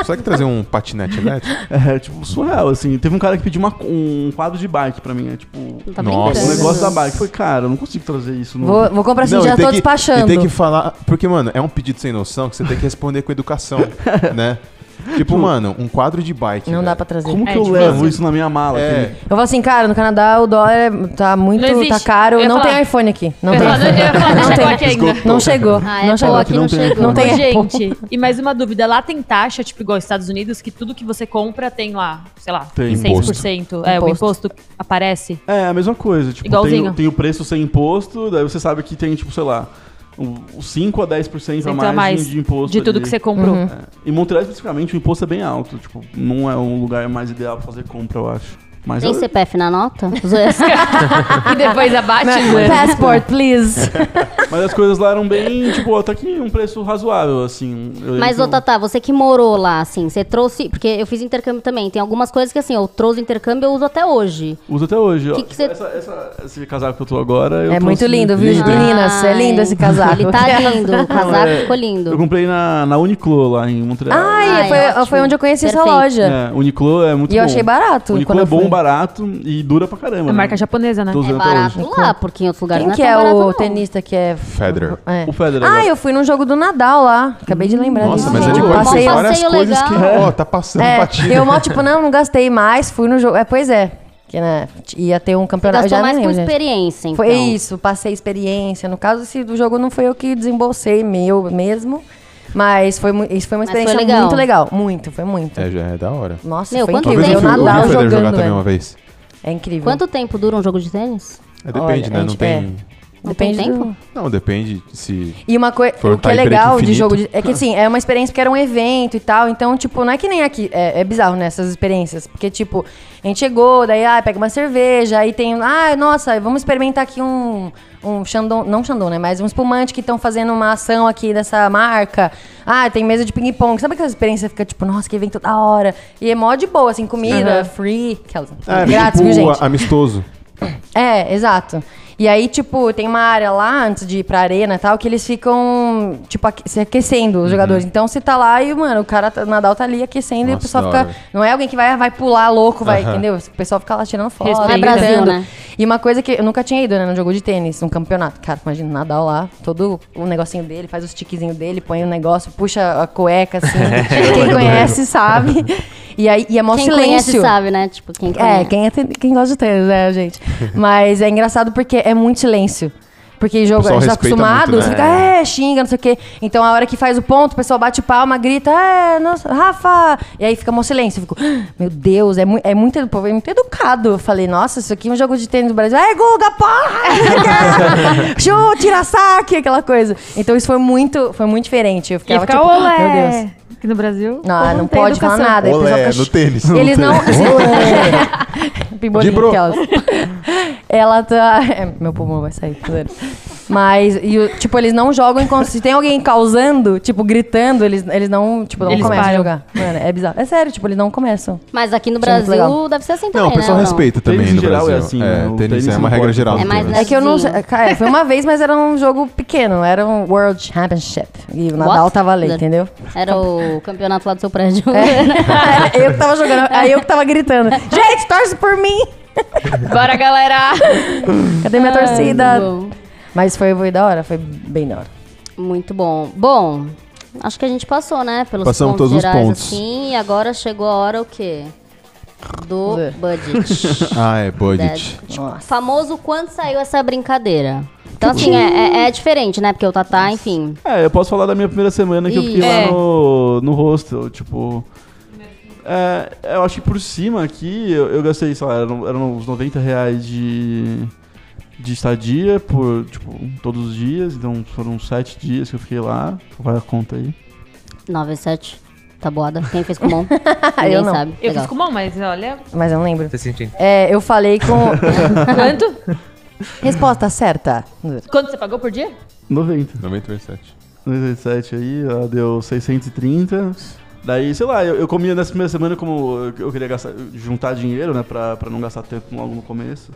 C: Será que trazer um patinete elétrico?
F: É, tipo, surreal, assim. Teve um cara que pediu uma- um quadro de bike pra mim. É tipo.
D: Não tá
C: Nossa.
F: O
D: brincando.
F: negócio da bike. Foi, cara, eu não consigo trazer isso. No...
G: vou, vou comprar assim,
C: Não,
G: já
C: e tem
G: tô
C: que-
G: despachando.
C: E tem que falar. Porque, mano, é um pedido sem noção que você tem que responder com educação, né? Tipo, mano, um quadro de bike.
G: Não
C: velho.
G: dá pra trazer.
F: Como que
E: É
F: eu
E: difícil.
F: levo isso na minha mala?
C: É,
F: filho?
G: Eu falo assim, cara, no Canadá o dólar é- tá muito,
E: Não existe.
G: tá caro.
E: Eu ia
G: Não
E: falar-
G: tem iPhone aqui. Não
E: Eu
G: tem.
E: ia falar- eu ia falar do
G: Não tem.
E: pacote ainda.
G: Não chegou.
D: Ah,
G: não
D: Apple
G: chegou.
D: aqui
F: não
D: não
F: tem né?
D: chegou.
G: Não tem Apple.
E: Gente, e mais uma dúvida, lá tem taxa, tipo igual aos Estados Unidos, que tudo que você compra tem lá, sei lá,
F: Tem.
E: 6%. É, o
G: Imposto.
E: imposto aparece.
F: É, a mesma coisa. Tipo, tem,
E: Igualzinho.
F: o- tem o preço sem imposto, daí você sabe que tem, tipo, sei lá, o- os 5 a 10% a
E: Então,
F: mais,
E: a mais
F: de, de imposto.
E: De tudo
F: ali.
E: que você comprou.
D: Uhum.
G: Uhum.
F: Em É. Montreal, especificamente, o imposto é bem alto. Tipo, não é um lugar mais ideal pra fazer compra, eu acho. Mas
D: Tem
F: eu-
D: CPF na nota? Zoeira.
E: E depois abate, né?
G: Não, Passport, please.
F: Mas as coisas lá eram bem, tipo, ó, tá aqui um preço razoável, assim. Eu lembro
D: Mas,
F: que eu-
D: ô Tatá, você que morou lá, assim, você trouxe. Porque eu fiz intercâmbio também. Tem algumas coisas que, assim, eu trouxe intercâmbio eu uso até hoje.
F: Uso até hoje, ó.
D: Que que cê-
F: essa, essa- esse casaco que eu tô agora. Eu
G: É
F: trouxe-
G: muito lindo, viu,
C: Lindo, hein?
G: meninas? É lindo esse casaco.
D: Ele tá lindo. O casaco ficou
F: Eu
D: lindo. Ah,
F: comprei na, na Uniqlo lá em Montreal.
G: Ai,
D: Ai,
G: foi,
D: ótimo.
G: foi onde eu conheci essa
D: Perfeito.
G: loja.
F: É, Uniqlo é muito
G: E eu
F: bom.
G: achei barato quando
F: Uniqlo
G: eu
F: é bom,
G: fui.
F: barato e dura pra caramba.
E: É marca
F: né?
E: japonesa, né?
F: Tô
D: É
F: usando até hoje.
D: barato lá, porque em outros lugares
G: Quem
D: não é
G: que
D: tão
G: é
D: barato,
G: o
D: não.
G: tenista que é...
C: Federer.
G: É.
F: O Federer.
G: Ah,
F: agora.
G: eu fui num jogo do Nadal lá. Acabei de lembrar
C: Nossa,
G: disso.
C: mas é
D: Gente,
C: de
G: Eu
D: bom
C: coisas,
G: passei...
D: passeio
C: várias coisas que,
D: legal.
C: ó, tá passando batido.
G: É, eu mal, tipo, não, não gastei mais, fui no jogo. É, pois é. Que, né, ia ter um
D: Você
G: campeonato. eu
D: gastou
G: já
D: mais
G: nem
D: com
G: lembro, gente.
D: experiência, então.
G: Foi isso, passei experiência. No caso, esse do jogo não foi eu que desembolsei meu mesmo. Mas foi, mu- isso foi uma
D: Mas foi
G: experiência
D: legal.
G: muito legal. Muito, foi muito.
C: É, já é da hora.
G: Nossa,
D: Meu,
G: foi
D: quanto
C: Talvez
G: incrível.
C: eu
D: tempo
G: Eu
C: fui- eu vi o
G: Nadal
C: Federer jogar
G: jogando,
C: também
G: velho.
C: uma vez.
G: É incrível.
D: Quanto tempo dura um jogo de tênis?
C: É, depende,
G: Olha,
C: né?
G: a
C: Não
G: gente- é.
C: tem.
D: Não tem
G: Depende do-
D: tempo?
C: Não, depende se.
G: E uma coisa
C: Foi um
G: que é
C: tie-break
G: legal de
C: infinito. Ah.
G: jogo de- é que assim, é uma experiência porque era um evento e tal, então tipo, não é que nem aqui, é, é bizarro né, essas experiências, porque tipo, a gente chegou, daí ah, pega uma cerveja, aí tem, ah, nossa, vamos experimentar aqui um um Xandão, não Xandão, né, mas um espumante que estão fazendo uma ação aqui dessa marca. Ah, tem mesa de ping-pong. Sabe aquela experiência que fica tipo, nossa, que evento da hora. E é mó de boa, assim, comida, free, aquelas,
C: É,
G: grátis, viu,
C: tipo,
G: gente?
C: amistoso.
G: É, exato. E aí, tipo, tem uma área lá antes de ir pra arena e tal, que eles ficam, tipo, aque- se aquecendo, os
C: Uhum.
G: jogadores. Então você tá lá e, mano, o cara, tá- o Nadal tá ali aquecendo e o
C: Nossa,
G: pessoal
C: da
G: fica.
C: hora.
G: Não é alguém que vai, vai pular louco, vai,
C: Aham.
G: entendeu? O pessoal fica lá tirando foto.
E: Respeito. É
D: Brasil,
G: gritando.
D: né?
G: E uma coisa que eu nunca tinha ido, né, no jogo de tênis, num campeonato. Cara, imagina o Nadal lá, todo o negocinho dele, faz os tiquezinhos dele, põe o negócio, puxa a cueca, assim. quem conhece sabe. E aí, e é mó
D: Quem
G: silêncio.
D: conhece sabe, né? Tipo, quem conhece.
G: É, quem, é ten- quem gosta de tênis, né, gente? Mas é engraçado porque é muito silêncio. Porque jogo, a
C: pessoal
G: gente tá
C: respeita
G: acostumado,
C: muito, né?
G: você fica, é, xinga, não sei o quê. Então a hora que faz o ponto, o pessoal bate palma, grita, é, nossa, Rafa! E aí fica mó silêncio. Eu fico, "Ah, meu Deus, é, mu é, muito, o povo é muito educado. Eu falei, nossa, isso aqui é um jogo de tênis do Brasil. É, Guga, porra! Show, tira saque, aquela coisa. Então isso foi muito, foi muito diferente. Eu
E: E
G: ficava
E: fica
G: tipo,
E: olé.
G: meu Deus.
E: Aqui no Brasil.
G: Não,
E: povo
G: não,
E: tem
G: pode falar
E: educação.
G: nada. aí o pessoal
C: Olé,
G: fica
C: no
G: ch-
C: tênis.
G: Eles não. Pimbolinha,
C: Dibrou.
G: aquelas. Ela tá. é, meu pulmão vai sair. tá vendo? Mas, e o- tipo, eles não jogam enquanto. Se tem alguém causando, tipo, gritando, eles, eles não, tipo, não
E: Eles
G: começam a
E: param.
G: jogar. Mano, é bizarro. É sério, tipo, eles não começam.
D: Mas aqui no
G: Isso é muito legal.
D: Brasil deve ser assim também,
C: Não, o pessoal
D: né?
C: respeita
F: Tênis
C: também
F: em
C: no
F: geral é
C: Brasil.
F: assim, né? O
C: tênis,
F: tênis
C: é
F: não
C: uma regra
F: pode.
C: geral.
D: É
C: no
D: mais
C: tênis.
G: É que eu não sei.
D: Sim.
G: Cara, foi uma vez, mas era um jogo pequeno. Era um World Championship. E o Nadal
D: What?
G: tava ali, entendeu?
D: Era o campeonato lá do seu prédio.
G: É, eu que tava jogando, aí eu que tava gritando. Gente, torce por mim!
E: Bora, galera!
G: Cadê minha torcida?
D: Ah, Bom,
G: Mas foi, foi da hora, foi bem da hora.
D: Muito bom. Bom, acho que a gente passou, né? Pelos
C: Passamos
D: pontos
C: todos os
D: gerais,
C: pontos.
D: Assim, e agora chegou a hora o quê? Do
G: Zé.
D: budget.
C: Ah, é budget.
D: Deve- tipo, famoso quando saiu essa brincadeira. Então, assim, é, é- é diferente, né? Porque o Tatá, enfim.
F: É, eu posso falar da minha primeira semana que eu fiquei
D: Isso.
F: lá
E: É.
F: no, no hostel, tipo. É, eu acho que por cima aqui eu, eu gastei, sei lá, eram, eram uns 90 reais de, de estadia por, tipo, todos os dias, então foram 7 dias que eu fiquei lá, vai a conta aí.
D: 97. Tabuada. tá Quem fez com mão?
G: Eu
D: Ninguém
G: não.
D: sabe.
E: Eu
D: Legal.
E: fiz com mão, mas olha.
G: Mas É, eu não lembro.
B: Tá sentindo?
G: É, eu falei com.
E: Quanto?
G: Resposta certa.
E: Quanto você pagou por dia?
F: 90.
C: 97.
F: 97 aí, ó, deu 630. Daí, sei lá, eu, eu comia nessa primeira semana como eu- eu queria gastar, juntar dinheiro, né, pra, pra não gastar tempo logo no começo.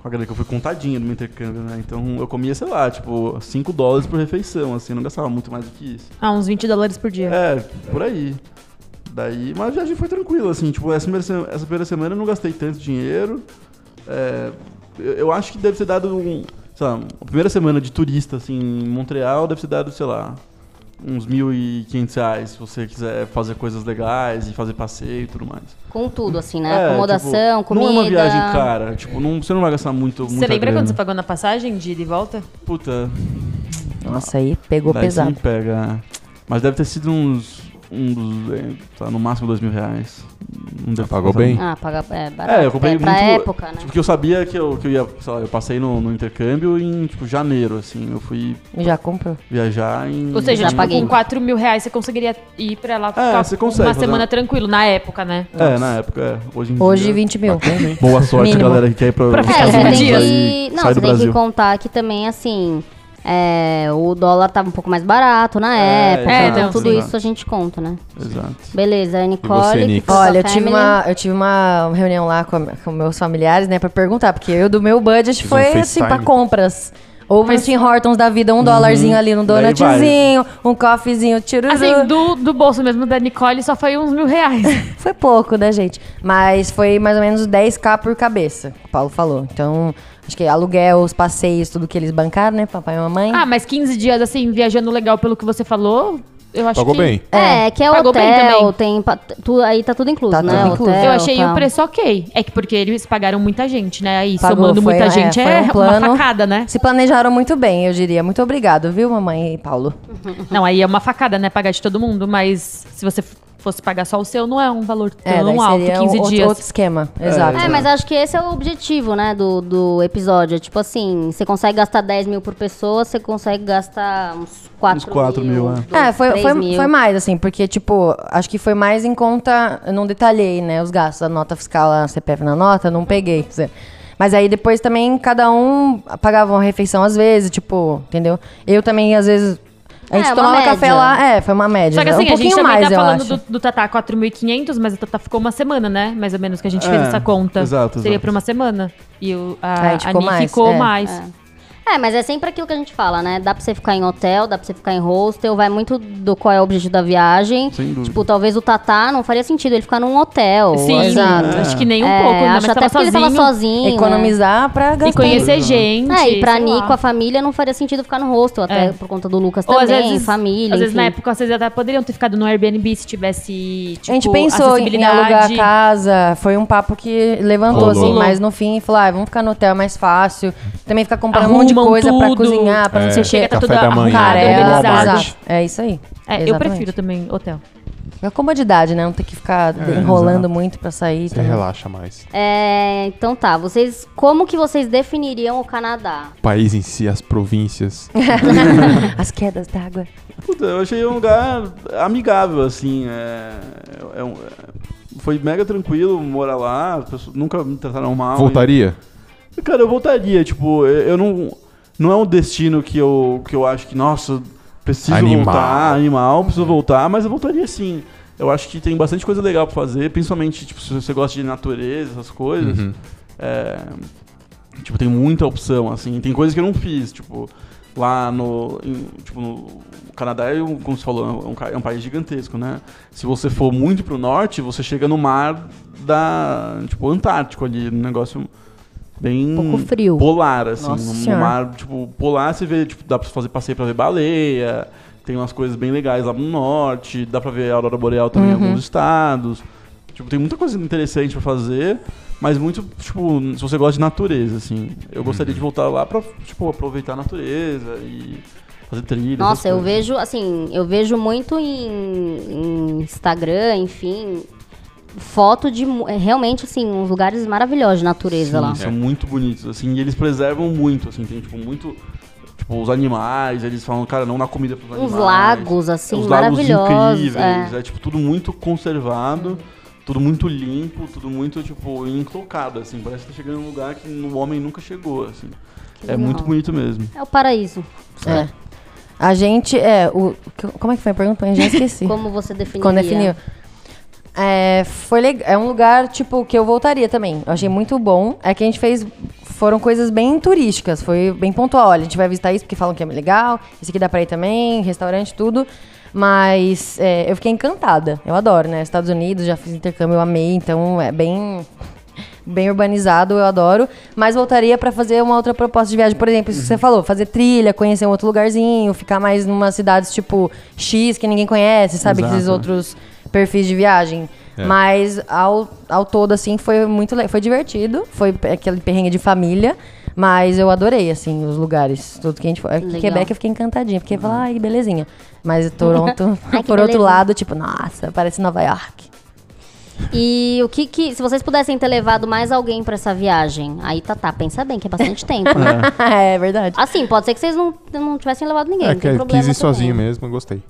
F: Com a grana que eu fui contadinha no meu intercâmbio, né? Então eu comia, sei lá, tipo, 5 dólares por refeição, assim, não gastava muito mais do que isso.
E: Ah, uns 20 dólares por dia.
F: É, por aí. Daí, mas a viagem foi tranquila, assim, tipo, essa primeira, se- essa primeira semana eu não gastei tanto dinheiro. É, eu, eu acho que deve ter dado um. Sei lá, a primeira semana de turista, assim, em Montreal, deve ter dado, sei lá, uns 1.500 reais, se você quiser fazer coisas legais e fazer passeio e tudo mais.
D: Com tudo, assim, né?
F: É,
D: Acomodação,
F: tipo,
D: comida.
F: Não é uma viagem cara, tipo, não, você não vai gastar muito.
E: Você lembra
F: grana.
E: quando você pagou na passagem de ida e volta?
F: Puta,
G: Nossa, aí pegou
F: daí sim
G: pesado.
F: pega. Mas deve ter sido uns. uns é, tá, no máximo dois mil reais. Não deve ter
C: Pagou
F: custado
C: bem?
F: muito.
D: Ah, pagar é barato.
F: É, eu comprei
D: é, pra
F: muito-
D: época, né?
F: Tipo, porque eu sabia que eu, que eu ia. Sei lá, eu passei no, no intercâmbio em tipo, janeiro, assim. Eu fui
G: Já comprou.
F: viajar em.
E: Ou seja,
D: Já
E: tipo,
D: paguei.
E: com 4 mil reais você conseguiria ir pra lá ficar
F: você consegue
E: uma
F: fazer
E: semana
F: uma-
E: tranquilo, na época, né?
F: É, na época, é. Hoje em
G: Hoje,
F: dia.
G: 20 mil.
F: Boa sorte,
G: Mínimo.
F: galera, que quer ir pra.
E: Pra
F: os
E: ficar
D: É,
F: Estados
D: você
E: alguns
F: Unidos
D: tem
E: dias.
F: aí,
D: que. Não,
F: sai
D: você
F: do
D: tem que
F: Brasil.
D: contar que também, assim. é, o dólar tava um pouco mais barato na
F: É,
D: época.
E: é,
D: então,
E: não,
D: tudo
F: sim.
D: isso a gente conta, né?
F: Exato.
D: Beleza, a Nicole.
C: você,
D: que
C: Nick?
D: foi sua
G: Olha, eu tive,
D: family.
G: uma, eu tive uma reunião lá com, a- com meus familiares, né, pra perguntar, porque eu do meu budget
C: Fiz um
G: foi assim pra
C: FaceTime.
G: compras. Ou um Tim Hortons da vida, um dólarzinho ali no
F: Uhum. Daí vai.
G: donutzinho, um coffeezinho, tiruru.
E: Assim, do, do bolso mesmo da Nicole só foi uns mil reais.
G: Foi pouco, né, gente? Mas foi mais ou menos 10k por cabeça, o Paulo falou. Então, acho que aluguel, os passeios, tudo que eles bancaram, né, papai e mamãe.
E: ah, mas 15 dias, assim, viajando legal pelo que você falou, eu acho
C: Pagou
E: que...
C: bem.
D: É, que é
E: Pagou bem também.
D: hotel, tem. pa- tu- aí tá tudo incluso,
G: Tá
D: né?
G: tudo incluso.
D: Hotel,
E: Eu achei
D: tal.
E: o preço ok. É que porque eles pagaram muita gente, né? Aí
G: Pagou,
E: somando
G: foi-
E: muita gente
G: foi
E: é,
G: um plano.
E: uma facada, né?
G: Se planejaram muito bem, eu diria. Muito obrigado, viu, mamãe e Paulo?
E: Não, aí é uma facada, né? Pagar de todo mundo, mas se você f- fosse pagar só o seu, não é um valor tão
G: daí
E: alto,
G: seria
E: 15
G: outro,
E: dias.
G: outro esquema, exato.
D: É, mas acho que esse é o objetivo, né, do, do episódio. É tipo assim, você consegue gastar 10 mil por pessoa, você consegue gastar uns 4
F: Uns 4 mil, é.
D: dois,
G: É, foi,
D: três
G: foi,
D: mil.
G: foi mais, assim, porque, tipo, acho que foi mais em conta. Eu não detalhei, né, os gastos, a nota fiscal, a CPF na nota, não peguei. quer dizer. Mas aí depois também cada um pagava uma refeição às vezes, tipo, entendeu? Eu também, às vezes. A gente
D: É, uma
G: tomava
D: média.
G: café lá, é, foi uma média.
E: Só que
G: né?
E: assim,
G: um
E: a gente
G: pouquinho
E: também
G: mais,
E: tá
G: eu
E: falando
G: acho.
E: do, do Tatá 4.500, mas o Tatá ficou uma semana, né? Mais ou menos que a gente fez
F: É,
E: essa conta.
F: exato,
E: Seria
F: exato.
E: pra uma semana. E o,
G: Ah,
E: a,
G: a
E: a,
G: gente ficou
E: Ni
G: mais,
E: ficou
G: é,
E: mais.
D: É, mas é sempre aquilo que a gente fala, né? Dá pra você ficar em hotel, dá pra você ficar em hostel, vai muito do qual é o objetivo da viagem.
F: Sem dúvida.
D: Tipo, talvez o Tatá não faria sentido ele ficar num hotel.
E: Sim,
D: exato.
E: acho que nem um
D: É,
E: pouco, né? Mas
D: acho até
E: tava
D: porque ele
E: sozinho.
D: tava sozinho. né?
G: Economizar pra gastar.
E: E conhecer gente.
D: É, e pra
E: sei
D: Nico,
E: lá.
D: a família, não faria sentido ficar no hostel, até
E: É.
D: por conta do Lucas
E: Ou às
D: também,
E: vezes-
D: família.
E: Às vezes é na
D: enfim.
E: época vocês até poderiam ter ficado no Airbnb se tivesse. Tipo,
G: a gente pensou em- em alugar a
E: acessibilidade.
G: casa, foi um papo que levantou,
C: Rolou.
G: assim, mas no fim falou, ah, vamos ficar no hotel é mais fácil. Também ficar comprando um monte de
E: Arrumam
G: coisa pra
E: tudo.
G: cozinhar, pra não sei o
E: Chega,
G: que.
E: tá
C: É, Café
E: tudo
C: da manhã, né?
E: arrumado,
G: Cara,
C: tudo
G: é,
C: Walmart.
E: organizado.
G: exato. é isso aí.
E: É, eu
G: Exatamente.
E: prefiro também hotel.
G: É comodidade, né? Não ter que ficar enrolando muito pra sair.
C: É,
G: tá
C: Você
G: também.
C: relaxa mais.
D: É, então tá, vocês. Como que vocês definiriam o Canadá?
C: O país em si, as províncias.
G: As quedas d'água.
F: Puta, eu achei um lugar amigável, assim. É, é um- é- foi mega tranquilo morar lá, as pessoas nunca me trataram mal.
C: Voltaria?
F: Cara, eu voltaria, tipo, eu, eu não. Não é um destino que eu, que eu acho que, nossa, preciso
C: Animal.
F: voltar, animal, preciso voltar, mas eu voltaria sim. Eu acho que tem bastante coisa legal pra fazer, principalmente, tipo, se você gosta de natureza, essas coisas.
C: Uhum.
F: É, tipo, tem muita opção, assim. Tem coisas que eu não fiz, tipo, lá no. em- tipo, no o Canadá, é um- como você falou, é um, ca- é um país gigantesco, né? Se você for muito pro norte, você chega no mar da. Tipo, Antártico ali, um negócio bem.
G: Pouco frio.
F: Polar, assim.
G: Nossa
F: no- no
G: Senhora.
F: mar, tipo, polar você vê, tipo, dá pra fazer passeio pra ver baleia. Tem umas coisas bem legais lá no norte, dá pra ver a aurora boreal também
G: Uhum.
F: em alguns estados. Tipo, tem muita coisa interessante pra fazer. Mas muito, tipo, se você gosta de natureza, assim. Eu gostaria de voltar lá pra, tipo, aproveitar a natureza e fazer trilha.
D: Nossa,
F: essas
D: eu
F: coisas.
D: vejo, assim, eu vejo muito em, em Instagram, enfim, foto de mu- é, realmente, assim, uns lugares maravilhosos de natureza
F: Sim,
D: lá.
F: São muito bonitos, assim. E eles preservam muito, assim. Tem, tipo, muito... Tipo, os animais, eles falam, cara, não dá comida pros
D: Uns
F: animais.
D: lagos, assim,
F: Os lagos é.
D: maravilhosos. é.
F: incríveis. É. tipo, tudo muito conservado. tudo muito limpo, tudo muito, tipo, intocado, assim. Parece que tá chegando em um lugar que o homem nunca chegou, assim. É
D: legal.
F: muito bonito mesmo.
D: É o paraíso.
G: É. A gente. É, o, como é que foi a pergunta? Eu já esqueci.
D: Como você definiria?
G: Quando definiu. É, foi legal. É um lugar, tipo, que eu voltaria também. Eu achei muito bom. É que a gente fez. Foram coisas bem turísticas, foi bem pontual. Olha, a gente vai visitar isso porque falam que é legal. Esse aqui dá pra ir também, restaurante, tudo. Mas é, eu fiquei encantada. Eu adoro, né? Estados Unidos, já fiz intercâmbio, eu amei. Então é bem. Bem urbanizado, eu adoro. Mas voltaria pra fazer uma outra proposta de viagem. Por exemplo, isso que você falou, fazer trilha, conhecer um outro lugarzinho, ficar mais numa cidades tipo X que ninguém conhece, sabe?
F: Exato.
G: Aqueles outros outros perfis de viagem. Mas ao, ao todo, assim, foi muito le- foi divertido. Foi pe- aquele perrengue de família. Mas eu adorei, assim, os lugares. Tudo que a gente foi. Aqui em
D: Legal.
G: Quebec eu fiquei encantadinha. Fiquei falando, ai, belezinha. Mas Toronto,
D: Ai, que
G: por
D: beleza.
G: outro lado, tipo, nossa, parece Nova York.
D: E o que que... Se vocês pudessem ter levado mais alguém pra essa viagem, aí, Tatá, pensa bem, que é bastante tempo, né?
G: é verdade.
D: Assim, pode ser que vocês não, não tivessem levado ninguém,
C: É,
D: não tem
C: que,
D: problema
C: quis ir
D: também.
C: sozinho mesmo, eu gostei.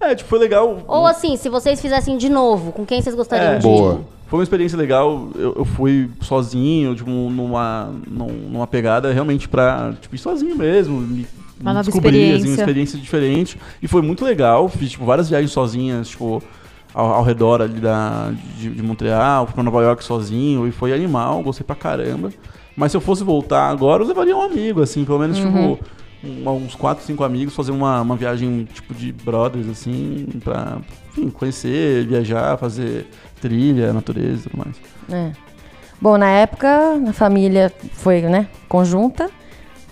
F: É, tipo, foi legal.
D: Ou assim, se vocês fizessem de novo, com quem vocês gostariam
F: É.
D: de
C: Boa.
D: ir?
F: Foi uma experiência legal, eu, eu fui sozinho, tipo, numa, num- numa pegada realmente pra, tipo, ir sozinho mesmo, me,
E: Uma
F: me
E: nova
F: descobrir, assim, uma
E: experiência.
F: experiência diferente, e foi muito legal, fiz, tipo, várias viagens sozinhas, tipo, ao, ao redor ali da, de, de Montreal, fui pra Nova York sozinho, e foi animal, gostei pra caramba, mas se eu fosse voltar agora, eu levaria um amigo, assim, pelo menos, tipo,
E: Uhum.
F: um- uns quatro, cinco amigos, fazer uma, uma viagem, tipo, de brothers, assim, pra, enfim, conhecer, viajar, fazer trilha, natureza e tudo mais.
G: É. Bom, na época, a família foi, né, conjunta.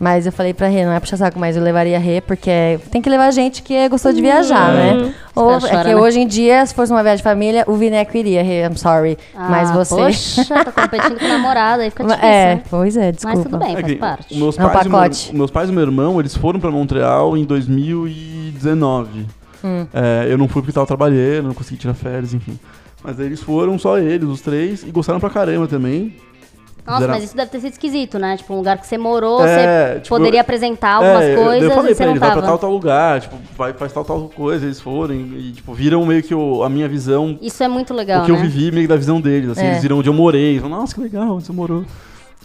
G: Mas eu falei pra Rê, não é puxa saco, mas eu levaria a Rê, porque é, tem que levar gente que gostou de viajar, né? Ou,
D: Uhum. Os caras
G: é que
D: choram, né?
G: hoje em dia, se fosse uma viagem de família, o Vineco iria, Rê, I'm sorry. mas
D: Ah,
G: você.
D: Poxa, tô competindo com a namorada, aí fica difícil,
G: é,
D: né?
G: pois é, desculpa.
D: Mas tudo bem,
F: É
D: faz
F: que
D: parte.
F: os Meus
G: É um
F: pais, e o meu,
G: pacote.
F: os meus pais e meu irmão, eles foram pra Montreal em 2019.
G: Hum.
F: É, eu não fui porque tava trabalhando, não consegui tirar férias, enfim. Mas aí eles foram, só eles, os três, e gostaram pra caramba também.
D: Nossa,
F: Zero-
D: mas isso deve ter sido esquisito, né? Tipo, um lugar que você morou,
F: É,
D: você
F: tipo,
D: poderia
F: eu-
D: apresentar algumas
F: É, eu-
D: coisas
F: Eu falei
D: e você
F: pra
D: não
F: eles, vai pra tal,
D: tava.
F: tal lugar, tipo, vai, faz tal, tal coisa, eles foram e, tipo, viram meio que o- a minha visão,
D: Isso é muito legal,
F: o que
D: né?
F: eu vivi meio que da visão deles, assim,
G: É.
F: eles viram onde eu morei, eles falaram, nossa, que legal, onde você morou.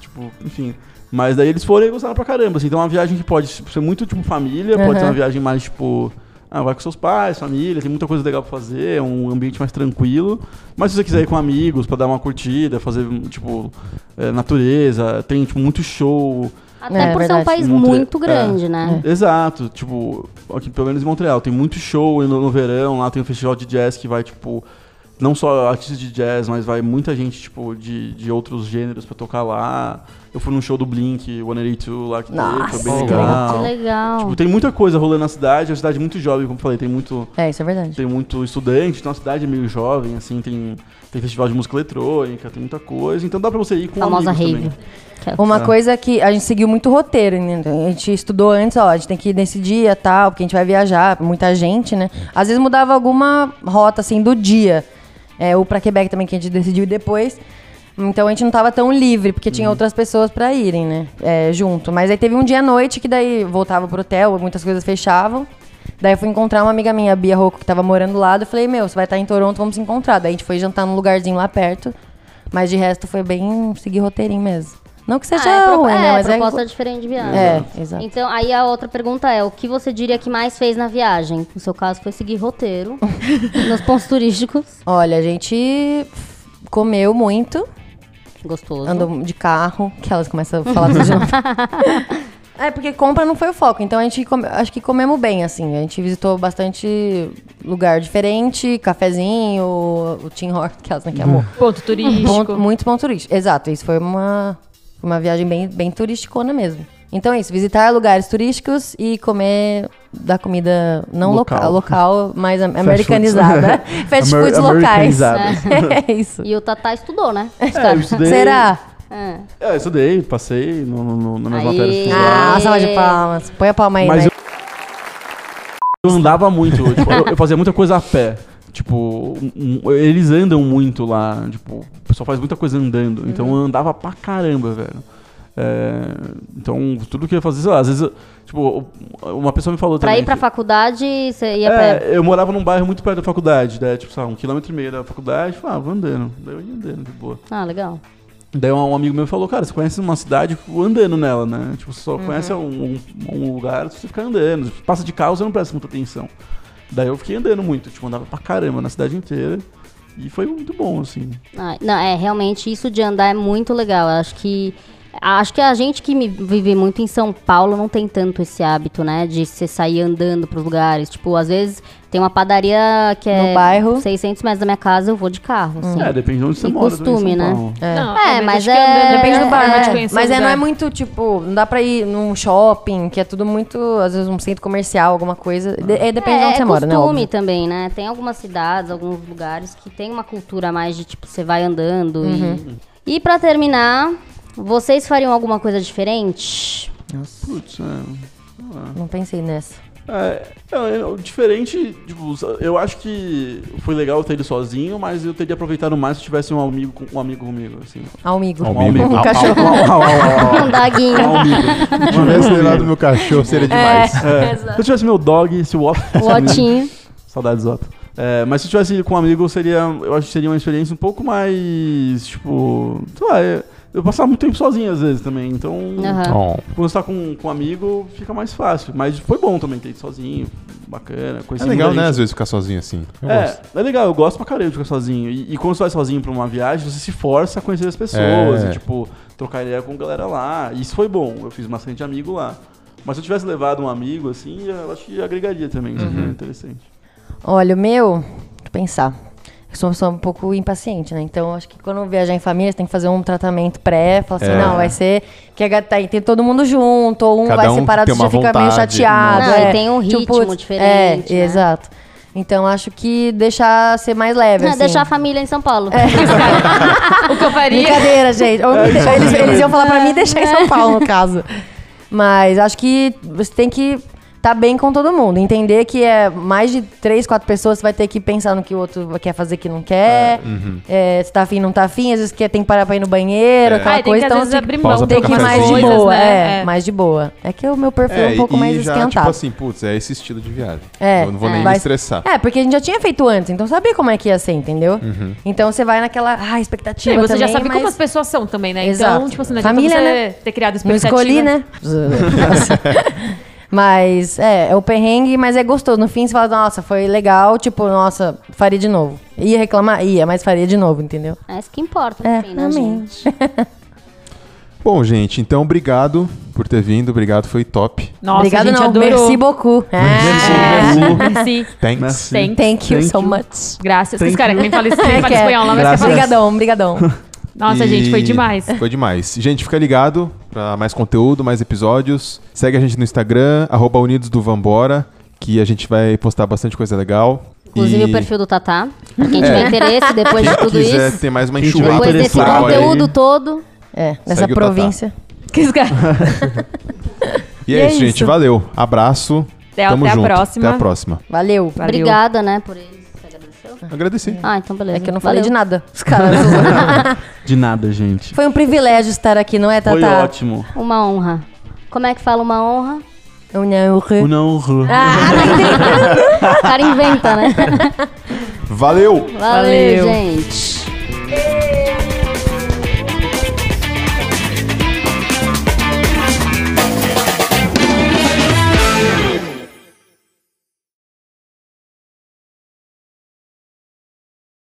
F: Tipo, enfim. Mas daí eles foram e gostaram pra caramba, assim, então é uma viagem que pode ser muito, tipo, família, pode
G: Aham.
F: ser uma viagem mais, tipo... Ah, vai com seus pais, família, tem muita coisa legal pra fazer, é um ambiente mais tranquilo. Mas se você quiser ir com amigos pra dar uma curtida, fazer, tipo, eh, natureza, tem, tipo, muito show,
D: Até
G: É,
D: por ser um
G: verdade.
D: país
F: Montre-
D: muito
F: é.
D: grande, né?
F: Exato, tipo, aqui, pelo menos em Montreal, tem muito show no, no verão, lá tem um festival de jazz que vai, tipo, não só artistas de jazz, mas vai muita gente, tipo, de, de outros gêneros pra tocar lá. Eu fui num show do Blink, One lá que teve, foi bem
G: Nossa, que
F: legal.
D: Que legal.
F: Tipo, tem muita coisa rolando na cidade, é uma cidade muito jovem, como eu falei, tem muito,
G: É, isso é verdade.
F: tem muito estudante, então a cidade é meio jovem, assim, tem, tem festival de música eletrônica, tem muita coisa, então dá pra você ir com
D: Famosa
F: amigos
D: rave.
F: também.
G: Uma coisa que a gente seguiu muito o roteiro, né? A gente estudou antes, ó, a gente tem que ir nesse dia, tal, porque a gente vai viajar, muita gente, né? Às vezes mudava alguma rota, assim, do dia. É, ou pra Quebec também, que a gente decidiu ir depois. Então a gente não tava tão livre, porque tinha outras pessoas pra irem, né? É, junto. Mas aí teve um dia à noite que daí voltava pro hotel, muitas coisas fechavam. Daí eu fui encontrar uma amiga minha, a Bia Rocco, que tava morando do lado. Eu falei, meu, você vai estar em Toronto, vamos se encontrar. Daí a gente foi jantar num lugarzinho lá perto. Mas de resto foi bem seguir roteirinho mesmo. Não que seja
D: Ah, é, pro-
G: ruim, né?
D: é,
G: Mas
D: proposta
G: é...
D: diferente de viagem.
G: É, exato.
D: Então, aí a outra pergunta é, o que você diria que mais fez na viagem? No seu caso, foi seguir roteiro nos pontos turísticos.
G: Olha, a gente comeu muito,
D: Gostoso.
G: andou de carro, que elas começam a falar tudo de novo. É, porque compra não foi o foco, então a gente come- acho que comemos bem, assim. A gente visitou bastante lugar diferente, cafezinho, o Tim Hortons, que elas, né, que amor.
E: Ponto turístico.
G: Ponto- muito ponto turístico. Exato, isso foi uma, uma viagem bem, bem turisticona mesmo. Então é isso, visitar lugares turísticos e comer da comida não
F: Local.
G: local, local, mas am- americanizada. Fast
F: Amer-
G: foods locais.
D: né?
F: americanizada.
G: É isso.
D: E o Tatá estudou, né?
F: É, eu estudei,
G: Será?
D: É.
F: É, eu estudei, passei no, no, na mesma
D: Aí.
F: matéria que vocês fizeram.
G: Ah, salva de palmas. Põe a palma aí,
F: Mas
G: né?
F: eu, eu andava muito, eu, tipo, eu, eu fazia muita coisa a pé. Tipo, um- um- eles
D: Uhum.
F: andam muito lá, tipo, o pessoal faz muita coisa andando. Então eu andava pra caramba, velho. É, então, tudo que eu ia fazer, sei lá, às vezes, eu- tipo, uma pessoa me falou
D: Pra
F: também
D: ir pra
F: que-
D: faculdade, você ia
F: é,
D: pra...
F: eu morava num bairro muito perto da faculdade, daí, tipo, sabe, um quilômetro e meio da faculdade, falava, ah, vou andando, daí eu ia andando, de boa.
D: Ah, legal.
F: Daí um, um amigo meu falou, cara, você conhece uma cidade andando nela, né? Tipo, você só
D: Uhum.
F: conhece um, um- um lugar se você ficar andando. Se Passa de carro, você não presta muita atenção. Daí eu fiquei andando muito, tipo, andava pra caramba na cidade inteira. E foi muito bom, assim.
D: Ah, não, é, realmente, isso de andar é muito legal. Eu acho que. Acho que a gente que me- vive muito em São Paulo não tem tanto esse hábito, né? De você sair andando pros lugares. Tipo, às vezes tem uma padaria que é
G: No bairro.
D: 600 metros da minha casa, eu vou de carro, assim.
F: É, depende de onde você
D: E
F: mora.
D: costume, né?
G: É.
E: Não,
D: É,
E: talvez
D: mas
E: acho que
D: é-
E: andando-
G: Depende do bar,
E: é,
G: mas,
E: de
G: tipo,
E: conhecer
G: mas
E: o
G: é, não é
E: lugar.
G: muito, tipo, não dá pra ir num shopping, que é tudo muito, às vezes, um centro comercial, alguma coisa. De- é, depende de
D: é,
G: onde
D: é
G: você mora, né?
D: costume
G: óbvio.
D: também, né? Tem algumas cidades, alguns lugares que tem uma cultura mais de tipo, você vai andando
G: Uhum.
D: e. E pra terminar, vocês fariam alguma coisa diferente?
F: Putz, é.
G: Não pensei nessa.
F: É, não, é, o diferente, tipo, eu acho que foi legal eu ter ido sozinho, mas eu teria aproveitado mais se eu tivesse um amigo, com- um amigo comigo, assim.
G: Amigo.
C: Amigo.
F: Um amigo.
C: Um
G: cachorro.
F: Um, um,
D: Um daguinho.
F: um amigo.
C: Se tivesse levado meu cachorro, seria demais.
F: É, se eu tivesse meu dog, se o Otto
D: O Otinho.
F: Saudades, Otto. É, mas se eu tivesse ido com um amigo, seria, eu acho que seria uma experiência um pouco mais, tipo, sei lá, eu, eu passava muito tempo sozinho às vezes também, então
D: Aham.
C: Bom,
F: quando você tá com, com um amigo, fica mais fácil. Mas foi bom também ter ido sozinho, bacana,
C: é
F: conheci
C: legal,
F: muita
C: né?
F: gente.
C: Às vezes ficar sozinho assim. Eu gosto.
F: É, é legal, eu gosto pra caramba de ficar sozinho. E, e quando você vai sozinho pra uma viagem, você se força a conhecer as pessoas,
C: É.
F: e, tipo, trocar ideia com galera lá. E Isso foi bom, eu fiz bastante amigo lá. Mas se eu tivesse levado um amigo, assim, eu acho que agregaria também, isso seria interessante.
G: Olha, o meu, deixa eu pensar. Eu sou uma pessoa um pouco impaciente, né? Então, acho que quando eu viajar em família, você tem que fazer um tratamento pré, falar assim,
C: É.
G: não, vai ser que a gata tá tem todo mundo junto, ou um
C: Cada
G: vai
C: um
G: separado,
C: tem
G: você já
C: uma
G: fica meio
C: vontade,
G: chateado.
D: não. Não, e
G: é.
D: tem um
G: Tipo,
D: ritmo
G: putz,
D: diferente,
G: É,
D: né?
G: exato. Então, acho que deixar ser É. mais leve,
D: Não,
G: assim.
D: É, deixar a família em São Paulo.
E: O que eu faria?
G: Brincadeira, gente. Ou me de- eles, eles iam falar pra mim deixar em São Paulo, no caso. Mas acho que você tem que estar bem com todo mundo. Entender que é mais de três, quatro pessoas, você vai ter que pensar no que o outro quer fazer que não quer.
C: Ah, uhum.
G: É, se tá afim, não tá afim. Às vezes que tem que parar pra ir no banheiro, aquela
E: Ah, e tem
G: coisa.
E: que, às
G: então
E: vezes,
G: tem
E: abrir
G: que-
E: mão
C: É. pausa
G: tem
E: um
G: que ir
E: pouco
C: café.
G: mais de
E: coisas,
G: boa,
E: né?
G: é, mais de boa. É que o meu perfil é
C: e-
G: um pouco
C: e
G: mais
C: já,
G: esquentado.
C: Tipo assim, putz, é esse estilo de viagem.
G: É,
C: eu não vou
G: é.
C: nem me
G: Mas-
C: estressar.
G: É, porque a gente já tinha feito antes, então sabia como é que ia ser, entendeu?
C: Uhum.
G: Então você vai naquela ah,
E: Sim,
G: expectativa
E: Tipo, você já
G: também,
E: sabe como
G: mas-
E: as pessoas são também, né?
G: Exato.
E: Então, tipo assim, não
G: Família,
E: adianta você
G: né?
E: ter criado
G: Não
E: expectativa.
G: escolhi, né? mas é, é o perrengue, mas é gostoso. No fim você fala, nossa, foi legal, tipo, nossa, faria de novo. Ia reclamar? Ia, mas faria de novo, entendeu?
D: É isso que importa, no
G: É,
D: fim, né,
G: amém.
D: gente?
C: Bom, gente, então obrigado por ter vindo. Obrigado, foi top.
E: Nossa,
G: Obrigado,
E: a gente
G: não.
E: adorou.
G: Merci beaucoup. É.
E: É,
F: Merci.
E: merci.
C: Thanks.
E: Thank you.
G: Thank you
F: Thank
G: so
F: you.
G: much.
E: Graças. Vocês,
F: Thank
E: cara, nem fala, nem fala
G: É.
E: espanhol, não, mas você fala.
G: Obrigadão, obrigadão.
E: Nossa,
C: E-
E: gente, foi demais.
C: Foi demais. Gente, fica ligado pra mais conteúdo, mais episódios. Segue a gente no Instagram, arroba Unidos do Vambora, que a gente vai postar bastante coisa legal.
D: Inclusive
C: E É.
D: o perfil do Tatá. Pra quem tiver interesse, depois de
C: Quem
D: tudo
C: quiser
D: isso.
C: ter mais uma
F: Quem tiver
C: enxurrada
D: Depois
C: de
D: desse
F: interessado
C: coisa aí.
D: conteúdo todo.
G: É, nessa
C: Segue o Tatá.
G: província.
C: E é, isso, gente. Valeu. Abraço.
E: Até,
C: Tamo
E: até a
C: junto.
E: próxima.
C: Até a próxima.
G: Valeu.
E: Valeu.
D: Obrigada, né, por eles. Você agradeceu?
C: Agradeci.
D: Ah, então beleza.
G: É que eu não falei de
D: Valeu.
G: nada. Os caras.
F: De nada, gente.
G: Foi um privilégio estar aqui, não é,
F: Foi
G: Tatá?
F: ótimo.
D: Uma honra. Como é que fala uma honra?
G: Eu não-
F: O não.
D: O cara inventa, né?
C: Valeu!
D: Valeu. gente.